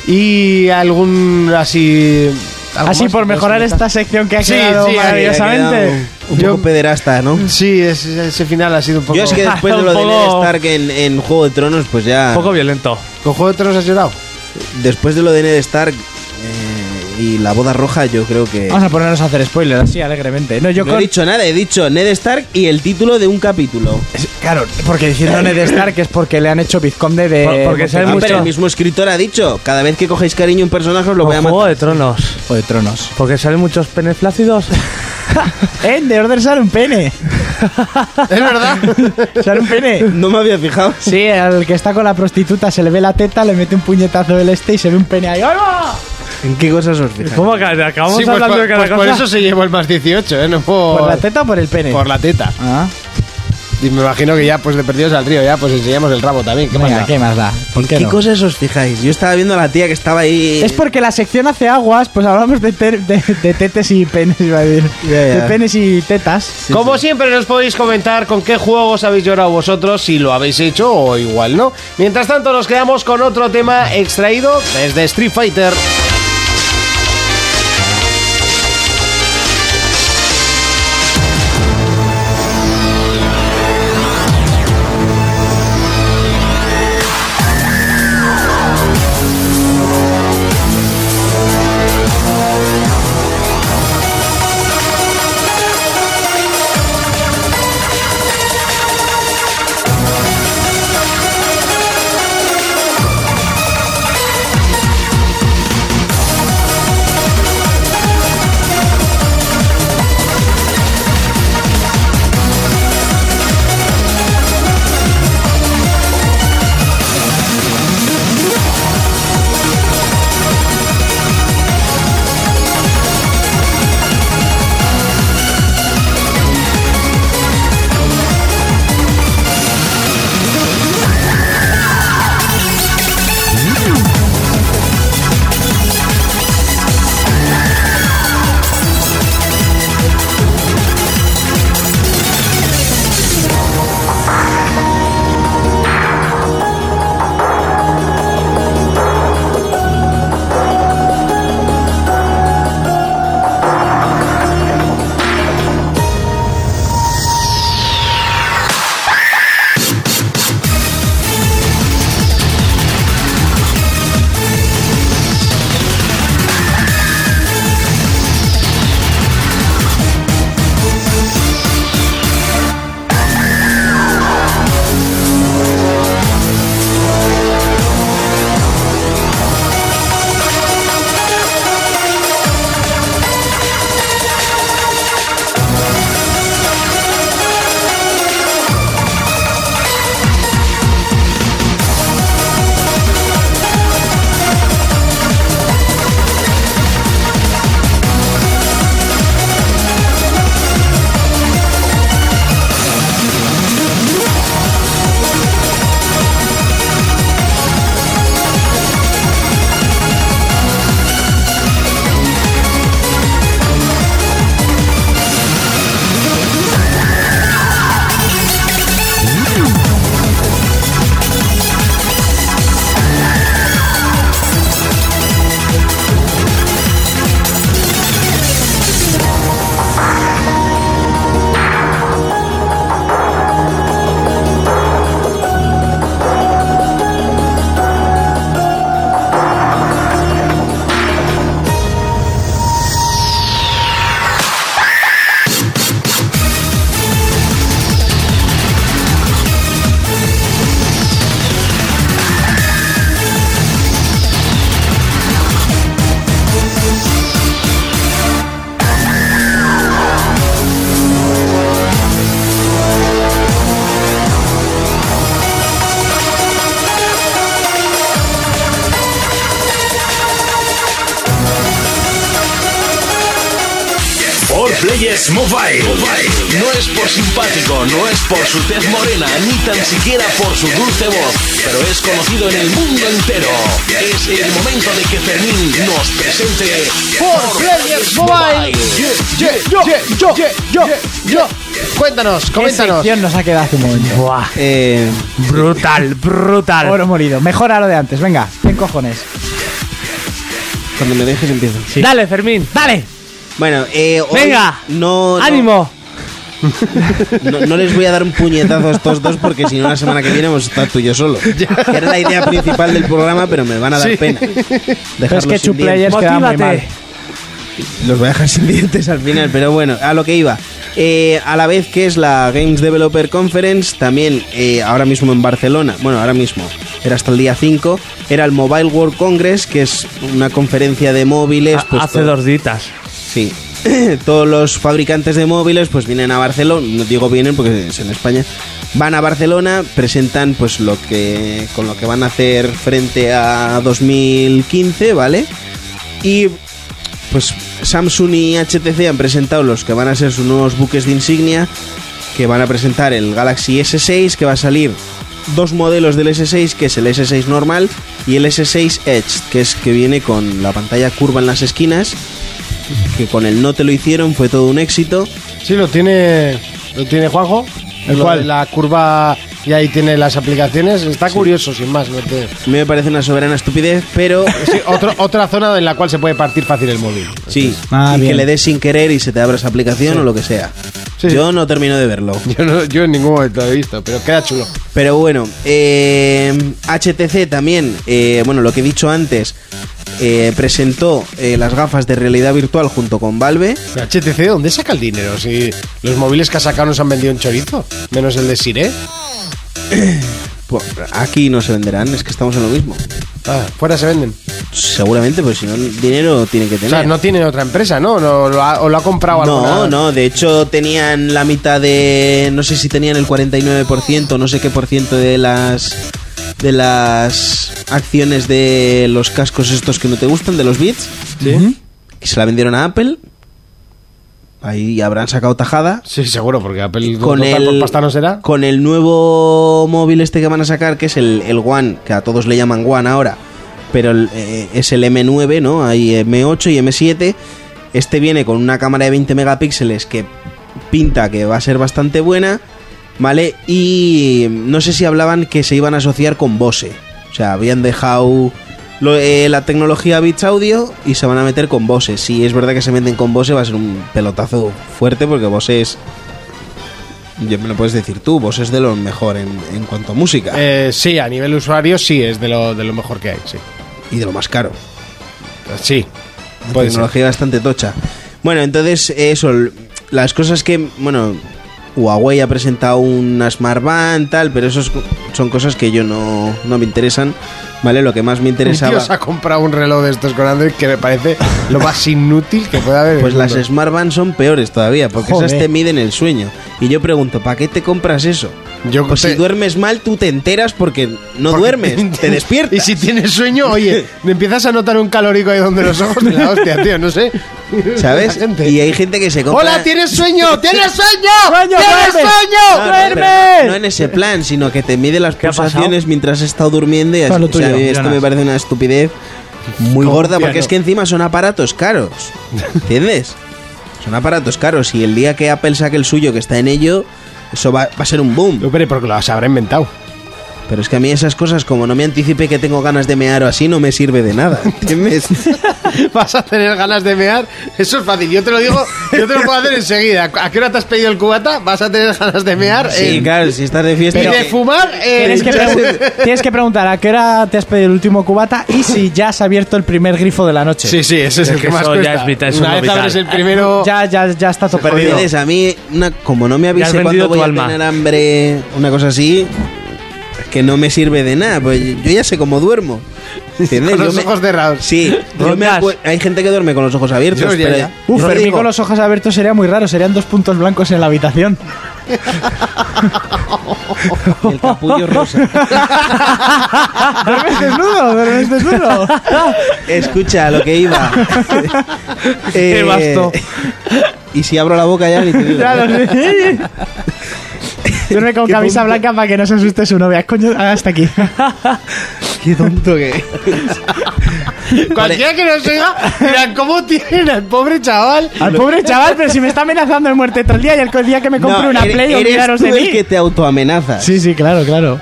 Y algún así... algo
Así
más
por
que
mejorar
puedes
esta sección que ha
Sí,
quedado
sí,
maravillosamente.
Un
Yo-
poco pederasta, ¿no?
comentar? Sí, ese, ese final ha sido un poco...
Yo es que después de lo de
Un
Ned
poco-
Stark en, en Juego de Tronos, pues ya.
Un poco violento.
¿Con Juego de Tronos has llorado?
Después de lo de Ned Stark eh, y la boda roja, yo creo que.
Vamos a ponernos a hacer spoilers así alegremente. No, yo
No he
con-
dicho nada, he dicho Ned Stark y el título de un capítulo.
Claro, porque diciendo Ned Stark es porque le han hecho vizconde de.
Por- porque se
Ah,
Hay
pero
mucho-
el mismo escritor ha dicho, cada vez que cogéis cariño a un personaje os lo voy a
Con Juego
matar.
de Tronos.
Juego de Tronos.
Porque salen muchos penes flácidos.
¡Eh! De Order sale un pene.
¿Es verdad?
Sale un pene.
No me había fijado.
Sí, al que está con la prostituta se le ve la teta, le mete un puñetazo del este y se ve un pene ahí. ¡Ay, va!
¿En qué cosas os fijáis?
¿Cómo acá- acabamos
Sí, pues,
hablando
por,
de cada
pues por
cosa?
eso se llevó el más 18, ¿eh? No por,
¿Por la teta o por el pene?
por la teta.
Ah,
Y me imagino que ya, pues de perdidos al río, ya, pues enseñamos el rabo también. ¿Qué
venga,
pasa?
¿qué más da? ¿Por
¿Qué,
qué no?
cosas os fijáis? Yo estaba viendo a la tía que estaba ahí.
Es porque la sección hace aguas, pues hablamos de, ter- de, de tetes y penes, iba a decir.
Ya, ya.
De penes y tetas.
Como siempre nos podéis comentar con qué juegos habéis llorado vosotros, si lo habéis hecho o igual no. Mientras tanto nos quedamos con otro tema extraído desde Street Fighter.
Players Mobile. No es por simpático, no es por su tez morena, ni tan siquiera por su dulce voz, pero es conocido en el mundo entero. Es el momento de que Fermín nos presente
Por Players Mobile. Ye, yo, yo, yo, yo. Cuéntanos,
¿Qué
coméntanos.
sección nos ha quedado hace un momento?
Buah,
Eh,
brutal, brutal.
Oro molido. Mejora lo de antes. Venga, ¿qué cojones?
cuando me dejes empiezo.
Dale, Fermín, dale.
Bueno, eh, hoy
Venga,
no, no-
ánimo.
No, no les voy a dar un puñetazo a estos dos porque si no la semana que viene vamos a estar tú y yo solo. Que era la idea principal del programa, pero me van a dar pena.
Pero es
Dejarlos
que
sin
Two
dientes.
Players queda muy mal.
Motívate.
Los voy a dejar sin dientes al final, pero bueno, a lo que iba. Eh, a la vez que es la Games Developer Conference, también eh, ahora mismo en Barcelona, bueno, ahora mismo, era hasta el día 5, era el Mobile World Congress, que es una conferencia de móviles.
Ha-
pues,
Hace
todo-
dos ditas.
Sí. Todos los fabricantes de móviles pues vienen a Barcelona, no digo vienen porque es en España, van a Barcelona, presentan pues lo que con lo que van a hacer frente a 2015, ¿vale? Y pues Samsung y HTC han presentado los que van a ser sus nuevos buques de insignia, que van a presentar el Galaxy S6, que va a salir dos modelos del S6, que es el S6 normal y el S6 Edge, que es que viene con la pantalla curva en las esquinas, que con el no te lo hicieron fue todo un éxito.
Sí, lo tiene, lo tiene Juanjo.
¿El
Lo
cual?
de La curva y ahí tiene las aplicaciones. Está curioso, sin más. no te-
A mí me parece una soberana estupidez, pero
Sí, otro- otra zona en la cual se puede partir fácil el móvil.
sí,
Ah,
y que
bien.
le des sin querer y se te abra esa aplicación o lo que sea.
Sí, sí.
Yo no termino de verlo.
Yo, no- yo en ningún momento lo he visto, pero queda chulo.
Pero bueno, eh, HTC también, eh, bueno, lo que he dicho antes, eh, presentó eh, las gafas de realidad virtual junto con Valve.
Pero HTC, ¿dónde saca el dinero? Si los móviles que ha sacado nos han vendido un chorizo, menos el de Siré.
Pu- Pues, Aquí no se venderán, es que estamos en lo mismo.
Ah, fuera se venden.
Seguramente, pues si no, dinero tiene que
O
tener.
sea, no tiene otra empresa, ¿no? No, lo ha- ¿O lo ha comprado alguna?
No, no, de hecho tenían la mitad de. No sé si tenían el 49%, no sé qué por ciento de las. De las acciones de los cascos estos que no te gustan, de los bits. Que se la vendieron a Apple. Ahí habrán sacado tajada.
Sí, seguro, porque Apple
Con
total,
el,
por pasta no será.
con el nuevo móvil este que van a sacar, que es el, el One, que a todos le llaman One ahora, pero el, eh, es el M9, ¿no? Hay M8 y M7. Este viene con una cámara de 20 megapíxeles que pinta que va a ser bastante buena, ¿vale? Y no sé si hablaban que se iban a asociar con Bose. O sea, habían dejado lo- eh, la tecnología Beats Audio y se van a meter con Bose. Si es verdad que se meten con Bose, va a ser un pelotazo fuerte porque Bose es yo me lo puedes decir tú, vos es de lo mejor en, en cuanto a música
Eh, sí, a nivel usuario sí, es de lo, de lo mejor que hay, sí.
y de lo más caro.
Sí, puede ser.
Tecnología bastante tocha. Bueno, entonces eso, l- las cosas que, bueno, Huawei ha presentado una Smart Band, tal, pero eso es- son cosas que yo no, no me interesan, ¿vale? Lo que más me
Mi tío
interesaba...
se ha comprado un reloj de estos con Android que me parece lo más inútil que pueda haber. en
Pues
el
las
mundo.
Smart Band son peores todavía, porque esas
Joder.
te miden el sueño. Y yo pregunto, ¿para qué te compras eso?
Yo
Pues
te-
si duermes mal, tú te enteras porque no
Porque-
duermes, te despiertas.
Y si tienes sueño, oye, empiezas a notar un calórico ahí donde los ojos de la hostia, tío, no sé.
¿Sabes?
La gente.
Y hay gente que se compra...
¡Hola, tienes sueño! ¡Tienes sueño!
¡Sueño,
¡Tienes
duerme!
sueño!
No, no,
¡Duerme!
pero No, no en ese plan, sino que te mide las
¿Qué ha pasado?
pulsaciones mientras has estado durmiendo y así.
Haz lo
o sea, a mí
tuyo,
esto
Jonas.
me parece una estupidez muy
Confía,
gorda porque
no.
es que encima son aparatos caros. ¿Entiendes? Son aparatos caros y el día que Apple saque el suyo que está en ello, eso va, va a ser un boom.
No, pero porque las habrá inventado.
Pero es que a mí esas cosas, como no me anticipe que tengo ganas de mear o así, no me sirve de nada. ¿Entiendes?
Vas a tener ganas de mear, eso es fácil. Yo te lo digo, yo te lo puedo hacer enseguida. ¿A qué hora te has pedido el cubata? Vas a tener ganas de mear.
sí,
en-
claro, si estás de fiesta.
y de
que-
fumar. eh, en-
Tienes que, pregun- tienes que preguntar a qué hora te has pedido el último cubata y si ya has abierto el primer grifo de la noche.
Sí, sí, ese es
Es
el que
que
más
eso ya
cuesta.
es vital, eso
Una
no
vez
vital.
abres el primero.
Ya, ya, ya está todo perdido.
¿Entiendes? A mí, una- como no me
has
avise cuando
vendido
voy
tu
a
alma.
tener hambre, una cosa así, es que no me sirve de nada. Pues yo ya sé cómo duermo. ¿Entiendes?
Con
Yo
los
me-
ojos cerrados.
Sí, yo me
Rotas.
acue- hay gente que duerme con los ojos abiertos.
Yo ya,
pero-
ya.
Uf,
yo
Fermín
digo,
con los ojos abiertos sería muy raro, serían dos puntos blancos en la habitación.
El capullo rosa.
¿Duermes desnudo? ¿Duermes desnudo?
Escucha lo que iba.
Qué vasto.
Eh, Y si abro la boca ya ni te digo.
Claro, sí. Duerme con camisa blanca para que no se asuste su novia. Coño, hasta aquí.
Qué tonto que.
Cualquiera que nos oiga, mira cómo tienen al pobre chaval.
Al pobre chaval, pero si me está amenazando de muerte todo el día y el día que me compre una
eres-
Play,
eres
olvidaros
tú
de mí.
el que te autoamenazas.
Sí, sí, claro, claro.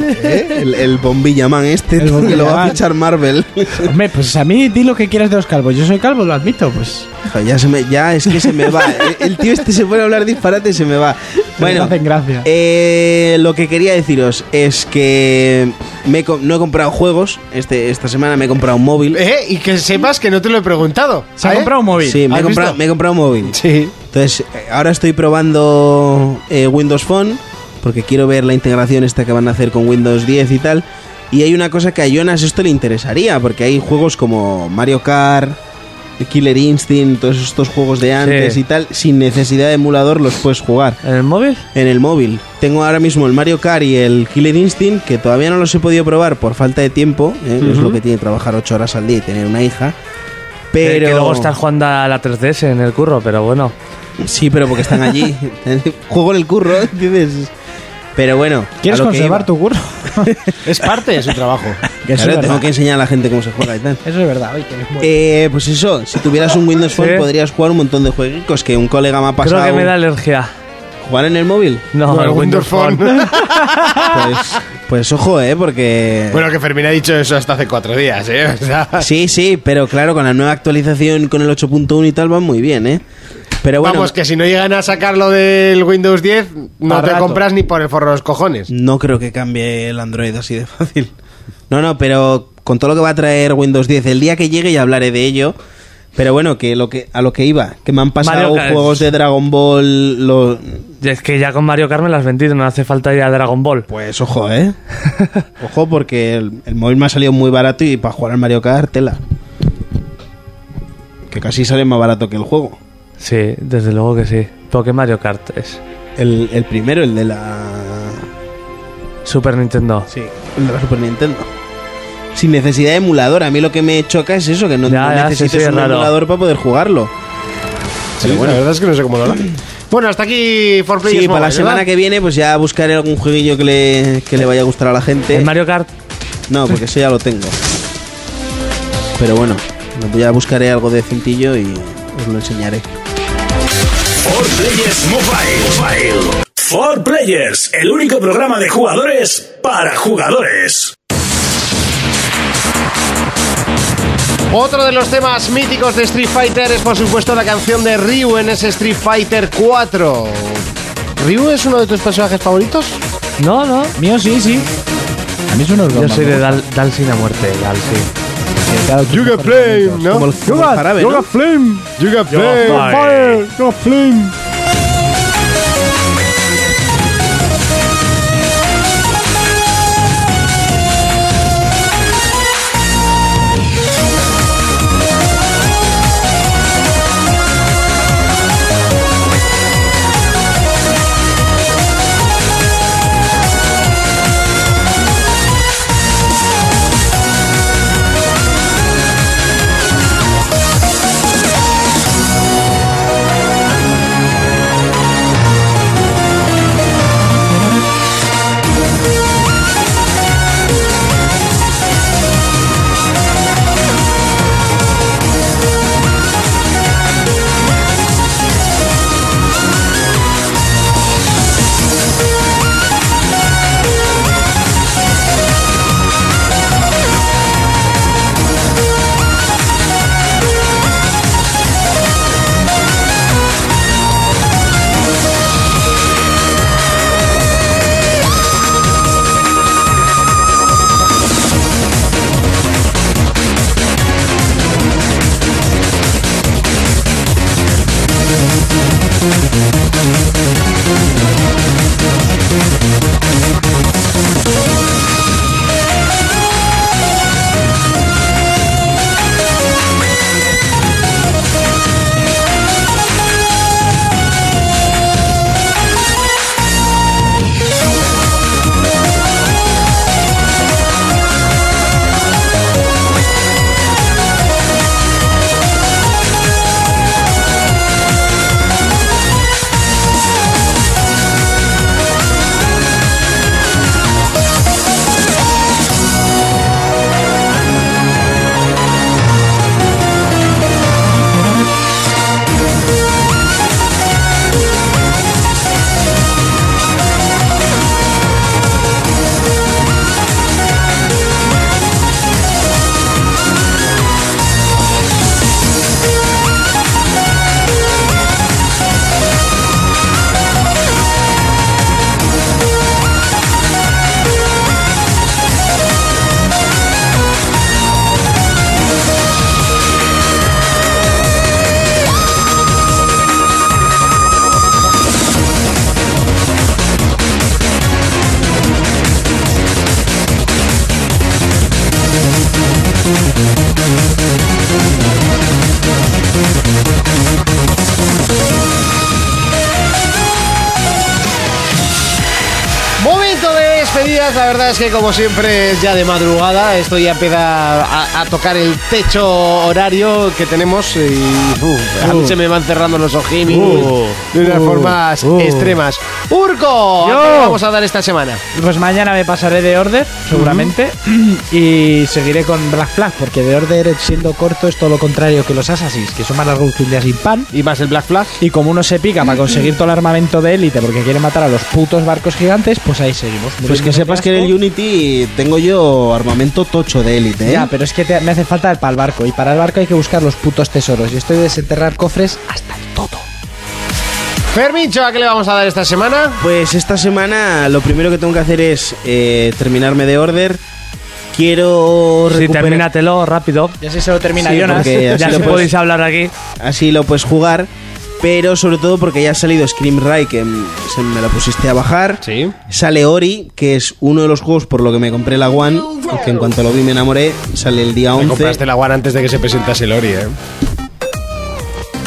¿eh? El, el bombillaman este
El
que lo va a
bombillaman.
fichar Marvel.
Hombre, pues a mí di lo que quieras de los calvos. Yo soy calvo, lo admito, pues.
Joder, ya, se me- ya es que se me va. El, el tío este se pone a hablar disparate y se me va.
Bueno,
Bueno,
hacen gracia.
eh, lo que quería deciros es que me he com- no he comprado juegos. Este, esta semana me he comprado un móvil.
Eh, Y que sepas que no te lo he preguntado.
Se ha
¿eh?
comprado un móvil.
Sí, me he,
¿Has
comprado,
visto?
me he comprado un móvil.
Sí.
Entonces, eh, ahora estoy probando eh, Windows Phone porque quiero ver la integración esta que van a hacer con Windows 10 y tal. Y hay una cosa que a Jonas esto le interesaría porque hay juegos como Mario Kart, Killer Instinct, todos estos juegos de antes
Sí.
y tal, sin necesidad de emulador los puedes jugar
¿En el móvil?
en el móvil. Tengo ahora mismo el Mario Kart y el Killer Instinct, que todavía no los he podido probar por falta de tiempo. ¿eh? Es lo que tiene trabajar 8 horas al día y tener una hija.
Que-
Pero...
Que luego estás jugando a la 3DS en el curro, pero bueno.
Sí, pero porque están allí. Juego en el curro, ¿eh? dices. Pero bueno.
¿Quieres
a lo que
conservar
iba.
tu curro?
Es parte de su trabajo.
Que eso,
Claro,
es
tengo
verdad.
que enseñar a la gente cómo se juega y tal.
eso es verdad. Ay, que me muero.
Eh, pues eso, si tuvieras un Windows Phone
Sí.
podrías jugar un montón de jueguitos que un colega me ha pasado.
Creo que me da alergia.
¿Jugar en el móvil?
No, el Windows
Windows Phone.
Phone.
Pues, pues ojo, ¿eh? Porque...
Bueno, que Fermín ha dicho eso hasta hace cuatro días, ¿eh? O sea,
Sí, sí, pero claro, con la nueva actualización, con el 8.1 y tal, van muy bien, ¿eh? Pero bueno,
Vamos, que si no llegan a sacarlo del Windows 10, no
Al
te
rato.
compras ni por el forro de los cojones.
no creo que cambie el Android así de fácil. No, no, pero con todo lo que va a traer Windows 10, el día que llegue ya hablaré de ello. Pero bueno, que lo que a lo que iba, que me han pasado
Mario Kart.
juegos de Dragon Ball, lo-
Y Es que ya con Mario Carmen las has vendido, no hace falta ir a Dragon Ball.
pues ojo, ¿eh? ojo porque el, el móvil me ha salido muy barato y para jugar al Mario Kart, tela. Que casi sale más barato que el juego.
Sí, desde luego que sí. Porque Mario Kart es
El, el primero, el de la
Super Nintendo.
Sí, el de la Super Nintendo. Sin necesidad de emulador. A mí lo que me choca es eso, que no,
Ya,
no
ya, sí,
necesites
sí, es
un
raro.
emulador para poder jugarlo.
Sí, la verdad es que no sé cómo lo harán. Bueno, hasta aquí For Players
Sí, para la
Mobile,
semana
¿verdad?
que viene pues ya buscaré algún jueguillo que le, que le vaya a gustar a la gente.
El Mario Kart,
No, porque eso ya lo tengo. Pero bueno, ya buscaré algo de cintillo y os lo enseñaré.
For Players Mobile. Mobile. For Players, el único programa de jugadores para jugadores.
Otro de los temas míticos de Street Fighter es, por supuesto, la canción de Ryu en ese Street Fighter 4. ¿Ryu es uno de tus personajes favoritos?
no, no.
Mío sí, sí. A mí son unos
Yo soy de Dal Dalsin a muerte, Dalsin.
You got flame, ¿no?
Como el, como el jarabe, ¿no?
Flame.
You got
flame. Fire,
Yo Flame.
despedidas, la verdad es que como siempre es ya de madrugada, esto ya empieza a, a tocar el techo horario que tenemos y uf, a mí
Uh.
se me van cerrando los ojimis
Uh.
de unas
Uh.
formas extremas. ¡Urco! ¿a
Yo.
qué le vamos a dar esta semana?
Pues mañana me pasaré de Order, seguramente. Y seguiré con Black Flag, porque de Order, siendo corto, es todo lo contrario que los Assassins, que son más largos que un día sin pan.
¿Y más el Black Flag?
Y como uno se pica para conseguir todo el armamento de élite, porque quiere matar a los putos barcos gigantes, pues ahí seguimos.
Pues que
Muriéndome
sepas
de
que en
asco.
el Unity tengo yo armamento tocho de élite, ¿eh?
Ya, pero es que te- me hace falta para el barco. Y para el barco hay que buscar los putos tesoros. Y estoy de desenterrar cofres hasta el todo.
Fermincho, ¿a qué le vamos a dar esta semana?
Pues esta semana lo primero que tengo que hacer es eh, terminarme de order. Quiero
Sí,
recuperar...
termínatelo rápido.
Y así se lo termina
Sí,
Jonas.
porque así
Ya
lo
si
puedes-
podéis hablar aquí.
así lo puedes jugar. Pero sobre todo porque ya ha salido Scream Rai, que mm, se me la pusiste a bajar.
Sí.
Sale Ori, que es uno de los juegos por lo que me compré la One, que en cuanto lo vi me enamoré. Sale el día 11.
Compraste la One antes de que se presentase el Ori, ¿eh?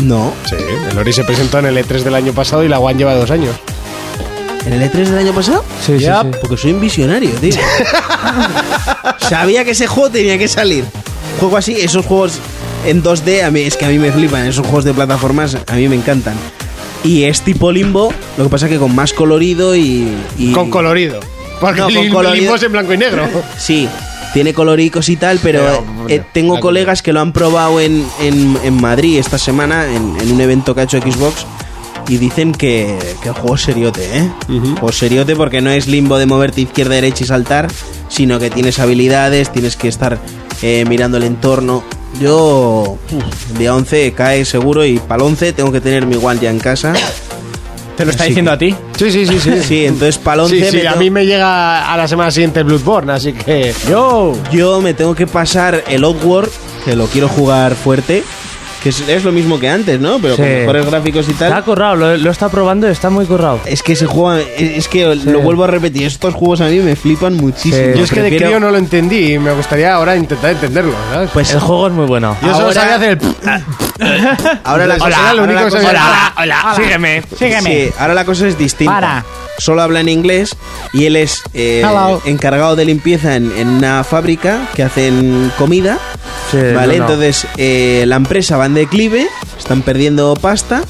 No,
Sí, el Ori se presentó en el E3 del año pasado y la One lleva dos años.
en el E3 del año pasado.
Sí, sí,
Ya,
sí.
Porque soy un visionario, tío. Sabía que ese juego tenía que salir. Juego así, esos juegos en 2D, a mí, es que a mí me flipan. Esos juegos de plataformas, a mí me encantan. Y es tipo limbo, lo que pasa que con más colorido y. y-
Con colorido. Porque
No,
el
con
lim-
colorido.
limbo es en blanco y negro.
Sí, tiene coloricos y tal, pero
Pero,
eh,
bueno,
eh, tengo
la
colegas que lo han probado en, en- en Madrid esta semana, en, en un evento que ha hecho Xbox, y dicen que, que el juego es seriote, ¿eh? Juego seriote porque no es limbo de moverte izquierda, derecha y saltar, sino que tienes habilidades, tienes que estar eh, mirando el entorno. Yo, uf, el día 11 cae seguro y para el 11 tengo que tener mi One ya en casa.
Te lo está
Así
diciendo
que-
a ti.
Sí, sí, sí, sí.
Sí, entonces para el 11
Sí,
me
sí, a
tengo-
mí me llega a la semana siguiente el Bloodborne, así que...
Yo.
Yo me tengo que pasar el Outward, que lo quiero jugar fuerte. Que es, es lo mismo que antes, ¿no? Pero con
Sí.
mejores gráficos y
Está
tal.
currado, lo, lo está probando y está muy currado.
Es que se juega. Es, es que lo vuelvo a repetir. Estos juegos a mí me flipan muchísimo.
Sí.
eh, Yo es que de
Prefiero-
crío no lo entendí y me gustaría ahora intentar entenderlo, ¿sabes?
Pues
El juego es muy bueno.
Yo solo
ahora-
sabía hacer el...
ahora la
Hola,
cosa,
era lo
ahora
único
la
que
cosa-
sabía.
Hola, hola, sígueme.
Sígueme.
Sí, ahora la cosa es distinta.
Para.
Solo habla en inglés y él es eh,
Hello.
encargado de limpieza en, en una fábrica que hacen comida.
Sí,
vale,
no, no.
entonces eh, la empresa va en declive, están perdiendo pasta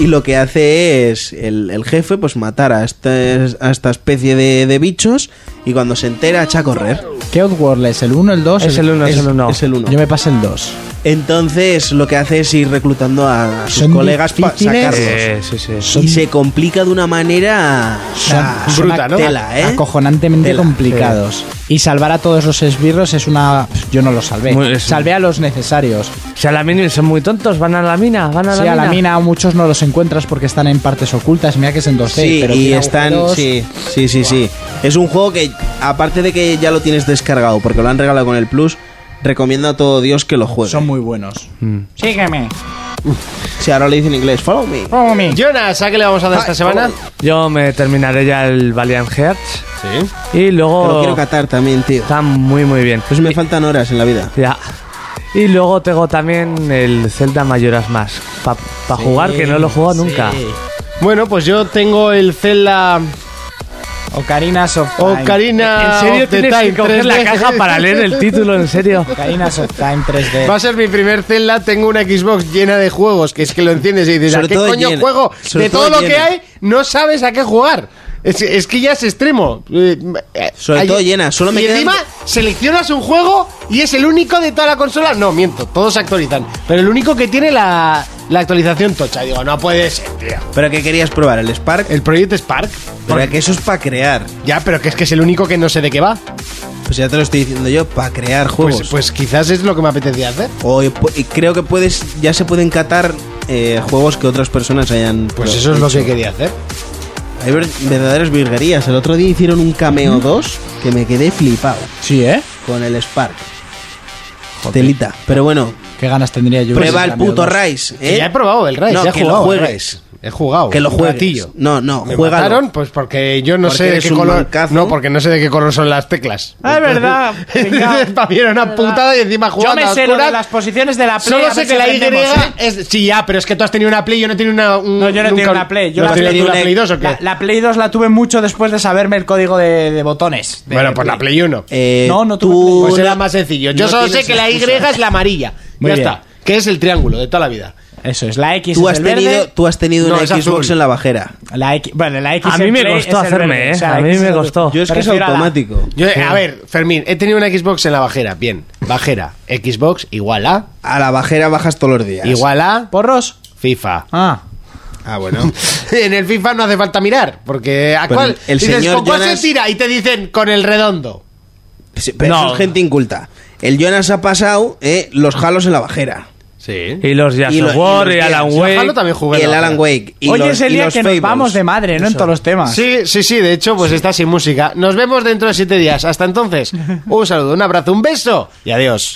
y lo que hace es el, el jefe pues matar a, estas- a esta especie de, de bichos y cuando se entera echa a correr.
¿Qué Outworld es? ¿El 1, el 2?
Es el uno, es el uno.
Es el uno.
Yo me pasé el 2.
Entonces lo que hace es ir reclutando a, a sus
Son
colegas para
difíciles. Eh,
sacarlos.
Sí, sí, sí.
Son-
Y se complica de una manera
Son,
ah,
son
bruta,
ac-
¿no?
tela, ¿eh?
acojonantemente
Tela,
complicados. Y salvar a todos los esbirros es una... Yo no los salvé.
Muy- es-
Salvé a los necesarios.
Si a la mina son muy tontos, van a la mina, van a la
Sí,
mina.
a la mina muchos no los encuentras porque están en partes ocultas. Mira que es en 2D,
Sí,
pero
y
tiene
están.
agujeros.
Sí, sí, sí, sí. Es un juego que, aparte de que ya lo tienes descargado porque lo han regalado con el Plus, recomiendo a todo Dios que lo juegue.
Son muy buenos. Sígueme.
Si ahora le dicen en inglés, follow me.
Follow me.
Jonas, ¿a qué le vamos a dar esta semana?
Yo me terminaré ya el Valiant Hearts
Sí.
y
Te lo
luego
Oh.
quiero catar también, tío.
está muy muy bien.
Pues me faltan horas en la vida.
Ya. Y luego tengo también el Zelda Mayoras más para jugar que no lo he jugado nunca.
Bueno, pues yo tengo el Zelda
Ocarinas of Time.
Ocarina
¿En serio
Oh,
of the
tienes que
Time
coger la
3D.
caja para leer el título? ¿En serio?
Ocarinas of Time 3D.
Va a ser mi primer Zelda, tengo una Xbox llena de juegos, que es que lo enciendes y dices, ¿a
Sobre
qué
todo
coño
llena,
juego?
sobre
De todo,
todo
lo que
llena.
hay, no sabes a qué jugar. Es, es que ya es extremo. Eh, eh,
Sobre
hay-
todo llena, solo me
Y
quedan-
encima seleccionas un juego y es el único de toda la consola. No, miento, todos se actualizan. Pero el único que tiene la, la actualización tocha. Digo, no puede ser, tío.
¿Pero qué querías probar? ¿El Spark?
El Project Spark.
Porque que eso es para crear.
Ya, pero que es que es el único que no sé de qué va.
Pues ya te lo estoy diciendo yo, para crear juegos.
Pues, pues quizás es lo que me apetecía hacer.
O, y pu- y creo que puedes, ya se pueden catar eh, juegos que otras personas hayan.
Pues
pro-
eso es lo
hecho.
que quería hacer.
Hay ver- verdaderas virguerías. El otro día hicieron un cameo 2 que me quedé flipado
Sí, ¿eh?
con el Spark. Telita. Pero bueno,
¿Qué ganas tendría yo?
prueba el puto Rice. ¿eh?
Que ya he probado el Rise,
No,
ya he
que
jugado ¿eh? al
lo juegues.
Rise. He jugado.
Que lo
un
juegues.
ratillo.
No, no,
¿Me
juégalo.
mataron? Pues porque yo no
Porque
sé de
eres
qué
un
color.
mancazo.
No, porque no sé de qué color son las teclas.
Ah, es verdad.
Entonces, para mí era una putada y encima
Yo
jugando
me
a
sé lo de
oscuras.
las posiciones de la Play.
Solo
a
sé
ver
que
si
la Y
aprendemos, ¿eh?
es. Sí, ya, pero es que tú has tenido una Play, yo no he tenido una. un-
No, yo no he
nunca
tenido
un-
una Play, yo
¿No
la
has tenido
Play
tú una
de-
Play 2 o qué?
La, la Play 2 la tuve mucho después de saberme el código de, de botones. De-
bueno, pues la Play 1.
Eh,
No, no tuve
tú
Pues
la-
era más sencillo. Yo
no
solo sé
tienes
que la Y
excusa.
es la amarilla.
Muy
ya
bien.
está. Que es el triángulo de toda la vida.
Eso es, la X
Tú
es
has
el
tenido,
verde,
tú has tenido
No,
una
es
Xbox
azul.
en la bajera.
la X, bueno, la X
A mí
en
me
Play
costó
es el
hacerme,
verde,
¿eh?
o sea, la
A mí
X
me
el-
costó.
Yo es que es
Prefiero a la-
automático.
Yo, eh, A
Eh.
ver, Fermín, he tenido una Xbox en la bajera. Bien, bajera. Xbox igual a.
A la bajera bajas todos los días.
Igual a.
¿Porros?
FIFA.
Ah.
Ah, bueno.
en el FIFA no hace falta mirar, porque a
Pero
cuál
el
dices,
señor
¿con cuál
Jonas-
se tira? Y te dicen con el redondo.
Sí, Pero eso
No.
es gente inculta. El Jonas ha pasado eh, los jalos en la bajera.
Sí.
Y los Jazz
Y lo-
of War,
y los
y Alan
Gears.
Wake.
Ojalá también jugué
y el
la
Alan
bajera.
Wake. Y
Hoy
los,
es el
y
día
los
que
Fables.
nos vamos de madre, no en todos los temas.
Sí, sí, sí, de hecho, pues está sin música. Nos vemos dentro de siete días. Hasta entonces, un saludo, un abrazo, un beso y adiós.